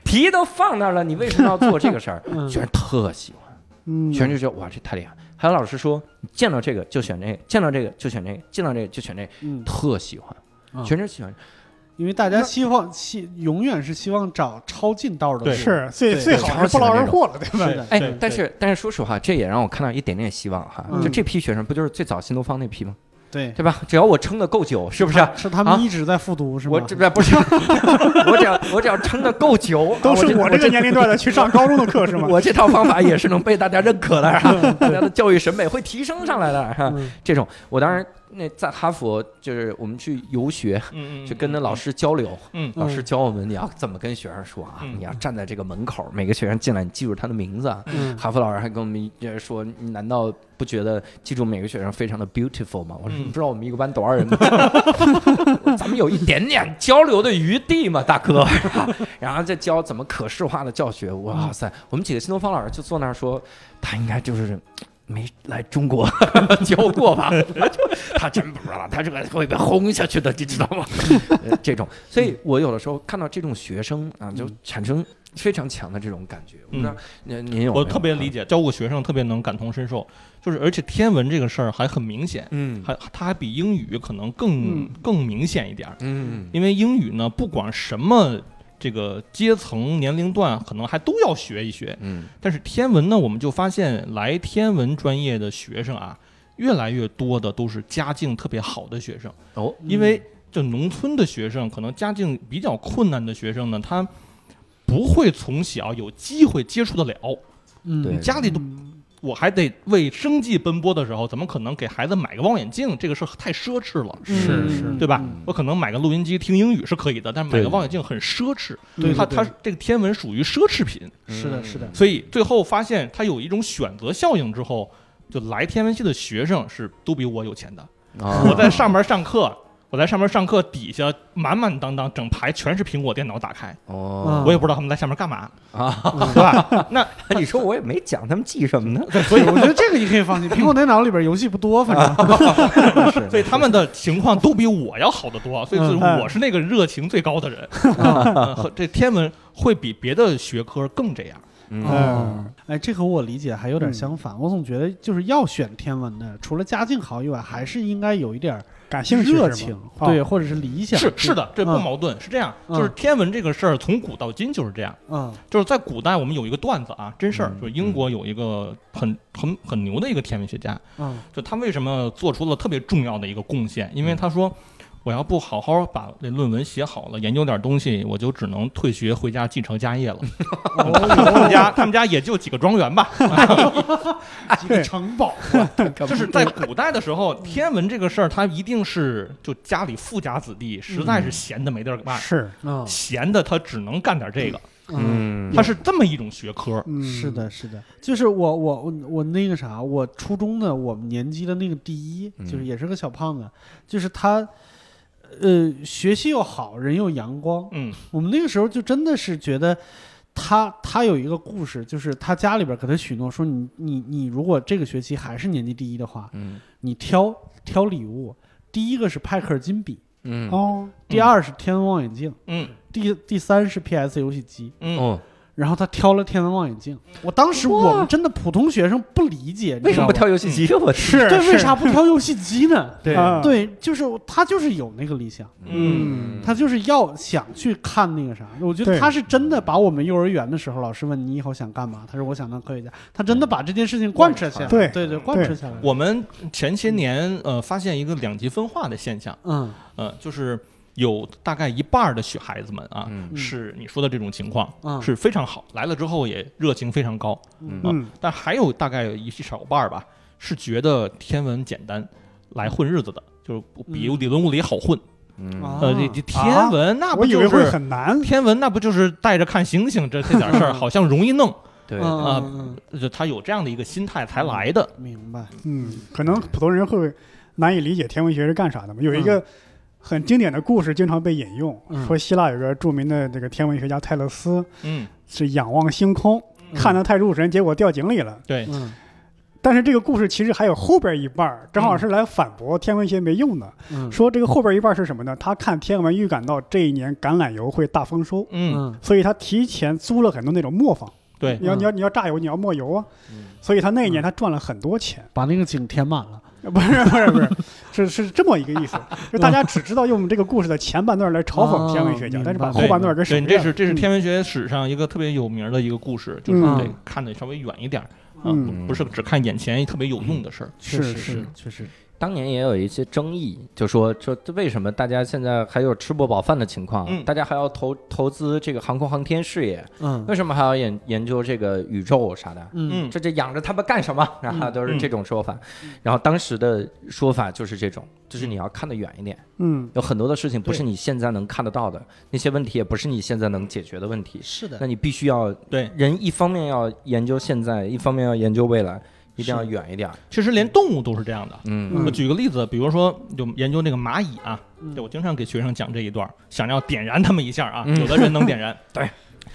S1: 题都放那儿了，你为什么要做这个事儿？
S3: 嗯
S1: 学生特喜欢，
S2: 嗯，
S1: 学生就觉得哇，这太厉害。还有老师说，你见到这个就选这个，见到这个就选这个，见到这个就选这个，
S3: 嗯，
S1: 特喜欢，
S3: 啊
S1: 学生喜欢。
S3: 因为大家希望希永远是希望找超近道的路，
S4: 对
S2: 是最
S3: 对
S2: 最
S1: 对
S2: 好是不劳而获 了，对
S3: 是
S2: 吧？
S3: 的，
S1: 哎
S3: 对，
S1: 但是但是说实话，这也让我看到一点点希望哈。
S3: 嗯
S1: 就这批学生，不就是最早新东方那批吗？
S3: 对，
S1: 对吧？只要我撑得够久，是不是？
S3: 是他
S1: 啊
S3: 们一直在复读，是吗？
S1: 我这不是， 我只要我只要撑得够久，啊
S2: 都是
S1: 我
S2: 我这个年龄段的去上高中的课是吗？嗯
S1: 我这套方法也是能被大家认可的，啊 大家的教育审美会提升上来的。哈
S3: 嗯
S1: 这种，我当然那在哈佛就是我们去游学，
S4: 嗯嗯，
S1: 去跟着老师交流，
S4: 嗯
S1: 老师教我们你要怎么跟学生说啊，
S4: 嗯
S1: 你要站在这个门口，每个学生进来你记住他的名字啊。
S3: 嗯
S1: 哈佛老师还跟我们呃说，你难道不觉得记住每个学生非常的 beautiful 吗？我说
S4: 嗯
S1: 你不知道我们一个班多少人吗？ 咱们有一点点交流的余地嘛，大哥。 然后再教怎么可视化的教学，哇塞！我们几个新东方老师就坐那儿说，他应该就是。没来中国 教过吧？ 他就他真不知道，他这个会被轰下去的，你知道吗？ 呃这种，所以我有的时候看到这种学生啊，就产生非常强的这种感觉。我不知道您您有没有？
S4: 我特别理解，教过学生特别能感同身受，就是而且天文这个事儿还很明显，
S1: 嗯
S4: 还它还比英语可能更
S3: 嗯
S4: 更明显一点儿，
S1: 嗯
S4: 因为英语呢，不管什么这个阶层、年龄段，可能还都要学一学。
S1: 嗯
S4: 但是天文呢，我们就发现来天文专业的学生啊，越来越多的都是家境特别好的学生，
S1: 哦
S4: 因为这农村的学生，可能家境比较困难的学生呢，他不会从小有机会接触得了，
S3: 嗯
S1: 对
S4: 家里都
S2: 嗯
S4: 我还得为生计奔波的时候，怎么可能给孩子买个望远镜？这个事儿太奢侈了，
S1: 是
S3: 嗯
S1: 是
S3: 嗯
S4: 对吧
S1: 嗯？
S4: 我可能买个录音机听英语是可以的，但是买
S1: 对
S4: 个望远镜很奢侈。
S3: 对
S4: 它
S3: 对
S4: 它
S3: 对
S4: 这个天文属于奢侈品，
S3: 是的是的
S4: 所以最后发现它有一种选择效应之后，就来天文系的学生是都比我有 钱的。我在上面上课，我在上面上课，底下满满当当整排全是苹果电脑打开，
S3: 啊
S1: 哦
S4: 我也不知道他们在下面干嘛，
S1: 啊，
S4: 对吧？那
S1: 你说我也没讲他们记什么呢？
S3: 所以我觉得这个你可以放心，苹果电脑里边游戏不多，反 正
S4: 所以他们的情况都比我要好得多，啊所以就是我是那个热情最高的人。嗯和这天文会比别的学科更这样。
S1: 哦
S3: 嗯，哎，这和我理解还有点
S2: 嗯
S3: 相反。我总觉得就是要选天文的，除了家境好以外，还是应该有一点儿
S2: 感兴趣是吗
S3: 热情，
S2: 啊
S3: 对，或者是理想。
S4: 是是
S3: 的，
S4: 的，这不矛盾，是这样，
S3: 嗯
S4: 就是天文这个事儿从古到今就是这样。
S3: 嗯
S4: 就是在古代，我们有一个段子啊，真事儿
S1: 嗯，
S4: 就是英国有一个很很很牛的一个天文学家，
S3: 嗯
S4: 就他为什么做出了特别重要的一个贡献？因为他说，我要不好好把这论文写好了，研究点东西，我就只能退学回家继承家业了。嗯他们家他们家也就几个庄园吧，
S3: 几个城堡，
S1: 啊
S4: 就是在古代的时候，天文这个事儿，它一定是就家里富家子
S1: 嗯
S4: 弟，实在是闲的没地儿干，
S2: 是，
S3: 啊，
S4: 闲的他只能干点这个，
S1: 嗯
S4: 它是这么一种学科。
S2: 嗯，
S3: 是，的，是的，就是我我我我那个啥，我初中的我们年级的那个第一，
S1: 嗯
S3: 就是也是个小胖子，就是他，呃，学习又好，人又阳光。
S4: 嗯，
S3: 我们那个时候就真的是觉得他他有一个故事，就是他家里边给他许诺说你你你如果这个学期还是年级第一的话，
S1: 嗯
S3: 你挑挑礼物，第一个是派克尔金笔，
S1: 嗯
S2: 哦，
S3: 第二是天文望远镜，
S4: 嗯
S3: 第第三是 PS 游戏机。
S4: 嗯，
S1: 哦，
S3: 然后他挑了天文望远镜，我当时我们真的普通学生不理解，
S1: 为什么不
S3: 你知道吗
S1: 挑游戏机？我是
S3: 对，为啥不挑游戏机呢？
S1: 对
S2: 啊
S3: 对，就是他就是有那个理想，
S2: 嗯
S3: 他就是要想去看那个啥。我觉得
S2: 对
S3: 他是真的把我们幼儿园的时候，老师问你以后想干嘛，他说我想当科学家，他真的把这件事情贯彻下来。
S2: 对
S3: 对对，贯彻下来。
S4: 我们前些年呃发现一个两极分化的现象，
S3: 嗯
S4: 呃，就是有大概一半儿的学孩子们啊，
S1: 嗯
S3: 嗯
S4: 是你说的这种情况。
S3: 嗯
S4: 是非常好，来了之后也热情非常高，
S2: 嗯，
S4: 但还有大概有一小半儿吧，是觉得天文简单，来混日子的，就是比
S3: 嗯
S4: 理论物理好混。
S1: 嗯
S3: 啊
S4: 呃，这这天文那
S2: 我
S4: 不
S2: 以
S4: 就
S2: 为会
S4: 是
S2: 很难，
S4: 天文那不就是带着看星星这这点事儿，好像容易弄，
S1: 对
S3: 嗯
S4: 啊
S3: 嗯
S4: 就他有这样的一个心态才来的。
S3: 嗯明白。
S2: 嗯，可能普通人会难以理解天文学是干啥的嘛。有
S4: 嗯
S2: 一个很经典的故事，经常被引用，
S3: 嗯
S2: 说希腊有个著名的这个天文学家泰勒斯
S4: 嗯，
S2: 是仰望星空，
S4: 嗯
S2: 看得太入神，结果掉井里了。
S4: 对，
S3: 嗯
S2: 但是这个故事其实还有后边一半儿，正
S4: 嗯
S2: 好是来反驳天文学没用的，
S3: 嗯
S2: 说这个后边一半儿是什么呢？他看天文预感到这一年橄榄油会大丰收。
S4: 嗯，
S3: 嗯
S2: 所以他提前租了很多那种磨坊，
S4: 对，嗯
S2: 你要
S3: 嗯
S2: 你要你要榨油，你要磨油啊，所以他那一年他赚了很多钱。
S3: 把那个井填满了。
S2: 不是不是不是，是是这么一个意思，就大家只知道用这个故事的前半段来嘲讽天文学家，
S3: 啊
S2: 但是把
S3: 明
S2: 后
S3: 白
S2: 半段给
S4: 对，
S2: 省
S4: 你
S2: 略
S4: 这
S2: 了。
S4: 是这是天文学史上一个特别有名的一个故事，就是
S2: 嗯
S4: 得看得稍微远一点儿啊
S2: 嗯，
S4: 不是只看眼前特别有用的事儿。
S3: 确实
S2: 是
S3: 是，确实。
S1: 当年也有一些争议，就说说为什么大家现在还有吃不饱饭的情况，
S4: 嗯
S1: 大家还要投投资这个航空航天事业，
S3: 嗯
S1: 为什么还要研研究这个宇宙啥的？
S3: 嗯
S4: 嗯
S1: 这这养着他们干什么？然后都是这种说法，然后当时的说法就是这种，
S3: 嗯
S1: 就是你要看得远一点，
S2: 嗯
S1: 有很多的事情不是
S4: 对
S1: 你现在能看得到的，那些问题也不是你现在能解决的问题，
S3: 是的
S1: 那。你必须要
S4: 对，
S1: 人一方面要研究现在，一方面要研究未来，一定要
S3: 是
S1: 远一点儿。
S4: 其实连动物都是这样的。
S1: 嗯
S4: 我举个例子，比如说就研究那个蚂蚁啊，
S3: 嗯
S4: 对我经常给学生讲这一段儿，想要点燃他们一下啊，
S1: 嗯
S4: 有的人能 点燃。
S1: 点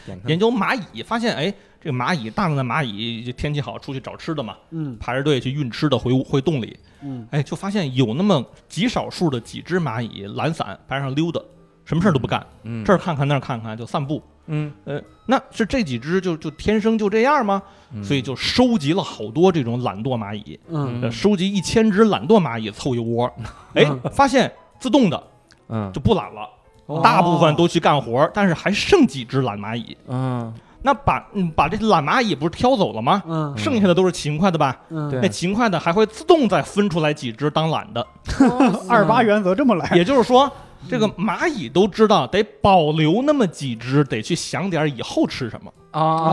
S1: 看
S4: 研究蚂蚁发现，哎，这个蚂蚁大量的蚂蚁就天气好出去找吃的嘛，
S3: 嗯
S4: 排着队去运吃的回屋回洞里，
S3: 嗯
S4: 哎，就发现有那么极少数的几只蚂蚁懒散，白上溜达，什么事儿都不干，
S1: 嗯
S4: 这儿看看那儿看看就散步。
S1: 嗯，
S4: 呃，那是这几只就就天生就这样吗？
S1: 嗯
S4: 所以就收集了好多这种懒惰蚂蚁，
S3: 嗯
S4: 呃收集一千只懒惰蚂蚁凑一窝儿，哎，发现自动的
S1: 嗯
S4: 就不懒了，
S3: 哦
S4: 嗯大部分都去干活儿，但是还剩几只懒蚂蚁。
S1: 嗯
S4: 那把嗯把这懒蚂蚁不是挑走了吗？
S3: 嗯
S4: 剩下的都是勤快的吧？
S3: 嗯
S1: 对
S4: 那勤快的还会自动再分出来几只当懒的，
S2: 二八原则这么来，
S4: 也就是说，这个蚂蚁都知道得保留那么几只，得去想点儿以后吃什么。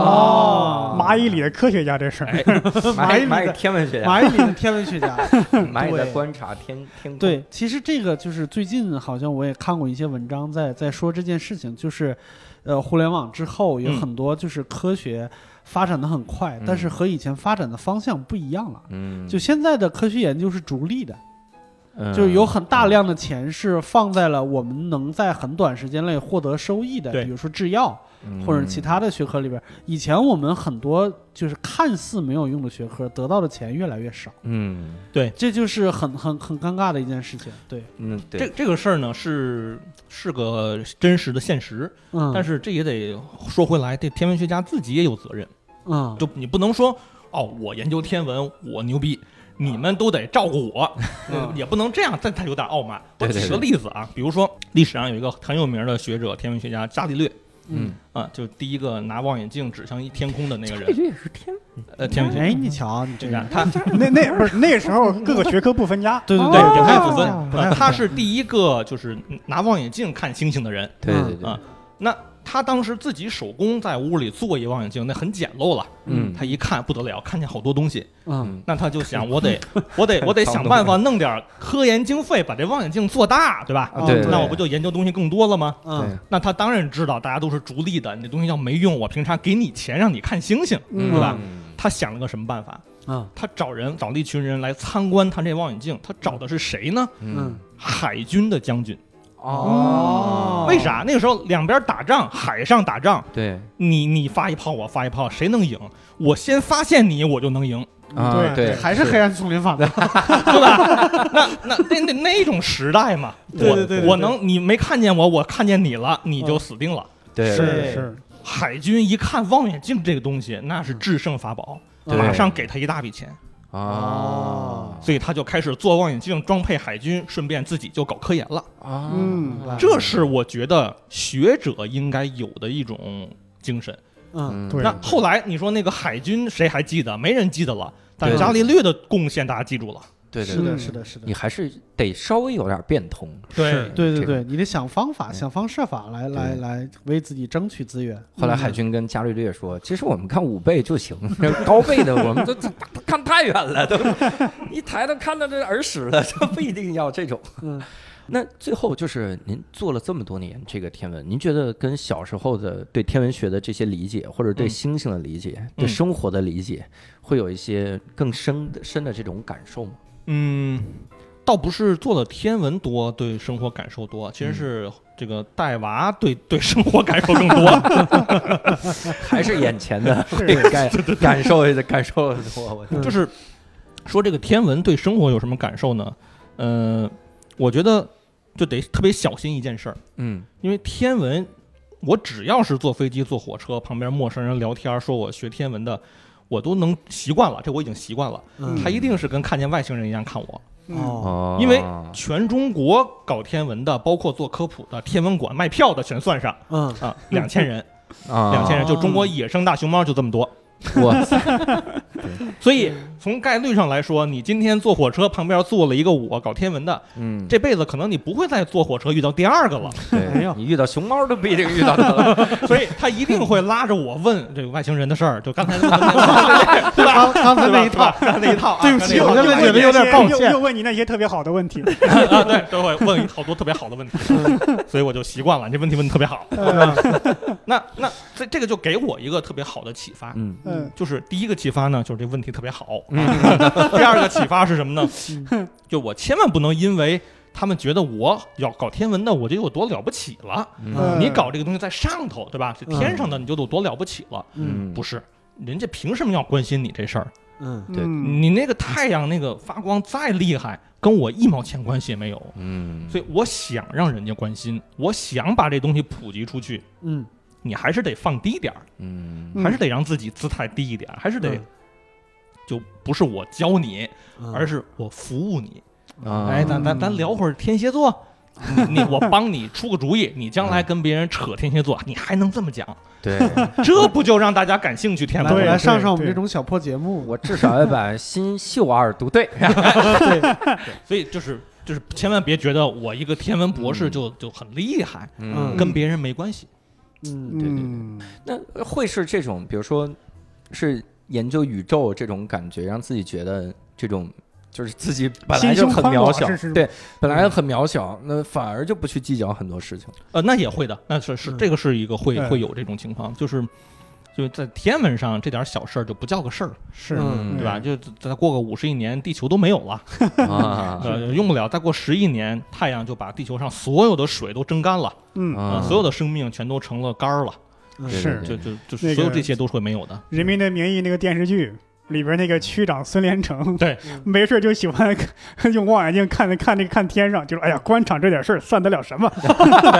S1: 哦
S2: 蚂蚁里的科学家这事儿。
S4: 哎，
S1: 蚂蚁
S3: 蚂蚁
S1: 蚂蚁天文学家，
S3: 蚂蚁里的天文学家。
S1: 蚂蚁在
S3: 对
S1: 观察天天空。
S3: 对，其实这个就是最近好像我也看过一些文章在在说这件事情，就是，呃，互联网之后有
S4: 嗯
S3: 很多就是科学发展的很快，
S1: 嗯
S3: 但是和以前发展的方向不一样了。
S1: 嗯，
S3: 就现在的科学研究是逐利的，
S1: 嗯
S3: 就是有很大量的钱是放在了我们能在很短时间内获得收益的，
S4: 对
S3: 比如说制药
S1: 嗯
S3: 或者其。他的学科里边。以前我们很多就是看似没有用的学科，得到的钱越来越少，
S1: 嗯
S3: 这就是很很很尴尬的一件事情。对，
S1: 嗯，嗯
S4: 这
S1: 对，
S4: 这个事儿呢是是个真实的现实，
S3: 嗯，
S4: 但是这也得说回来，这天文学家自己也有责任。
S3: 嗯，
S4: 就你不能说哦，我研究天文，我牛逼，你们都得照顾我，
S3: 嗯
S4: 也不能这样，但他有点傲慢。我
S1: 对对
S4: 举个
S1: 对
S4: 例子啊，比如说历史上有一个很有名的学者、天文学家伽利略
S1: 嗯，
S4: 啊，就第一个拿望远镜指向一天空的那个
S1: 这
S4: 人。
S1: 也是天
S4: 呃，天文学，
S3: 哎，你瞧，你这
S4: 你看他
S2: 那那不是那时候各个学科不分家，
S3: 对
S4: 对
S3: 对
S4: 对，
S3: 对，
S4: 也不
S3: 太
S4: 太
S3: 复
S4: 不分
S3: 分，不太
S4: 呃
S3: 复
S4: 他
S3: 分
S4: 是第一个就是拿望远镜看星星的人。
S1: 对对
S4: 啊
S1: 对，
S4: 那他当时自己手工在屋里做一望远镜，那很简陋了。
S1: 嗯
S4: 他一看不得了，看见好多东西，
S3: 嗯，
S1: 嗯，
S4: 那他就想，我 得，我得，我得想办法弄点科研经费，把这望远镜做大，对吧？
S1: 啊对，
S4: 哦那我不就研究东西更多了吗？
S1: 对
S3: 嗯，
S4: 那他当然知道，大家都是逐利的，你这东西要没用，我凭啥给你钱让你看星星？
S1: 嗯
S4: 对吧？
S1: 嗯
S4: 他想了个什么办法？
S3: 啊，
S4: 他找人，找了一群人来参观他这望远镜。他找的是谁呢？
S1: 嗯
S4: 海军的将军。
S3: 哦
S4: 为啥？那个时候两边打仗，海上打仗，
S1: 对
S4: 你你发一炮，我发一炮，谁能赢？我先发现你，我就能赢，
S1: 啊
S2: 对
S1: 对，
S3: 还是黑暗丛林法则，
S4: 对吧？那那那那那种时代嘛，
S3: 对
S4: 我
S3: 对对对
S4: 我能你没看见我，我看见你了，你就死定了。
S1: 对
S4: 对
S2: 是是，
S4: 海军一看望远镜这个东西，那是制胜法宝，
S1: 对
S2: 啊
S4: 马上给他一大笔钱，
S1: 啊
S4: 所以他就开始做望远镜，装配海军，顺便自己就搞科研了。
S1: 啊
S2: 嗯
S4: 这是我觉得学者应该有的一种精神。
S3: 嗯，
S1: 嗯
S2: 对
S4: 那后来你说那个海军谁还记得？没人记得了。但
S1: 对
S4: 伽利略的贡献大家记住了。
S1: 对对
S3: 是
S1: 对，
S3: 的，
S2: 嗯
S3: 是的，是的
S1: 你，还是得稍微有点变通，
S4: 对
S3: 对
S1: 嗯这
S3: 对
S1: 个
S3: 对，你得想方法，
S1: 嗯
S3: 想方设法来来来为自己争取资源。嗯
S1: 后来海军跟伽利略说：“其实我们看五倍就行， 高倍的我们都 都都看太远了，都一抬头看到这耳屎了， 这不一定要这种。”
S3: 嗯，
S1: 那最后就是您做了这么多年这个天文，您觉得跟小时候的对天文学的这些理解，或者对
S4: 嗯
S1: 星星的理解、对
S4: 嗯
S1: 生活的理解，会有一些更深的深的这种感 受吗？
S4: 嗯，倒不是做了天文多，对生活感受多，其实是这个带娃对 对生活感受更多。
S1: 还是眼前的
S2: 是
S1: 这个感感受感受多？我
S3: 嗯
S4: 就是说这个天文对生活有什么感受呢？呃，我觉得就得特别小心一件事儿，
S1: 嗯
S4: 因为天文，我只要是坐飞机、坐火车，旁边陌生人聊天说我学天文的，我都能习惯了，这我已经习惯了。
S3: 嗯
S4: 他一定是跟看见外星人一样看我。
S2: 哦，
S1: 哦
S4: 因为全中国搞天文的，包括做科普的、天文馆卖票的，全算上
S3: 嗯，
S4: 啊，两千人，
S1: 啊
S4: 两千人，
S3: 哦
S4: 就中国野生大熊猫就这么多。
S1: 我
S4: 所以从概率上来说，你今天坐火车旁边坐了一个我搞天文的，
S1: 嗯
S4: 这辈子可能你不会再坐火车遇到第二个 了。
S3: 哎
S1: 对
S3: 呦
S1: 你遇到熊猫都不一定遇到它了。
S4: 所以他一定会拉着我问这个外星人的事儿，就刚才对吧？
S3: 刚刚才那一套，
S4: 对吧，刚才那一套啊，
S3: 对不起
S4: 刚
S3: 我
S4: 才
S3: 刚
S4: 那一套
S3: 才觉得有点抱歉
S2: 又又问你那些特别好的问题，
S4: 啊，对，都会问好多特别好的 问题，所以我就习惯了。你这问题问的特别好，
S3: 嗯
S4: 那那这这个就给我一个特别好的启发，
S1: 嗯
S2: 嗯
S4: 就是第一个启发呢，就是这问题特别好；
S1: 嗯
S4: 第二个启发是什么呢？就我千万不能因为他们觉得我要搞天文的，我就有多了不起了。
S2: 嗯
S4: 你搞这个东西在上头，对吧？这天上的你就有多了不起了？
S3: 嗯
S4: 不是，人家凭什么要关心你这事儿？
S3: 嗯
S1: 对
S2: 嗯
S4: 你那个太阳那个发光再厉害，跟我一毛钱关系也没有。
S1: 嗯，
S4: 所以我想让人家关心，我想把这东西普及出去，
S3: 嗯，
S4: 你还是得放低点儿，
S1: 嗯
S2: 嗯
S4: 还是得让自己姿态低一点儿，还是得
S3: 嗯
S4: 就不是我教你，
S3: 嗯
S4: 而是我服务你。
S1: 啊
S4: 哎，咱咱咱聊会儿天蝎座。你你我帮你出个主意，你将来跟别人扯天蝎座，你还能这么讲？
S1: 对，
S4: 这不就让大家感兴趣天
S3: 来
S4: 文
S2: 对
S4: 了
S3: 来
S4: 吗？
S3: 上上我们
S2: 对
S3: 这种小破节 目，
S1: 我至少要把新秀二读对。
S4: 所以就是就是千万别觉得我一个天文博士
S1: 嗯
S4: 就就很厉害，
S1: 嗯，
S4: 跟别人没关系。
S3: 嗯，
S1: 对对
S2: 嗯
S1: 那会是这种，比如说是研究宇宙这种感觉，让自己觉得这种。就是自己本来
S2: 心
S1: 就
S2: 胸
S1: 很
S2: 宽
S1: 渺
S2: 广
S1: 小
S2: 是，是
S1: 对，本来很渺小，那反而就不去计较很多事情。
S4: 呃，那也会的，那是是
S3: 嗯
S4: 这个是一个会
S2: 对
S4: 会有这种情况，就是就在天文上这点小事儿就不叫个事儿，
S2: 是
S3: 嗯
S4: 对吧？就再过个五十亿年，地球都没有了，
S1: 啊，
S4: 呃，用不了。再过十亿年，太阳就把地球上所有的水都蒸干了，
S2: 嗯，
S1: 啊
S4: 啊，所有的生命全都成了干儿了，
S3: 嗯
S1: 对
S2: 是
S1: 对
S4: 就
S1: 对
S4: 就就
S2: 那个
S4: 所有这些都是会没有的。
S2: 《人民的名义》那个电视剧里边那个区长孙连成，
S4: 对，
S3: 嗯
S2: 没事就喜欢 用望远镜看看那个看天上，就是哎呀，官场这点事儿算得了什 么？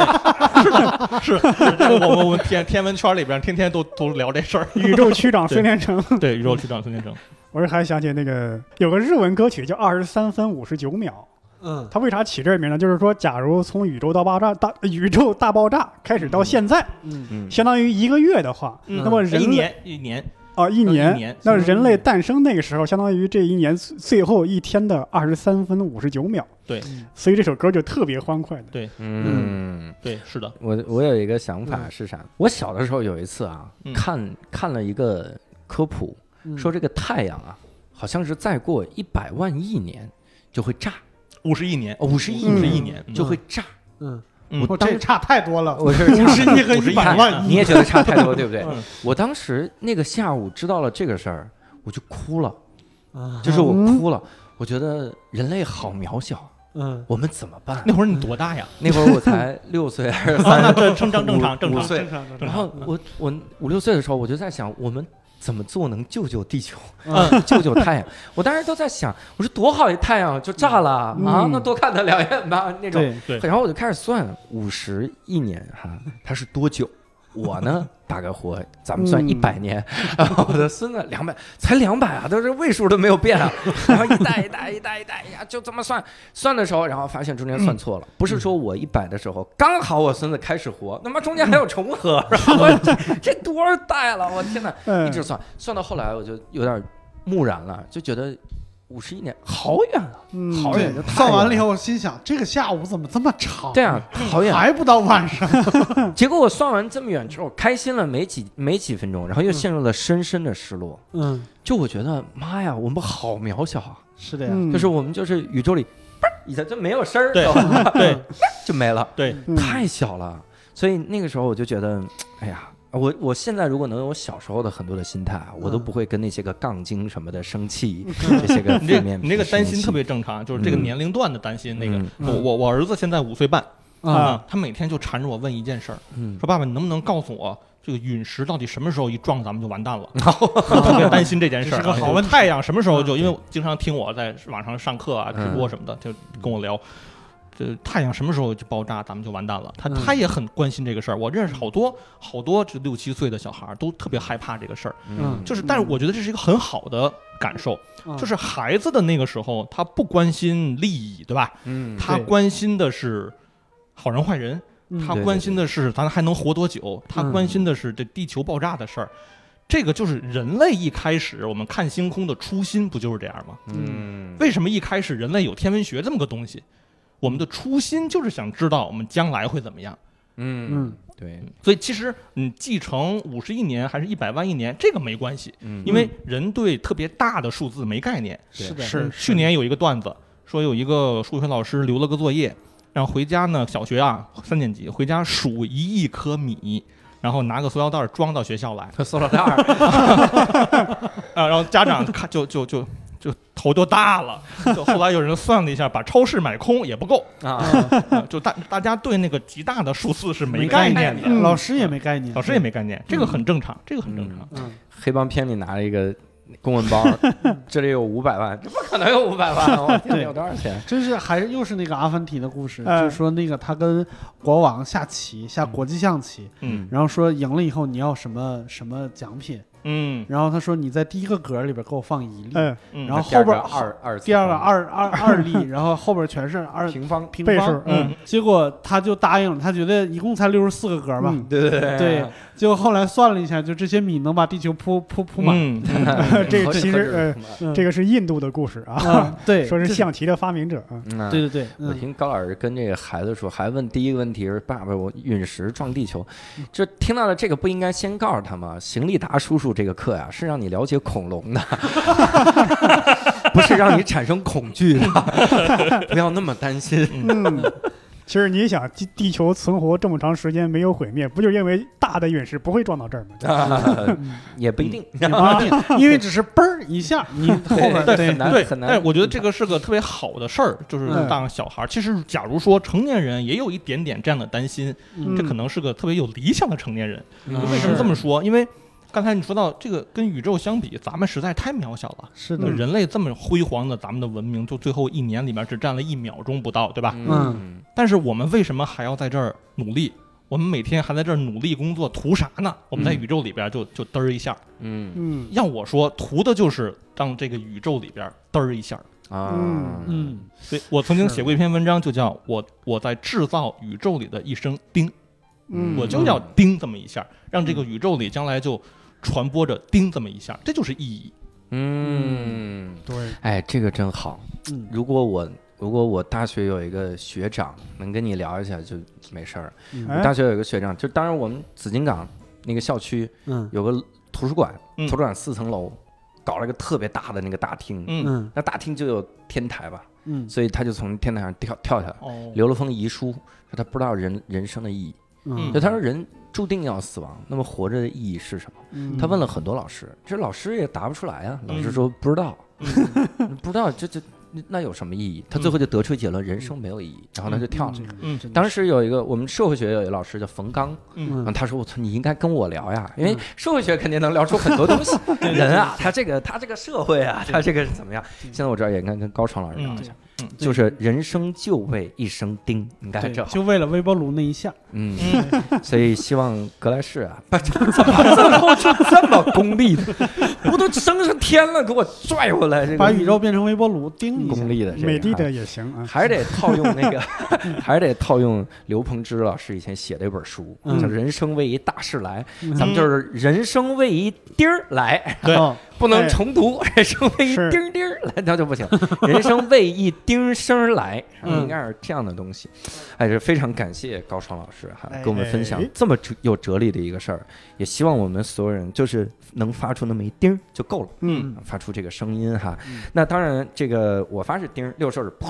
S4: 是， 我我我天天文圈里边天天都都聊这事儿。
S2: 宇宙区长孙连成，
S4: 对，宇宙区长孙 天成，
S2: 我是还想起那个有个日文歌曲叫《二十三分五十九秒》。
S3: 嗯，
S2: 他为啥起这名呢？就是说，假如从宇宙到爆炸大宇宙大爆炸开始到现在，
S3: 嗯
S1: 嗯
S2: 相当于一个月的话，
S4: 嗯
S2: 那么
S4: 一
S2: 人类
S4: 年一年，
S2: 哦，一
S4: 一
S2: 年。
S4: 年
S2: 那
S4: 相当于
S2: 人类诞生那个时候，相当于这一年最最后一天的二十三分五十九秒，所以这首歌就特别欢快的。
S1: 嗯，
S4: 对是的，
S1: 我我有一个想法是啥？我小的时候有一次啊，
S4: 嗯
S1: 看看了一个科普，
S3: 嗯
S1: 说这个太阳啊，好像是再过一百万亿年就会炸，
S4: 五十一年，
S1: 五十亿
S2: 嗯
S4: 哦五十
S1: 年
S4: 一年
S1: 就会炸。
S3: 嗯，
S4: 嗯
S3: 我这啊差太多了，
S1: 我是
S3: 五十亿和
S4: 51
S3: 一百万
S1: 看
S3: 亿，
S1: 你也觉得差太多，对不对
S4: 嗯？
S1: 我当时那个下午知道了这个事儿，我就哭了，
S3: 啊
S1: 就是我哭了，我觉得人类好渺小，
S3: 嗯，
S1: 我们怎么办？
S4: 那会儿你多大呀？
S1: 那会儿我才六岁还是
S4: 啊，
S1: 三
S4: 那 这正常正常正
S1: 五
S4: 常，
S1: 岁，
S3: 常
S1: 然后我我五六岁的时候，我就在想，我们怎么做能救救地球，
S4: 嗯
S1: 救救太阳？我当时都在想，我说多好一太阳就炸了啊
S2: 嗯
S1: 啊，那多看它两眼吧那种。
S3: 对，
S4: 对
S1: 然后我就开始算五十一年 哈，它是多久？我呢，打个活，咱们算
S2: 嗯
S1: 一百年，然后我的孙子两百，才两百啊，都是位数都没有变 啊。然后一代一代一代一代呀，就这么算，算的时候，然后发现中间算错
S2: 嗯
S1: 了，不是说我一百的时候刚好我孙子开始活，他妈中间还有重合，然后我 这这多少代了，我天哪！一
S2: 嗯，
S1: 直算，算到后来我就有点木然了，就觉得五十一年好远啊，
S2: 嗯
S1: 好
S3: 对
S1: 远就太
S3: 算完了
S1: 远
S3: 以后，我心想这个下午怎么这么
S2: 哦
S3: 长？
S1: 对啊，好远啊，
S3: 还不到晚上。
S1: 结果我算完这么远之后，开心了没几没几分钟，然
S4: 嗯
S1: 后又陷入了深深的失落。
S3: 嗯，
S1: 就我觉得，妈呀，我们好渺小啊！
S3: 是的呀，
S2: 嗯
S1: 就是我们就是宇宙里，嘣儿一下就没有声儿，
S4: 对
S1: 懂吗
S4: 对
S1: 就没了，
S4: 对，
S2: 嗯
S1: 太小了。所以那个时候我就觉得，哎呀，我我现在如果能有小时候的很多的心态啊，我都
S3: 嗯
S1: 不会跟那些个杠精什么的生气，这些个
S4: 嗯 你这
S1: 负面。
S4: 你这个担心特别正常，就是这个年龄段的担心。那个
S1: 嗯
S4: 我我我儿子现在五岁半
S3: 啊，
S4: 他每天就缠着我问一件事儿，
S1: 嗯，
S4: 说爸爸你能不能告诉我这个陨石到底什么时候一撞咱们就完 蛋了？特别担心这件事儿
S3: 这
S4: 啊。
S3: 是个好
S4: 就
S3: 问嗯
S4: 太阳什么时候就因为我经常听我在网上上课啊、直
S1: 嗯
S4: 播什么的，就跟我聊。这太阳什么时候就爆炸，咱们就完蛋了。他
S3: 嗯
S4: 他也很关心这个事儿。我认识好多好多这六七岁的小孩儿都特别害怕这个事儿。
S3: 嗯
S4: 就是，但是我觉得这是一个很好的感受，
S3: 啊
S4: 就是孩子的那个时候，他不关心利益，对吧？
S1: 嗯
S4: 他
S3: 对
S4: 关心的是好人坏人，
S3: 嗯
S4: 他
S1: 对嗯
S4: 关心的是咱还能活多久，他关心的是这地球爆炸的事儿。这个就是人类一开始我们看星空的初心，不就是这样吗？
S1: 嗯，
S4: 为什么一开始人类有天文学这么个东西？我们的初心就是想知道我们将来会怎么样。
S1: 嗯，对，
S4: 所以其实你继承五十亿年还是一百万亿年，这个没关系，
S1: 嗯
S4: 因为人对特别大的数字没概念。
S3: 是的，
S4: 是去年有一个段子，说有一个数学老师留了个作业，让回家呢，小学啊三年级回家数一亿颗米，然后拿个塑料袋儿装到学校来
S1: 塑料袋儿，
S4: 啊，然后家长看就就就就头就大了，就后来有人算了一下，把超市买空也不够，
S1: 啊，
S3: 啊
S4: 啊就大大家对那个极大的数字是没
S3: 没
S4: 概
S3: 概
S4: 念
S3: 念
S4: 的，
S3: 老师也没概念，
S4: 老师也没概念，这个很正常，这个很正常。
S3: 嗯，
S1: 黑帮片里拿了一个公文包，这里有五百万，这不可能有五百万，我天，
S3: 对
S1: 有多少钱？
S3: 真是还是又是那个阿凡提的故事，
S2: 嗯
S3: 就是说那个他跟国王下棋，下国际象棋，
S4: 嗯
S3: 然后说赢了以后你要什么什么奖品，
S4: 嗯
S3: 然后他说你在第一个格里边给我放一粒，
S2: 嗯，
S4: 嗯，
S3: 然后后边
S1: 二二，
S3: 第二个二二二粒，然后后边全是二
S1: 嗯平方，
S3: 平
S2: 倍数
S3: 方，，
S4: 嗯
S3: 结果他就答应了，他觉得一共才六十四个格吧，
S2: 嗯
S1: 对对
S3: 对，结果后来算了一下，就这些米能把地球铺铺铺满，
S4: 嗯，
S2: 这个其实呃，
S3: 嗯
S2: 这个是印度的故事啊，
S3: 啊， 对，
S2: 说是
S3: 这，
S2: 象棋的发明者啊。
S1: 嗯
S3: 对。对对，
S1: 我
S3: 嗯
S1: 听高老师跟这个孩子说，还问第一个问题是：“爸爸，我陨石撞地球，就听到了这个，不应该先告诉他吗？邢立达叔叔这个课呀、是让你了解恐龙的， 不是让你产生恐惧的，不要那么担心。
S2: 嗯，其实你想，地地球存活这么长时间没有毁灭，不就因为大的陨石不会撞到这儿吗？
S3: 嗯
S1: 啊，也不一定，
S3: 也不一
S1: 嗯
S3: 定，啊 因为只是嘣儿一下，你 嗯后边
S1: 对
S3: 对
S1: 很难
S4: 对，
S1: 很难嗯
S4: 但是我觉得这个是个特别好的事儿，就是
S3: 嗯
S4: 让小孩儿。其实，假如说成年人也有一点点这样的担心，
S2: 嗯
S4: 这可能是个特别有理想的成年人。
S1: 嗯
S4: 为什么这么说？因为刚才你说到这个跟宇宙相比，咱们实在太渺小了。
S3: 是
S4: 就
S3: 的，
S4: 人类这么辉煌的，咱们的文明就最后一年里面只占了一秒钟不到，对吧？
S1: 嗯
S4: 但是我们为什么还要在这儿努力？我们每天还在这儿努力工作，图啥呢？我们在
S1: 嗯
S4: 宇宙里边就就嘚儿一下。
S1: 嗯
S2: 嗯
S4: 要我说，图的就是让这个宇宙里边嘚儿一下。
S1: 啊
S2: 嗯
S3: 嗯，
S4: 所以我曾经
S3: 是
S4: 写过一篇文章，就叫我我在制造宇宙里的一声叮，
S2: 嗯，
S4: 我就要叮这么一下，让这个宇宙里将来就传播着“叮”这么一下，这就是意义。
S1: 嗯，
S2: 对，
S1: 哎，这个真好。
S3: 嗯
S1: 如果我如果我大学有一个学长能跟你聊一下，就没事儿。
S3: 嗯
S2: 哎
S1: 大学有一个学长，就当然我们紫金港那个校区
S3: 嗯
S1: 有个图书馆，
S4: 嗯
S1: 图书馆四层楼，搞了一个特别大的那个大厅，
S4: 嗯，
S3: 嗯
S1: 那大厅就有天台吧，
S3: 嗯
S1: 所以他就从天台上跳跳下来，
S4: 哦，
S1: 留了封遗书，说他不知道人人生的意义，
S3: 嗯
S1: 就他说人注定要死亡，那么活着的意义是什么？
S3: 嗯
S1: 他问了很多老师，这老师也答不出来啊，老师说不知道，
S3: 嗯
S1: 不知道这这那有什么意义？他最后就得出结论，人生没有意义，然后他就跳了。
S3: 这个
S4: 嗯
S3: 真的
S1: 当时有一个我们社会学有一个老师叫冯刚，
S4: 嗯
S1: 嗯，
S3: 嗯
S1: 他说：“我操，你应该跟我聊呀，因为社会学肯定能聊出很多 东西。人啊，他这个他这个社会啊，他这个怎么样？现在我这儿也应该跟高闯老师聊
S3: 嗯
S1: 一下，就是人生就为一声叮，应该
S3: 对
S1: 这，
S3: 就为了微波炉那一下，
S1: 嗯，
S4: 嗯
S1: 所以希望格莱仕 啊，把这怎么最后就这么功利 的，不都升上天了，给我拽回来，这个
S3: 把宇宙变成微波炉，叮一下
S1: 功。利的这个
S2: 嗯美的
S1: 啊
S2: 的也行啊。
S1: 还是得套用那 个，还是得套用刘鹏之老师以前写的一本书，叫
S3: 嗯
S1: 《人生为一大事来》，
S3: 嗯
S1: 咱们就是人生为一丁儿来，
S4: 对
S3: 哦
S1: 不能重读， 人生为一
S2: 是
S1: 丁儿丁儿来， 那就不行，人生为一丁儿声儿来，
S3: 嗯
S1: 应该是这样的东西。哎，这非常感谢高爽老师哈，
S3: 哎
S1: 跟我们分享
S2: 哎
S1: 这么哲有哲理的一个事儿，也希望我们所有人就是能发出那么一丁儿就够了。
S3: 嗯，
S1: 发出这个声音哈，那当然，这个我发是丁儿，六兽是啪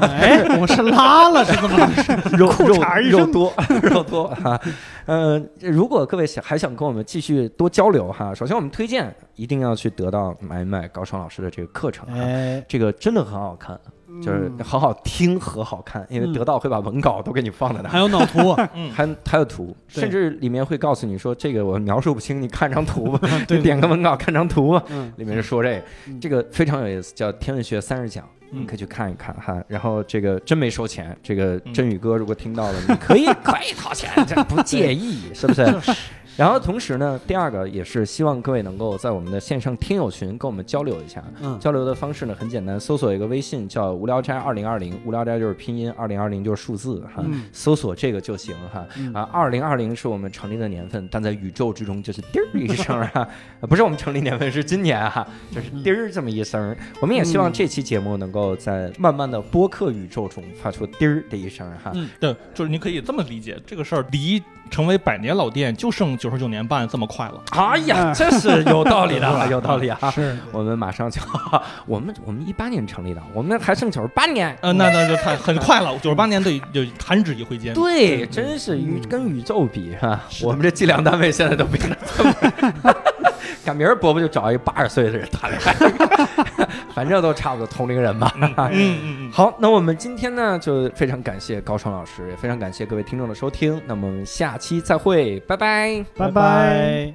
S3: 哎，我是拉了，是怎么回事？
S1: 肉
S2: 裤
S1: 肉
S2: 衩一
S1: 肉
S2: 扔
S1: 多 肉多啊，呃，如果各位想还想跟我们继续多交流哈，首先我们推荐一定要去得到买买高爽老师的这个课程啊，
S3: 哎，
S1: 这个真的很好看，就是好好听和好看，因为
S3: 嗯
S1: 得到会把文稿都给你放在那
S3: 还
S1: 儿。
S3: 有脑图，啊
S4: 嗯，
S1: 还还有图，
S3: 对
S1: 甚至里面会告诉你说这个我描述不清，你看张图吧，
S3: 对
S1: 你点个文稿看张图吧。
S3: 嗯
S1: 里面是说这个
S3: 嗯
S1: 这个非常有意思，叫《天文学三十讲》，
S4: 嗯
S1: 你可以去看一看哈。然后这个真没收钱，这个
S4: 嗯
S1: 振宇哥如果听到了，你可以可以掏钱，这不介意，是不 是？然后同时呢，第二个也是希望各位能够在我们的线上听友群跟我们交流一下。
S3: 嗯
S1: 交流的方式呢很简单，搜索一个微信叫“无聊斋二零二零”，无聊斋就是拼音，二零二零就是数字哈，
S3: 嗯
S1: 搜索这个就行哈。
S3: 嗯
S1: 啊，二零二零是我们成立的年份，但在宇宙之中就是滴儿一声啊，啊不是我们成立年份，是今年啊，就是
S3: 嗯
S1: 滴儿这么一声儿。我们也希望这期节目能够在慢慢的播客宇宙中发出滴儿的一声儿哈。
S3: 嗯
S4: 对，就是你可以这么理解，这个事儿离成为百年老店就剩九十九年半这么快了。
S1: 哎呀，
S2: 嗯
S1: 这是有道 理的啊，有道理啊。
S3: 是
S1: 我们马上就， 我们我们一八年成立的，我们还剩九十八年。
S4: 呃，那那就太很快了，九十八年对，就弹指一挥间。嗯
S1: 对，真是宇跟宇宙比哈，我们这计量单位现在都比得这么。 赶明儿伯伯就找一八十岁的人谈恋爱， 反正都差不多同龄人吧。
S4: 嗯嗯嗯，
S1: 好，那我们今天呢，就非常感谢高爽老师，也非常感谢各位听众的收听。那么我们下期再会，拜拜。
S2: 拜拜。